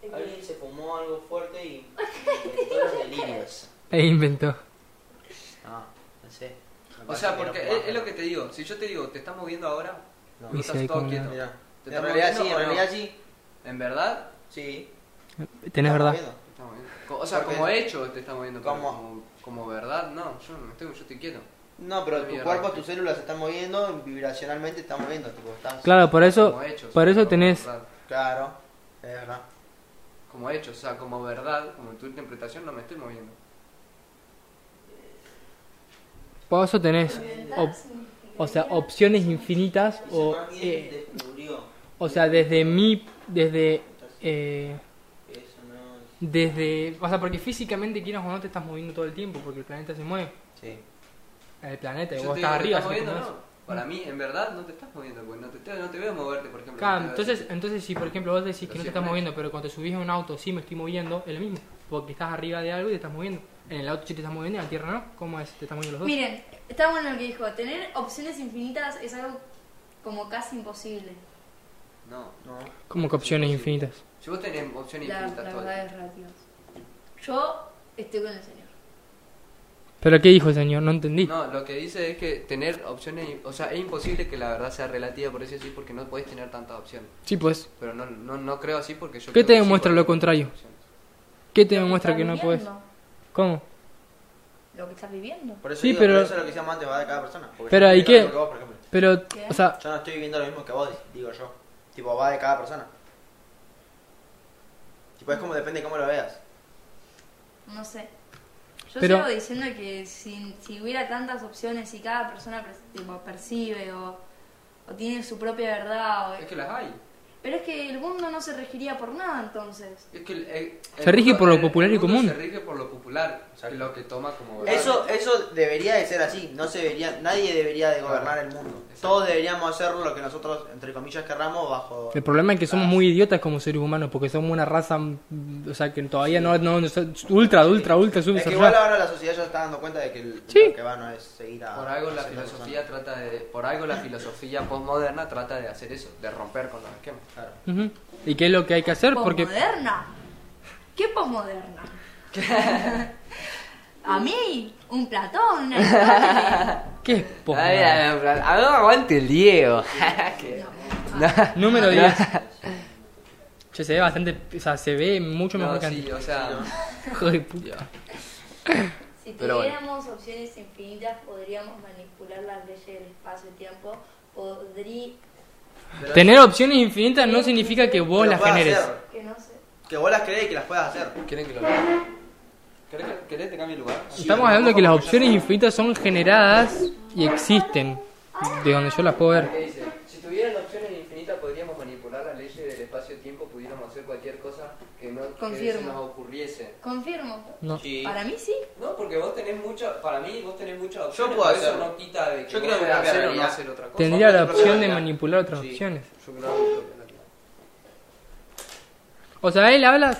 [SPEAKER 6] dice. Alguien se fumó algo fuerte y inventó los delirios.
[SPEAKER 1] E inventó.
[SPEAKER 3] No, no sé.
[SPEAKER 2] O sea, porque es, es lo que te digo, si yo te digo, te estás moviendo ahora,
[SPEAKER 3] No.
[SPEAKER 2] no
[SPEAKER 1] Sí,
[SPEAKER 2] estás todo
[SPEAKER 1] como-
[SPEAKER 2] quieto.
[SPEAKER 3] Mira,
[SPEAKER 2] ¿Te
[SPEAKER 3] en
[SPEAKER 2] estás
[SPEAKER 3] realidad sí,
[SPEAKER 2] moviendo
[SPEAKER 3] en
[SPEAKER 2] o no?
[SPEAKER 3] realidad sí.
[SPEAKER 2] ¿En verdad?
[SPEAKER 3] Sí.
[SPEAKER 1] Tenés
[SPEAKER 3] Está
[SPEAKER 1] verdad.
[SPEAKER 3] moviendo.
[SPEAKER 2] Te estás moviendo. Co- O sea,
[SPEAKER 3] Porque-
[SPEAKER 2] como hecho te estás moviendo, pero
[SPEAKER 3] Como-
[SPEAKER 2] como, como verdad, no, yo no me estoy, yo estoy quieto.
[SPEAKER 3] No, pero tu
[SPEAKER 2] Mierda.
[SPEAKER 3] cuerpo, tus células se están moviendo, vibracionalmente están moviendo, tipo, estás...
[SPEAKER 1] Claro, por eso.
[SPEAKER 2] como hechos,
[SPEAKER 1] Por eso
[SPEAKER 2] como
[SPEAKER 1] tenés.
[SPEAKER 2] verdad.
[SPEAKER 3] Claro, es verdad.
[SPEAKER 2] Como hechos, o sea, como verdad, como tu interpretación, no me estoy moviendo.
[SPEAKER 1] Por eso tenés. op- o sea, opciones infinitas. O,
[SPEAKER 6] Alguien
[SPEAKER 1] eh,
[SPEAKER 6] descubrió.
[SPEAKER 1] o sea, desde mi. Desde. eh,
[SPEAKER 6] Eso no es.
[SPEAKER 1] desde. O sea, porque físicamente, quieras o no, te estás moviendo todo el tiempo. Porque el planeta se mueve.
[SPEAKER 3] Sí.
[SPEAKER 1] El planeta, y
[SPEAKER 2] Yo
[SPEAKER 1] vos
[SPEAKER 2] te
[SPEAKER 1] estás
[SPEAKER 2] digo,
[SPEAKER 1] arriba.
[SPEAKER 2] ¿te
[SPEAKER 1] así que
[SPEAKER 2] moviendo,
[SPEAKER 1] no es-
[SPEAKER 2] no? Para mí, en verdad, no te estás moviendo, porque no te, te- no te veo moverte, por ejemplo.
[SPEAKER 1] Claro,
[SPEAKER 2] no te veo
[SPEAKER 1] entonces,
[SPEAKER 2] así.
[SPEAKER 1] entonces si por ejemplo vos decís que no te estás
[SPEAKER 2] Siempre.
[SPEAKER 1] moviendo, pero cuando te subís a un auto sí me estoy moviendo, es lo mismo. Porque estás arriba de algo y te estás moviendo. En el auto sí te estás moviendo y en la tierra no. ¿Cómo es? ¿Te estás moviendo los dos?
[SPEAKER 5] Miren, está bueno lo que dijo. Tener opciones infinitas es algo como casi imposible.
[SPEAKER 2] No,
[SPEAKER 3] No.
[SPEAKER 1] Como que opciones infinitas.
[SPEAKER 2] si vos tenés opciones
[SPEAKER 5] La,
[SPEAKER 2] infinitas
[SPEAKER 5] la
[SPEAKER 2] todo el
[SPEAKER 5] verdad es relativa. Yo estoy con el señor.
[SPEAKER 1] ¿Pero qué dijo el señor? No entendí.
[SPEAKER 2] No, lo que dice es que tener opciones, o sea, es imposible que la verdad sea relativa, por eso sí, porque no podés tener tantas opciones.
[SPEAKER 1] Sí, pues.
[SPEAKER 2] Pero no, no, no creo así porque yo...
[SPEAKER 1] ¿Qué
[SPEAKER 2] creo
[SPEAKER 1] te
[SPEAKER 2] que sí
[SPEAKER 1] demuestra
[SPEAKER 2] podés
[SPEAKER 1] lo contrario?
[SPEAKER 2] tener opciones.
[SPEAKER 1] ¿Qué
[SPEAKER 5] Lo
[SPEAKER 1] te
[SPEAKER 5] que
[SPEAKER 1] demuestra
[SPEAKER 5] estás
[SPEAKER 1] que no puedes?
[SPEAKER 5] viviendo,
[SPEAKER 1] ¿cómo?
[SPEAKER 5] Lo que estás viviendo.
[SPEAKER 3] Por eso,
[SPEAKER 1] Sí,
[SPEAKER 3] digo,
[SPEAKER 1] pero-
[SPEAKER 3] pero eso es lo que decíamos antes, va de cada persona. porque
[SPEAKER 1] Pero,
[SPEAKER 3] yo no
[SPEAKER 1] ¿y
[SPEAKER 3] vivo
[SPEAKER 1] qué?
[SPEAKER 3] lo mismo que vos, por ejemplo.
[SPEAKER 1] Pero,
[SPEAKER 5] ¿Qué?
[SPEAKER 1] o sea,
[SPEAKER 3] Yo no estoy viviendo lo mismo que vos, digo yo. Tipo, va de cada persona. Tipo, es como depende de cómo lo veas.
[SPEAKER 5] No sé. Yo
[SPEAKER 1] Pero-
[SPEAKER 5] sigo diciendo que si, si hubiera tantas opciones y cada persona per- tipo, percibe o, o tiene su propia verdad. o-
[SPEAKER 2] Es que las hay.
[SPEAKER 5] Pero es que el mundo no se regiría por nada entonces.
[SPEAKER 2] Es que el- el-
[SPEAKER 1] Se
[SPEAKER 2] el
[SPEAKER 1] rige
[SPEAKER 2] mundo-
[SPEAKER 1] por lo
[SPEAKER 2] el- el
[SPEAKER 1] popular y
[SPEAKER 2] mundo
[SPEAKER 1] común.
[SPEAKER 2] Se rige por lo popular,
[SPEAKER 3] Exacto.
[SPEAKER 2] lo que toma como verdad.
[SPEAKER 3] Eso, eso debería de ser así. No se debería, nadie debería de gobernar el mundo.
[SPEAKER 2] Exacto.
[SPEAKER 3] Todos deberíamos hacer lo que nosotros, entre comillas, querramos bajo...
[SPEAKER 1] el problema es que somos muy idiotas como seres humanos porque somos una raza, mm, o sea, que todavía no, no, no- ultra, ultra, ultra
[SPEAKER 3] Es que igual
[SPEAKER 1] subdesarrollada.
[SPEAKER 3] ahora la sociedad ya está dando cuenta de que el,
[SPEAKER 1] Sí.
[SPEAKER 3] lo que va no es seguir a...
[SPEAKER 2] Por algo la
[SPEAKER 3] hacer las
[SPEAKER 2] filosofía trata de... Por algo la filosofía postmoderna trata de hacer eso, de romper con los esquemas.
[SPEAKER 3] personas. Claro.
[SPEAKER 1] Ujú. ¿Y qué es lo que hay que hacer? Porque
[SPEAKER 5] ¿Posmoderna? ¿Qué
[SPEAKER 2] [laughs]
[SPEAKER 5] posmoderna? A mí, un Platón, un [laughs] Aristóteles.
[SPEAKER 1] ¿qué es
[SPEAKER 2] Ay,
[SPEAKER 1] posmoderno?
[SPEAKER 2] ay, ay, a mí me aguante el Diego. Que-
[SPEAKER 1] Número 10. Che, se ve bastante. O sea, se ve mucho mejor
[SPEAKER 2] No,
[SPEAKER 1] que
[SPEAKER 2] sí,
[SPEAKER 1] antes.
[SPEAKER 2] o sea...
[SPEAKER 1] Hijo de puta.
[SPEAKER 2] Dios.
[SPEAKER 7] Si
[SPEAKER 2] Pero bueno.
[SPEAKER 7] tuviéramos opciones infinitas, podríamos manipular las leyes del espacio-tiempo. Podrí...
[SPEAKER 3] Pero-
[SPEAKER 1] Tener opciones infinitas no significa que vos
[SPEAKER 3] que lo
[SPEAKER 1] las
[SPEAKER 3] puedas
[SPEAKER 1] generes.
[SPEAKER 3] hacer,
[SPEAKER 7] que no sé.
[SPEAKER 3] que vos las crees y que las puedas hacer.
[SPEAKER 2] ¿Quieren que lo lea? ¿Querés que- ¿Querés que te cambie el lugar?
[SPEAKER 1] Estamos hablando de que las opciones infinitas son generadas y existen. De donde yo las puedo ver.
[SPEAKER 2] ¿Qué dice? Si tuvieran opciones infinitas podríamos manipular las leyes del espacio-tiempo, pudiéramos hacer cualquier cosa que no que
[SPEAKER 5] Confirmo.
[SPEAKER 2] se nos ocurriese.
[SPEAKER 5] Confirmo.
[SPEAKER 1] No.
[SPEAKER 3] Sí.
[SPEAKER 5] Para mí sí.
[SPEAKER 2] No, porque vos tenés mucha, para mí vos tenés muchas opciones.
[SPEAKER 3] puedo
[SPEAKER 2] pero Eso
[SPEAKER 3] hacerlo.
[SPEAKER 2] no quita de que
[SPEAKER 3] Yo
[SPEAKER 2] vos
[SPEAKER 3] creo que
[SPEAKER 2] puedas
[SPEAKER 3] la
[SPEAKER 2] hacer o no
[SPEAKER 3] realidad-
[SPEAKER 2] hacer otra cosa.
[SPEAKER 1] Tendría la opción de manipular otras opciones.
[SPEAKER 2] Yo creo que-
[SPEAKER 1] O sea, él habla.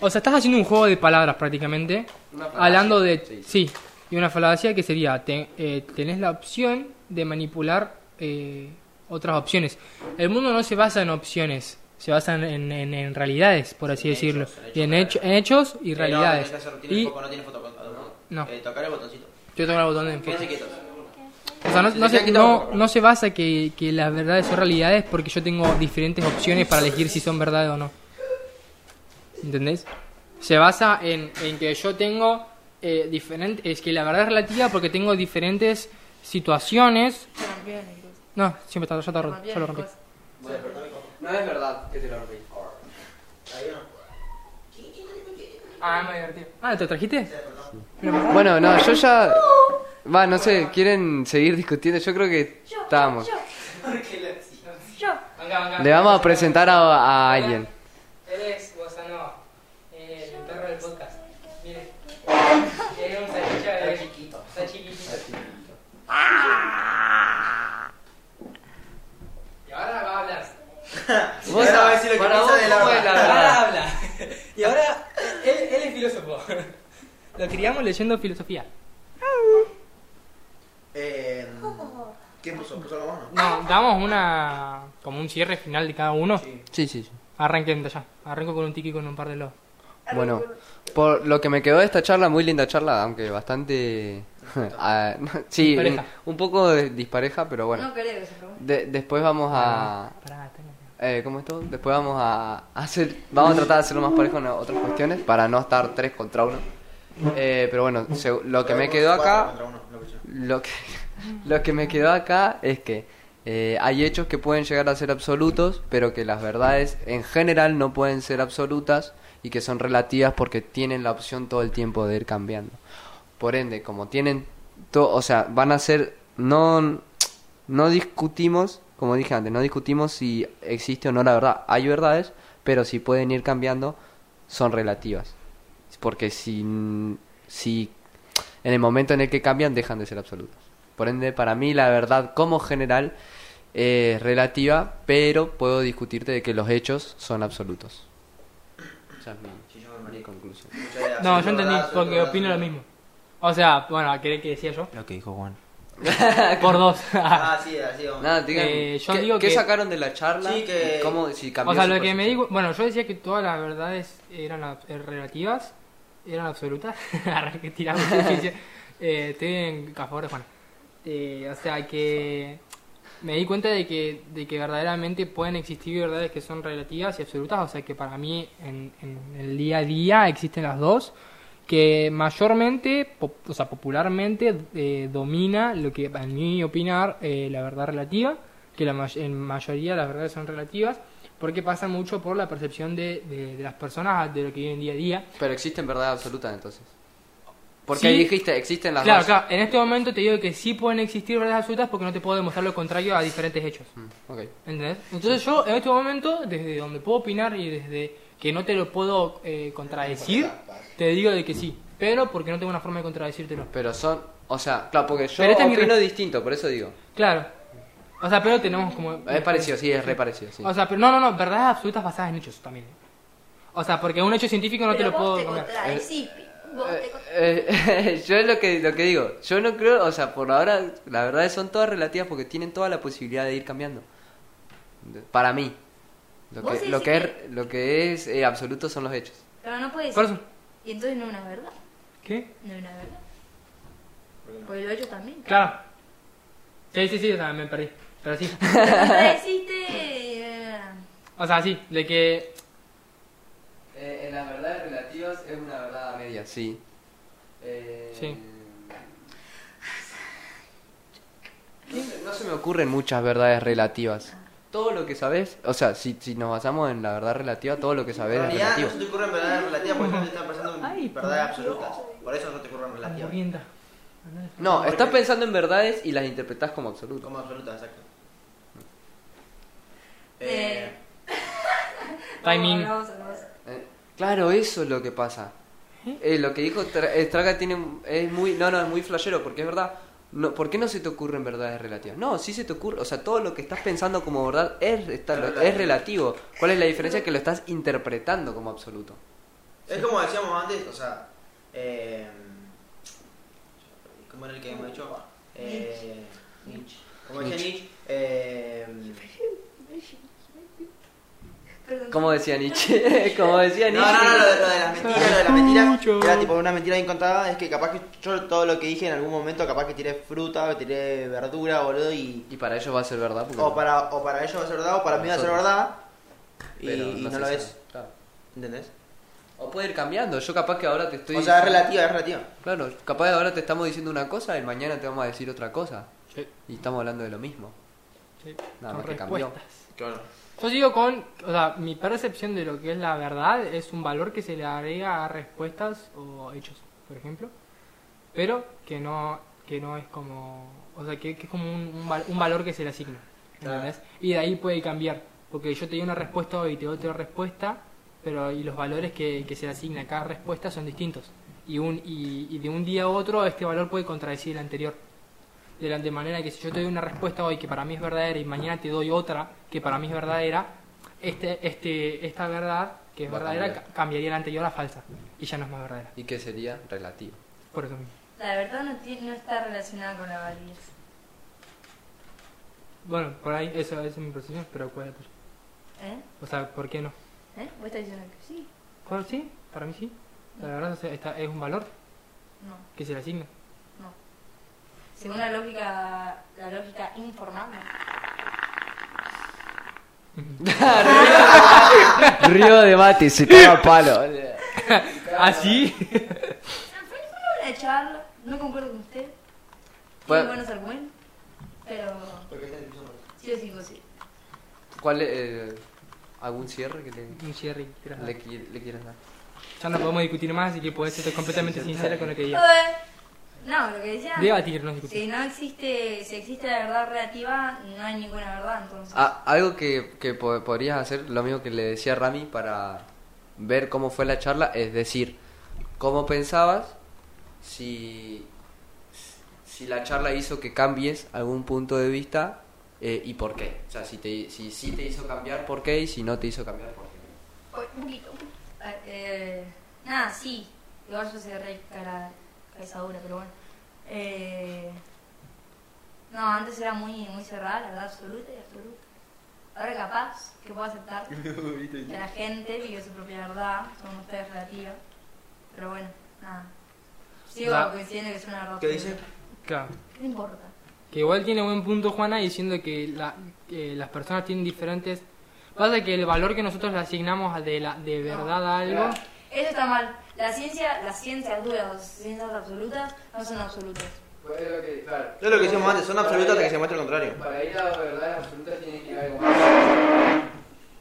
[SPEAKER 1] O sea, estás haciendo un juego de palabras prácticamente.
[SPEAKER 2] Una falacia.
[SPEAKER 1] Hablando de.
[SPEAKER 2] Sí.
[SPEAKER 1] Sí. Y una falacia que sería: te- eh, tenés la opción de manipular eh, otras opciones. El mundo no se basa en opciones. Se basa en, en- en- en realidades, por así
[SPEAKER 3] En
[SPEAKER 1] decirlo.
[SPEAKER 3] hechos, en hechos
[SPEAKER 1] y en,
[SPEAKER 3] reales.
[SPEAKER 1] hecho- en hechos y
[SPEAKER 3] Eh, no,
[SPEAKER 1] realidades.
[SPEAKER 3] tenés que hacer- tiene
[SPEAKER 1] y
[SPEAKER 3] foco, no tiene foto,
[SPEAKER 1] No.
[SPEAKER 3] Eh, tocar el botoncito.
[SPEAKER 1] yo tengo el botón de enfoque.
[SPEAKER 3] Quédense quietos.
[SPEAKER 1] O sea, no, no
[SPEAKER 3] Se
[SPEAKER 1] se,
[SPEAKER 3] han quitado
[SPEAKER 1] no-
[SPEAKER 3] poco,
[SPEAKER 1] no se basa que, que las verdades son realidades porque yo tengo diferentes opciones para elegir si son verdades o no. ¿Entendés? Se basa en, en que yo tengo eh, diferentes... Es que la verdad es relativa porque tengo diferentes situaciones...
[SPEAKER 5] Se rompieron incluso.
[SPEAKER 1] No, siempre está, ya está roto, ya
[SPEAKER 5] Rompieron
[SPEAKER 1] lo rompí.
[SPEAKER 5] cosas.
[SPEAKER 2] Bueno, no es verdad que te lo rompí.
[SPEAKER 3] Ahí no.
[SPEAKER 1] Ah, me divertí. Ah, ¿te trajiste?
[SPEAKER 3] Sí, perdón.
[SPEAKER 2] Bueno, no, yo ya. Va, no sé, quieren seguir discutiendo. Yo creo que
[SPEAKER 7] Yo,
[SPEAKER 2] estamos.
[SPEAKER 7] yo,
[SPEAKER 6] Porque la hacían.
[SPEAKER 7] yo.
[SPEAKER 1] Venga, venga.
[SPEAKER 2] Le vamos a presentar a, a alguien.
[SPEAKER 1] Él es Guasanova, eh, el perro del podcast. Miren. Tiene un salchicha de
[SPEAKER 6] Está chiquito.
[SPEAKER 1] Está chiquitito. Y ahora va a hablar.
[SPEAKER 2] Vos
[SPEAKER 3] ahora va a
[SPEAKER 2] sab-
[SPEAKER 3] decir lo que
[SPEAKER 2] para
[SPEAKER 3] piensa
[SPEAKER 2] vos,
[SPEAKER 3] de
[SPEAKER 2] ¿cómo
[SPEAKER 3] Laura.
[SPEAKER 2] es
[SPEAKER 3] [laughs]
[SPEAKER 2] la
[SPEAKER 1] Ahora
[SPEAKER 2] verdad?
[SPEAKER 1] habla. Y ahora, él, él es filósofo. [laughs] Lo criamos leyendo filosofía.
[SPEAKER 3] Eh, ¿Qué puso? ¿Puso la mano?
[SPEAKER 1] No, damos una. como un cierre final de cada uno.
[SPEAKER 2] Sí, sí, sí.
[SPEAKER 1] Arranquen de allá. Arranco con un tiki con un par de los.
[SPEAKER 2] Bueno, por lo que me quedó de esta charla, muy linda charla, aunque bastante. [laughs] ah, sí,
[SPEAKER 1] Dispareja.
[SPEAKER 2] un poco de- dispareja, pero bueno.
[SPEAKER 5] No quería que se pregunte.
[SPEAKER 2] De- después vamos a.
[SPEAKER 1] Pará, tengo que-
[SPEAKER 2] Eh, ¿Cómo es todo? Después vamos a hacer, vamos a tratar de hacerlo más parejo en otras cuestiones para no estar tres contra uno. Eh, pero bueno, se- lo que me quedó acá, lo que, lo que me quedó acá es que eh, hay hechos que pueden llegar a ser absolutos, pero que las verdades en general no pueden ser absolutas y que son relativas porque tienen la opción todo el tiempo de ir cambiando. Por ende, como tienen todo, o sea, van a ser no no discutimos, como dije antes, no discutimos si existe o no la verdad. Hay verdades, pero si pueden ir cambiando, son relativas. Porque si, si en el momento en el que cambian, dejan de ser absolutas. Por ende, para mí la verdad como general es relativa, pero puedo discutirte de que los hechos son absolutos. Esa es mi conclusión.
[SPEAKER 1] No, yo entendí, porque opino lo mismo. O sea, bueno, ¿querés que decía yo?
[SPEAKER 3] Lo que dijo Juan.
[SPEAKER 1] [laughs] Por
[SPEAKER 3] [laughs]
[SPEAKER 1] dos.
[SPEAKER 3] Ah, sí, así vamos.
[SPEAKER 2] Nada, digan,
[SPEAKER 1] Eh, yo
[SPEAKER 2] ¿qué,
[SPEAKER 1] digo
[SPEAKER 2] qué
[SPEAKER 1] que-
[SPEAKER 2] sacaron de la charla?
[SPEAKER 3] Sí, que-
[SPEAKER 2] ¿Cómo, si cambió
[SPEAKER 1] o sea,
[SPEAKER 2] su
[SPEAKER 1] lo que me
[SPEAKER 2] percepción?
[SPEAKER 1] digo, bueno, yo decía que todas las verdades eran ab- eh, relativas, eran absolutas. [laughs] Arre, que tiramos.
[SPEAKER 3] [laughs]
[SPEAKER 1] eh, estoy en, a favor de Juan. Eh, o sea, que me di cuenta de que, de que verdaderamente pueden existir verdades que son relativas y absolutas. O sea, que para mí en, en el día a día existen las dos. Que mayormente, pop- o sea, popularmente eh, domina lo que, a mi opinar, eh, la verdad relativa. Que la may- en mayoría las verdades son relativas. Porque pasa mucho por la percepción de, de- de las personas de lo que viven día a día.
[SPEAKER 2] Pero existen verdades absolutas entonces. Porque
[SPEAKER 1] Sí.
[SPEAKER 2] dijiste, existen las
[SPEAKER 1] Claro,
[SPEAKER 2] dos.
[SPEAKER 1] claro, en este momento te digo que sí pueden existir verdades absolutas porque no te puedo demostrar lo contrario a diferentes hechos.
[SPEAKER 2] Mm, ok.
[SPEAKER 1] ¿Entendés? Entonces yo en este momento, desde donde puedo opinar y desde que no te lo puedo eh, contradecir, te digo de que sí. Pero porque no tengo una forma de contradecírtelo.
[SPEAKER 2] Pero son, o sea, claro, porque yo
[SPEAKER 1] Pero este es mi
[SPEAKER 2] opino
[SPEAKER 1] re-
[SPEAKER 2] distinto, por eso digo.
[SPEAKER 1] Claro. O sea, pero tenemos como...
[SPEAKER 2] Es parecido, sí, es re parecido, sí.
[SPEAKER 1] O sea, pero no, no, no, verdades absolutas basadas en hechos también. O sea, porque un hecho científico no te lo puedo...
[SPEAKER 7] vos te
[SPEAKER 1] cambiar.
[SPEAKER 7] contradecí, Pi. Vos te
[SPEAKER 2] Eh, eh, [laughs] yo es lo que, lo que digo, yo no creo, o sea, por ahora las verdades son todas relativas porque tienen toda la posibilidad de ir cambiando. De- Para mí. Lo
[SPEAKER 7] Vos
[SPEAKER 2] que,
[SPEAKER 7] decís
[SPEAKER 2] lo que es, lo que es eh, absoluto son los hechos.
[SPEAKER 5] Pero no puede
[SPEAKER 1] Por
[SPEAKER 5] ser.
[SPEAKER 1] eso.
[SPEAKER 5] Y entonces no es una verdad.
[SPEAKER 1] ¿Qué?
[SPEAKER 5] No es una verdad. Porque lo he hecho también.
[SPEAKER 1] Claro. Sí, sí, sí, o sea, me perdí. Pero sí.
[SPEAKER 5] Contradeciste. eh,
[SPEAKER 1] O sea, sí, de que...
[SPEAKER 2] Eh, en las verdades relativas es una verdad a media, sí. Eh,
[SPEAKER 1] Sí.
[SPEAKER 2] No se, no se me ocurren muchas verdades relativas. Todo lo que sabes, o sea, si, si nos basamos en la verdad relativa, todo lo que sabes
[SPEAKER 3] En
[SPEAKER 2] es
[SPEAKER 3] realidad
[SPEAKER 2] relativo.
[SPEAKER 3] no se te ocurren verdades relativas porque no te están pensando en
[SPEAKER 1] Ay,
[SPEAKER 3] verdades absolutas. Por eso no te ocurren relativas.
[SPEAKER 1] Murienda.
[SPEAKER 2] No,
[SPEAKER 3] porque-
[SPEAKER 2] estás pensando en verdades y las interpretás como absolutas.
[SPEAKER 3] Como absolutas, exacto.
[SPEAKER 5] Eh.
[SPEAKER 1] Timing.
[SPEAKER 5] no, vamos a- vamos a-
[SPEAKER 2] Eh, Claro, eso es lo que pasa. Eh, lo que dijo Tra- eh, Traga tiene, es muy, no, no, es muy flashero porque es verdad. No, ¿Por qué no se te ocurren verdades relativas? No, sí se te ocurre, o sea, todo lo que estás pensando como verdad es, está- es relativo. ¿Cuál es la diferencia? Que lo estás interpretando como absoluto.
[SPEAKER 3] Es como decíamos antes, o sea, eh, ¿cómo era el que hemos hecho? Eh, Nietzsche. Como decía
[SPEAKER 2] Nietzsche.
[SPEAKER 3] Nietzsche, eh,
[SPEAKER 5] Perdón.
[SPEAKER 2] Como decía Nietzsche, [laughs] como decía
[SPEAKER 3] no,
[SPEAKER 2] Nietzsche.
[SPEAKER 3] no, no, lo, de- lo de las mentiras, lo de las mentiras,
[SPEAKER 1] Mucho.
[SPEAKER 3] era tipo una mentira bien contada, es que capaz que yo todo lo que dije en algún momento, capaz que tiré fruta, o tiré verdura, boludo, y
[SPEAKER 2] Y para ellos va a ser verdad. Porque
[SPEAKER 3] o para, o para ellos va a ser verdad, o para mí va a ser verdad, y,
[SPEAKER 2] pero
[SPEAKER 3] y no,
[SPEAKER 2] se
[SPEAKER 3] lo
[SPEAKER 2] sabe,
[SPEAKER 3] es,
[SPEAKER 2] claro.
[SPEAKER 3] ¿entendés?
[SPEAKER 2] O puede ir cambiando, yo capaz que ahora te estoy...
[SPEAKER 3] O sea, es
[SPEAKER 2] diciendo-
[SPEAKER 3] relativa, es relativa.
[SPEAKER 2] Claro, capaz de ahora te estamos diciendo una cosa y mañana te vamos a decir otra cosa.
[SPEAKER 1] Sí.
[SPEAKER 2] Y estamos hablando de lo mismo.
[SPEAKER 1] Sí,
[SPEAKER 2] Nada
[SPEAKER 1] son
[SPEAKER 2] más que cambió.
[SPEAKER 1] respuestas.
[SPEAKER 3] Claro.
[SPEAKER 1] Yo sigo con, o sea, mi percepción de lo que es la verdad es un valor que se le agrega a respuestas o hechos. por ejemplo, pero que no, que no es como, o sea, que, que es como un, un val- un valor que se le asigna, ¿entendés? Y de ahí puede cambiar, porque yo te di una respuesta hoy y te doy otra respuesta, pero y los valores que, que se le asigna a cada respuesta son distintos. Y, un, y, y de un día a otro este valor puede contradecir el anterior. De, la, de manera que si yo te doy una respuesta hoy que para mí es verdadera y mañana te doy otra que para mí es verdadera, este, este, esta verdad que es
[SPEAKER 2] Va a
[SPEAKER 1] verdadera
[SPEAKER 2] cambiar.
[SPEAKER 1] ca- cambiaría la anterior a falsa y ya no es más verdadera.
[SPEAKER 2] ¿Y qué sería? Relativo.
[SPEAKER 1] Por eso mismo.
[SPEAKER 4] La verdad no, tiene- no está relacionada con la validez.
[SPEAKER 1] Bueno, por ahí eso, esa es mi percepción, pero ¿cuál es la tuya?
[SPEAKER 4] ¿Eh?
[SPEAKER 1] O sea, ¿por qué no?
[SPEAKER 4] ¿Eh? ¿Vos estás diciendo que sí?
[SPEAKER 1] ¿Cuál sí? Para mí sí. La verdad o sea, esta- es un valor
[SPEAKER 4] No.
[SPEAKER 1] que se le asigna.
[SPEAKER 4] Según la lógica, la lógica informal. ¿no?
[SPEAKER 2] Río debate, se caga palo. Ah,
[SPEAKER 1] ¿Así?
[SPEAKER 4] Una charla, no concuerdo con usted. Tiene
[SPEAKER 2] Bueno.
[SPEAKER 4] buenos argumentos, pero sí o sí, vos sí.
[SPEAKER 2] ¿Cuál es, eh, algún cierre que te-
[SPEAKER 1] Un cierre. gracias.
[SPEAKER 2] le, qui- le quieras dar?
[SPEAKER 1] Ya no podemos discutir más, así que puedes ser completamente sincera con lo que digas.
[SPEAKER 4] Eh, No, lo que decía.
[SPEAKER 1] Debatir, no
[SPEAKER 4] Si
[SPEAKER 1] discutir.
[SPEAKER 4] no existe, si existe la verdad relativa, no hay ninguna verdad, entonces.
[SPEAKER 2] Ah, algo que, que po- podrías hacer, lo mismo que le decía Rami, para ver cómo fue la charla, es decir, cómo pensabas, si, si la charla hizo que cambies algún punto de vista eh, y por qué. O sea, si te, si, sí te hizo cambiar, por qué, y si no te hizo cambiar, por qué.
[SPEAKER 8] Un poquito.
[SPEAKER 4] Ah, eh, nada, sí. Igual yo soy re cara, cabeza dura, pero bueno. Eh, no, antes era muy, muy cerrada, la verdad, absoluta y absoluta. Ahora capaz que puedo aceptar
[SPEAKER 3] [laughs]
[SPEAKER 4] que la gente vive su propia verdad, son ustedes relativas. Pero bueno, nada. Sigo
[SPEAKER 1] Va.
[SPEAKER 4] coincidiendo que es una verdad.
[SPEAKER 3] ¿Qué dice?
[SPEAKER 4] absoluta.
[SPEAKER 1] Claro.
[SPEAKER 4] ¿Qué me importa?
[SPEAKER 1] Que igual tiene buen punto Juana diciendo que, la- que las personas tienen diferentes... Pasa que el valor que nosotros le asignamos a de, la, de verdad a algo...
[SPEAKER 4] Eso está mal. La ciencia, las ciencias duras, las ciencias absolutas, no son absolutas.
[SPEAKER 3] Es lo que decíamos antes, son absolutas hasta que se muestre lo contrario.
[SPEAKER 2] Para ir a las verdades absolutas tiene que ir algo más.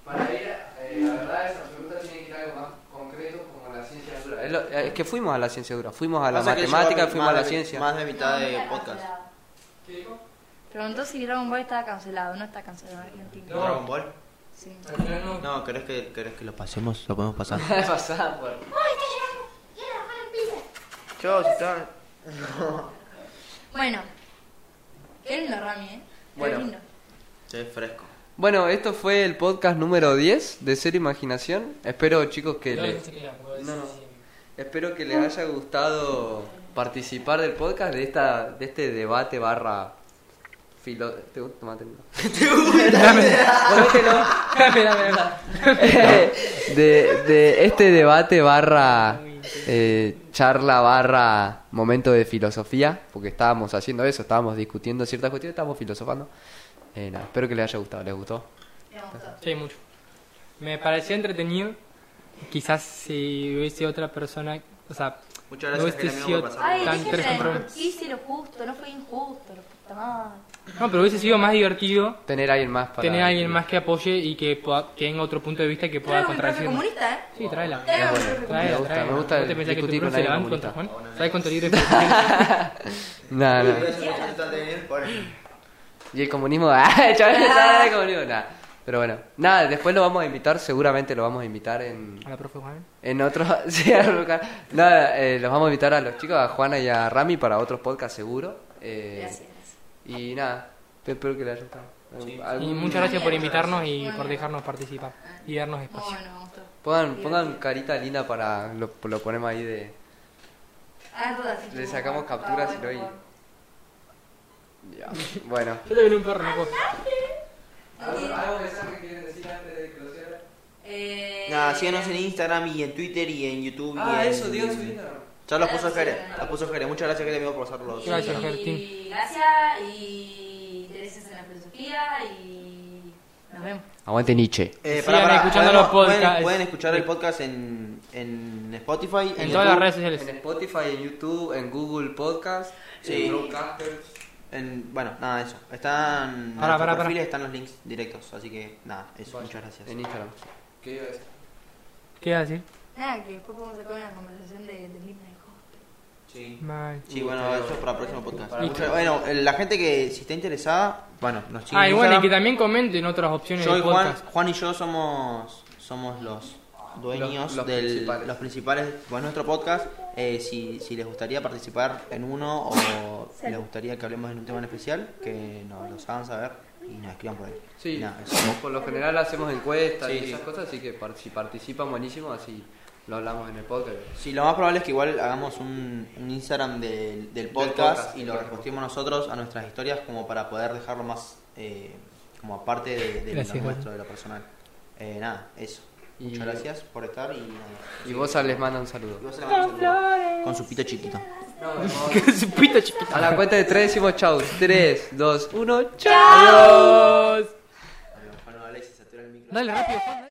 [SPEAKER 2] Para ir a las verdades absolutas tiene que ir algo más concreto como la ciencia dura. Es, lo- es que fuimos a la ciencia dura, fuimos a la
[SPEAKER 3] Pasa que
[SPEAKER 2] matemática,
[SPEAKER 3] lleva
[SPEAKER 2] fuimos
[SPEAKER 3] más
[SPEAKER 2] a la
[SPEAKER 3] de-
[SPEAKER 2] ciencia. [laughs]
[SPEAKER 3] Más de mitad
[SPEAKER 4] No, no
[SPEAKER 3] de
[SPEAKER 4] está
[SPEAKER 3] podcast.
[SPEAKER 4] cancelado. Preguntó si Dragon Ball estaba cancelado. No está cancelado en Argentina.
[SPEAKER 1] No.
[SPEAKER 3] ¿Dragon Ball?
[SPEAKER 4] Sí.
[SPEAKER 3] No, ¿querés que, querés que lo pasemos? Lo podemos pasar.
[SPEAKER 2] Pasaba por-
[SPEAKER 3] Chao, si está.
[SPEAKER 4] Bueno. Qué lindo, Rami, ¿eh? Qué
[SPEAKER 2] Bueno.
[SPEAKER 4] lindo.
[SPEAKER 3] Se ve fresco.
[SPEAKER 2] Bueno, esto fue el podcast número 10 de Ser Imaginación. Espero, chicos, que les, No, no.
[SPEAKER 1] [laughs]
[SPEAKER 2] espero que les haya gustado participar del podcast, de esta de este debate barra filo... ¿Te gusta? Tomate, no.
[SPEAKER 1] [laughs]
[SPEAKER 2] [laughs] Ponételo.
[SPEAKER 1] Dame, dame, dame.
[SPEAKER 2] [laughs] de, de este debate barra eh, charla barra momento de filosofía, porque estábamos haciendo eso, estábamos discutiendo ciertas cuestiones, estábamos filosofando. Eh, nada, espero que les haya gustado, ¿les gustó?
[SPEAKER 1] Sí, mucho. Me pareció entretenido. Quizás si hubiese otra persona... O sea,
[SPEAKER 3] Muchas
[SPEAKER 1] no
[SPEAKER 3] gracias,
[SPEAKER 1] hubiese
[SPEAKER 3] Jeremy, por
[SPEAKER 1] sido
[SPEAKER 3] pasar.
[SPEAKER 4] Ay,
[SPEAKER 1] tan
[SPEAKER 4] déjenme
[SPEAKER 1] tres
[SPEAKER 4] de
[SPEAKER 1] compromisos.
[SPEAKER 4] discutir lo justo. No fue injusto, lo puta madre.
[SPEAKER 1] No, pero hubiese sido más divertido
[SPEAKER 2] Tener a alguien más para...
[SPEAKER 1] tener a alguien más que apoye y que, pueda- que tenga otro punto de vista que pueda
[SPEAKER 4] Traigo a mi profe
[SPEAKER 1] contradecir.
[SPEAKER 4] comunista, ¿eh?
[SPEAKER 1] Sí, tráela.
[SPEAKER 4] Traigo a mi
[SPEAKER 2] Es
[SPEAKER 4] profe comunista.
[SPEAKER 2] bueno.
[SPEAKER 1] Tráela,
[SPEAKER 2] gusta,
[SPEAKER 1] tráela.
[SPEAKER 2] me gusta
[SPEAKER 1] ¿Vos te pensás que tu
[SPEAKER 2] discutir con
[SPEAKER 1] profe se
[SPEAKER 2] alguien
[SPEAKER 1] levanta contra Juan?
[SPEAKER 2] comunista.
[SPEAKER 1] ¿Sabes cuánto libre pensamiento?
[SPEAKER 2] Nada, nada.
[SPEAKER 3] Gracias, muchachos, de venir. Por-
[SPEAKER 2] Y el comunismo, [laughs] ah, chaval, nada de comunismo, nada. Pero bueno, nada, después lo vamos a invitar, seguramente lo vamos a invitar en,
[SPEAKER 1] A la profe Juan.
[SPEAKER 2] en otro. [laughs] sí, a otro lugar. nada, eh, los vamos a invitar a los chicos, a Juana y a Rami para otros podcasts seguro. Eh,
[SPEAKER 4] Gracias, gracias.
[SPEAKER 2] Y nada, espero que les haya gustado.
[SPEAKER 1] Y
[SPEAKER 2] Algún-
[SPEAKER 1] muchas gracias por invitarnos y por dejarnos participar y darnos espacio.
[SPEAKER 4] Bueno, me gustó.
[SPEAKER 2] Pongan, pongan carita linda para. Lo, lo ponemos ahí de.
[SPEAKER 4] Ah, todas sí,
[SPEAKER 2] Le
[SPEAKER 4] tú,
[SPEAKER 2] sacamos
[SPEAKER 4] por
[SPEAKER 2] capturas
[SPEAKER 4] favor,
[SPEAKER 2] y lo-
[SPEAKER 4] por favor.
[SPEAKER 2] Ya, Bueno.
[SPEAKER 1] Yo te un perro, Nico.
[SPEAKER 2] ¿Algo que quieren decir antes de que lo cierre?
[SPEAKER 4] Eh,
[SPEAKER 3] Nada, síganos en Instagram y en Twitter y en YouTube. y
[SPEAKER 2] Ah,
[SPEAKER 3] en-
[SPEAKER 2] eso, digan su Instagram.
[SPEAKER 3] Ya los puso Jere. Los puso Jere. Muchas gracias, Jere, amigo, por pasarlos.
[SPEAKER 1] Gracias.
[SPEAKER 4] y-
[SPEAKER 1] Gertín.
[SPEAKER 4] Gracias y gracias en la filosofía y nos vemos.
[SPEAKER 2] Aguante Nietzsche.
[SPEAKER 3] Eh,
[SPEAKER 1] Sigan
[SPEAKER 3] pará, pará,
[SPEAKER 1] escuchando
[SPEAKER 3] podemos-
[SPEAKER 1] los podcasts.
[SPEAKER 3] Pueden, pueden escuchar el podcast en, en Spotify.
[SPEAKER 1] En todas las
[SPEAKER 3] YouTube,
[SPEAKER 1] redes
[SPEAKER 2] En
[SPEAKER 1] sociales.
[SPEAKER 2] Spotify, en YouTube, en Google Podcast,
[SPEAKER 3] Sí.
[SPEAKER 2] en Broadcasters.
[SPEAKER 3] en- bueno, nada, eso. Están en
[SPEAKER 1] Pará,
[SPEAKER 3] nuestros
[SPEAKER 1] pará, pará.
[SPEAKER 3] perfiles, están los links directos. Así que, nada, eso. Muchas gracias.
[SPEAKER 2] En Instagram. ¿Qué iba a decir?
[SPEAKER 1] ¿Qué iba a decir?
[SPEAKER 4] Nada, que después podemos sacar una conversación de, de Midnight Gospel.
[SPEAKER 6] Sí.
[SPEAKER 1] Mal.
[SPEAKER 3] Sí, bueno, eso es para el próximo podcast.
[SPEAKER 6] Para
[SPEAKER 1] el próximo.
[SPEAKER 3] Bueno, la gente que si está interesada, bueno, nos sigue.
[SPEAKER 1] Ah,
[SPEAKER 3] en
[SPEAKER 1] y bueno, y
[SPEAKER 3] Instagram.
[SPEAKER 1] que también comenten otras opciones
[SPEAKER 3] Yo
[SPEAKER 1] de
[SPEAKER 3] y Juan,
[SPEAKER 1] podcast. [laughs]
[SPEAKER 3] Juan y yo somos, somos los dueños
[SPEAKER 2] Los- los
[SPEAKER 3] del,
[SPEAKER 2] principales.
[SPEAKER 3] los principales, bueno, nuestro podcast. Eh, si, si les gustaría participar en uno o les gustaría que hablemos en un tema en especial, que nos los hagan saber y nos escriban por ahí.
[SPEAKER 2] Sí,
[SPEAKER 3] Y nada, eso.
[SPEAKER 2] por lo general hacemos encuestas
[SPEAKER 3] Sí,
[SPEAKER 2] y
[SPEAKER 3] sí.
[SPEAKER 2] esas cosas, así que par- si participan buenísimo, así lo hablamos en el podcast.
[SPEAKER 3] Sí, lo más probable es que igual hagamos un, un Instagram del, del podcast,
[SPEAKER 2] podcast,
[SPEAKER 3] y
[SPEAKER 2] del
[SPEAKER 3] lo
[SPEAKER 2] podcast.
[SPEAKER 3] repostimos nosotros a nuestras historias como para poder dejarlo más eh, como aparte de, de
[SPEAKER 1] Gracias,
[SPEAKER 3] lo
[SPEAKER 1] Juan.
[SPEAKER 3] nuestro, de lo personal. Eh, nada, eso.
[SPEAKER 2] Y-
[SPEAKER 3] Muchas gracias por estar y nada.
[SPEAKER 2] Y vos a- les manda un saludo.
[SPEAKER 3] Y vos se la mandas al lugar, Con su pito chiquito.
[SPEAKER 1] Que su pito chiquito.
[SPEAKER 2] A la cuenta de tres decimos chau. Tres, dos, uno, chau.
[SPEAKER 1] Adiós.
[SPEAKER 3] Bueno, Alexis, satura el micro.
[SPEAKER 1] Dale rápido, Juan. dale.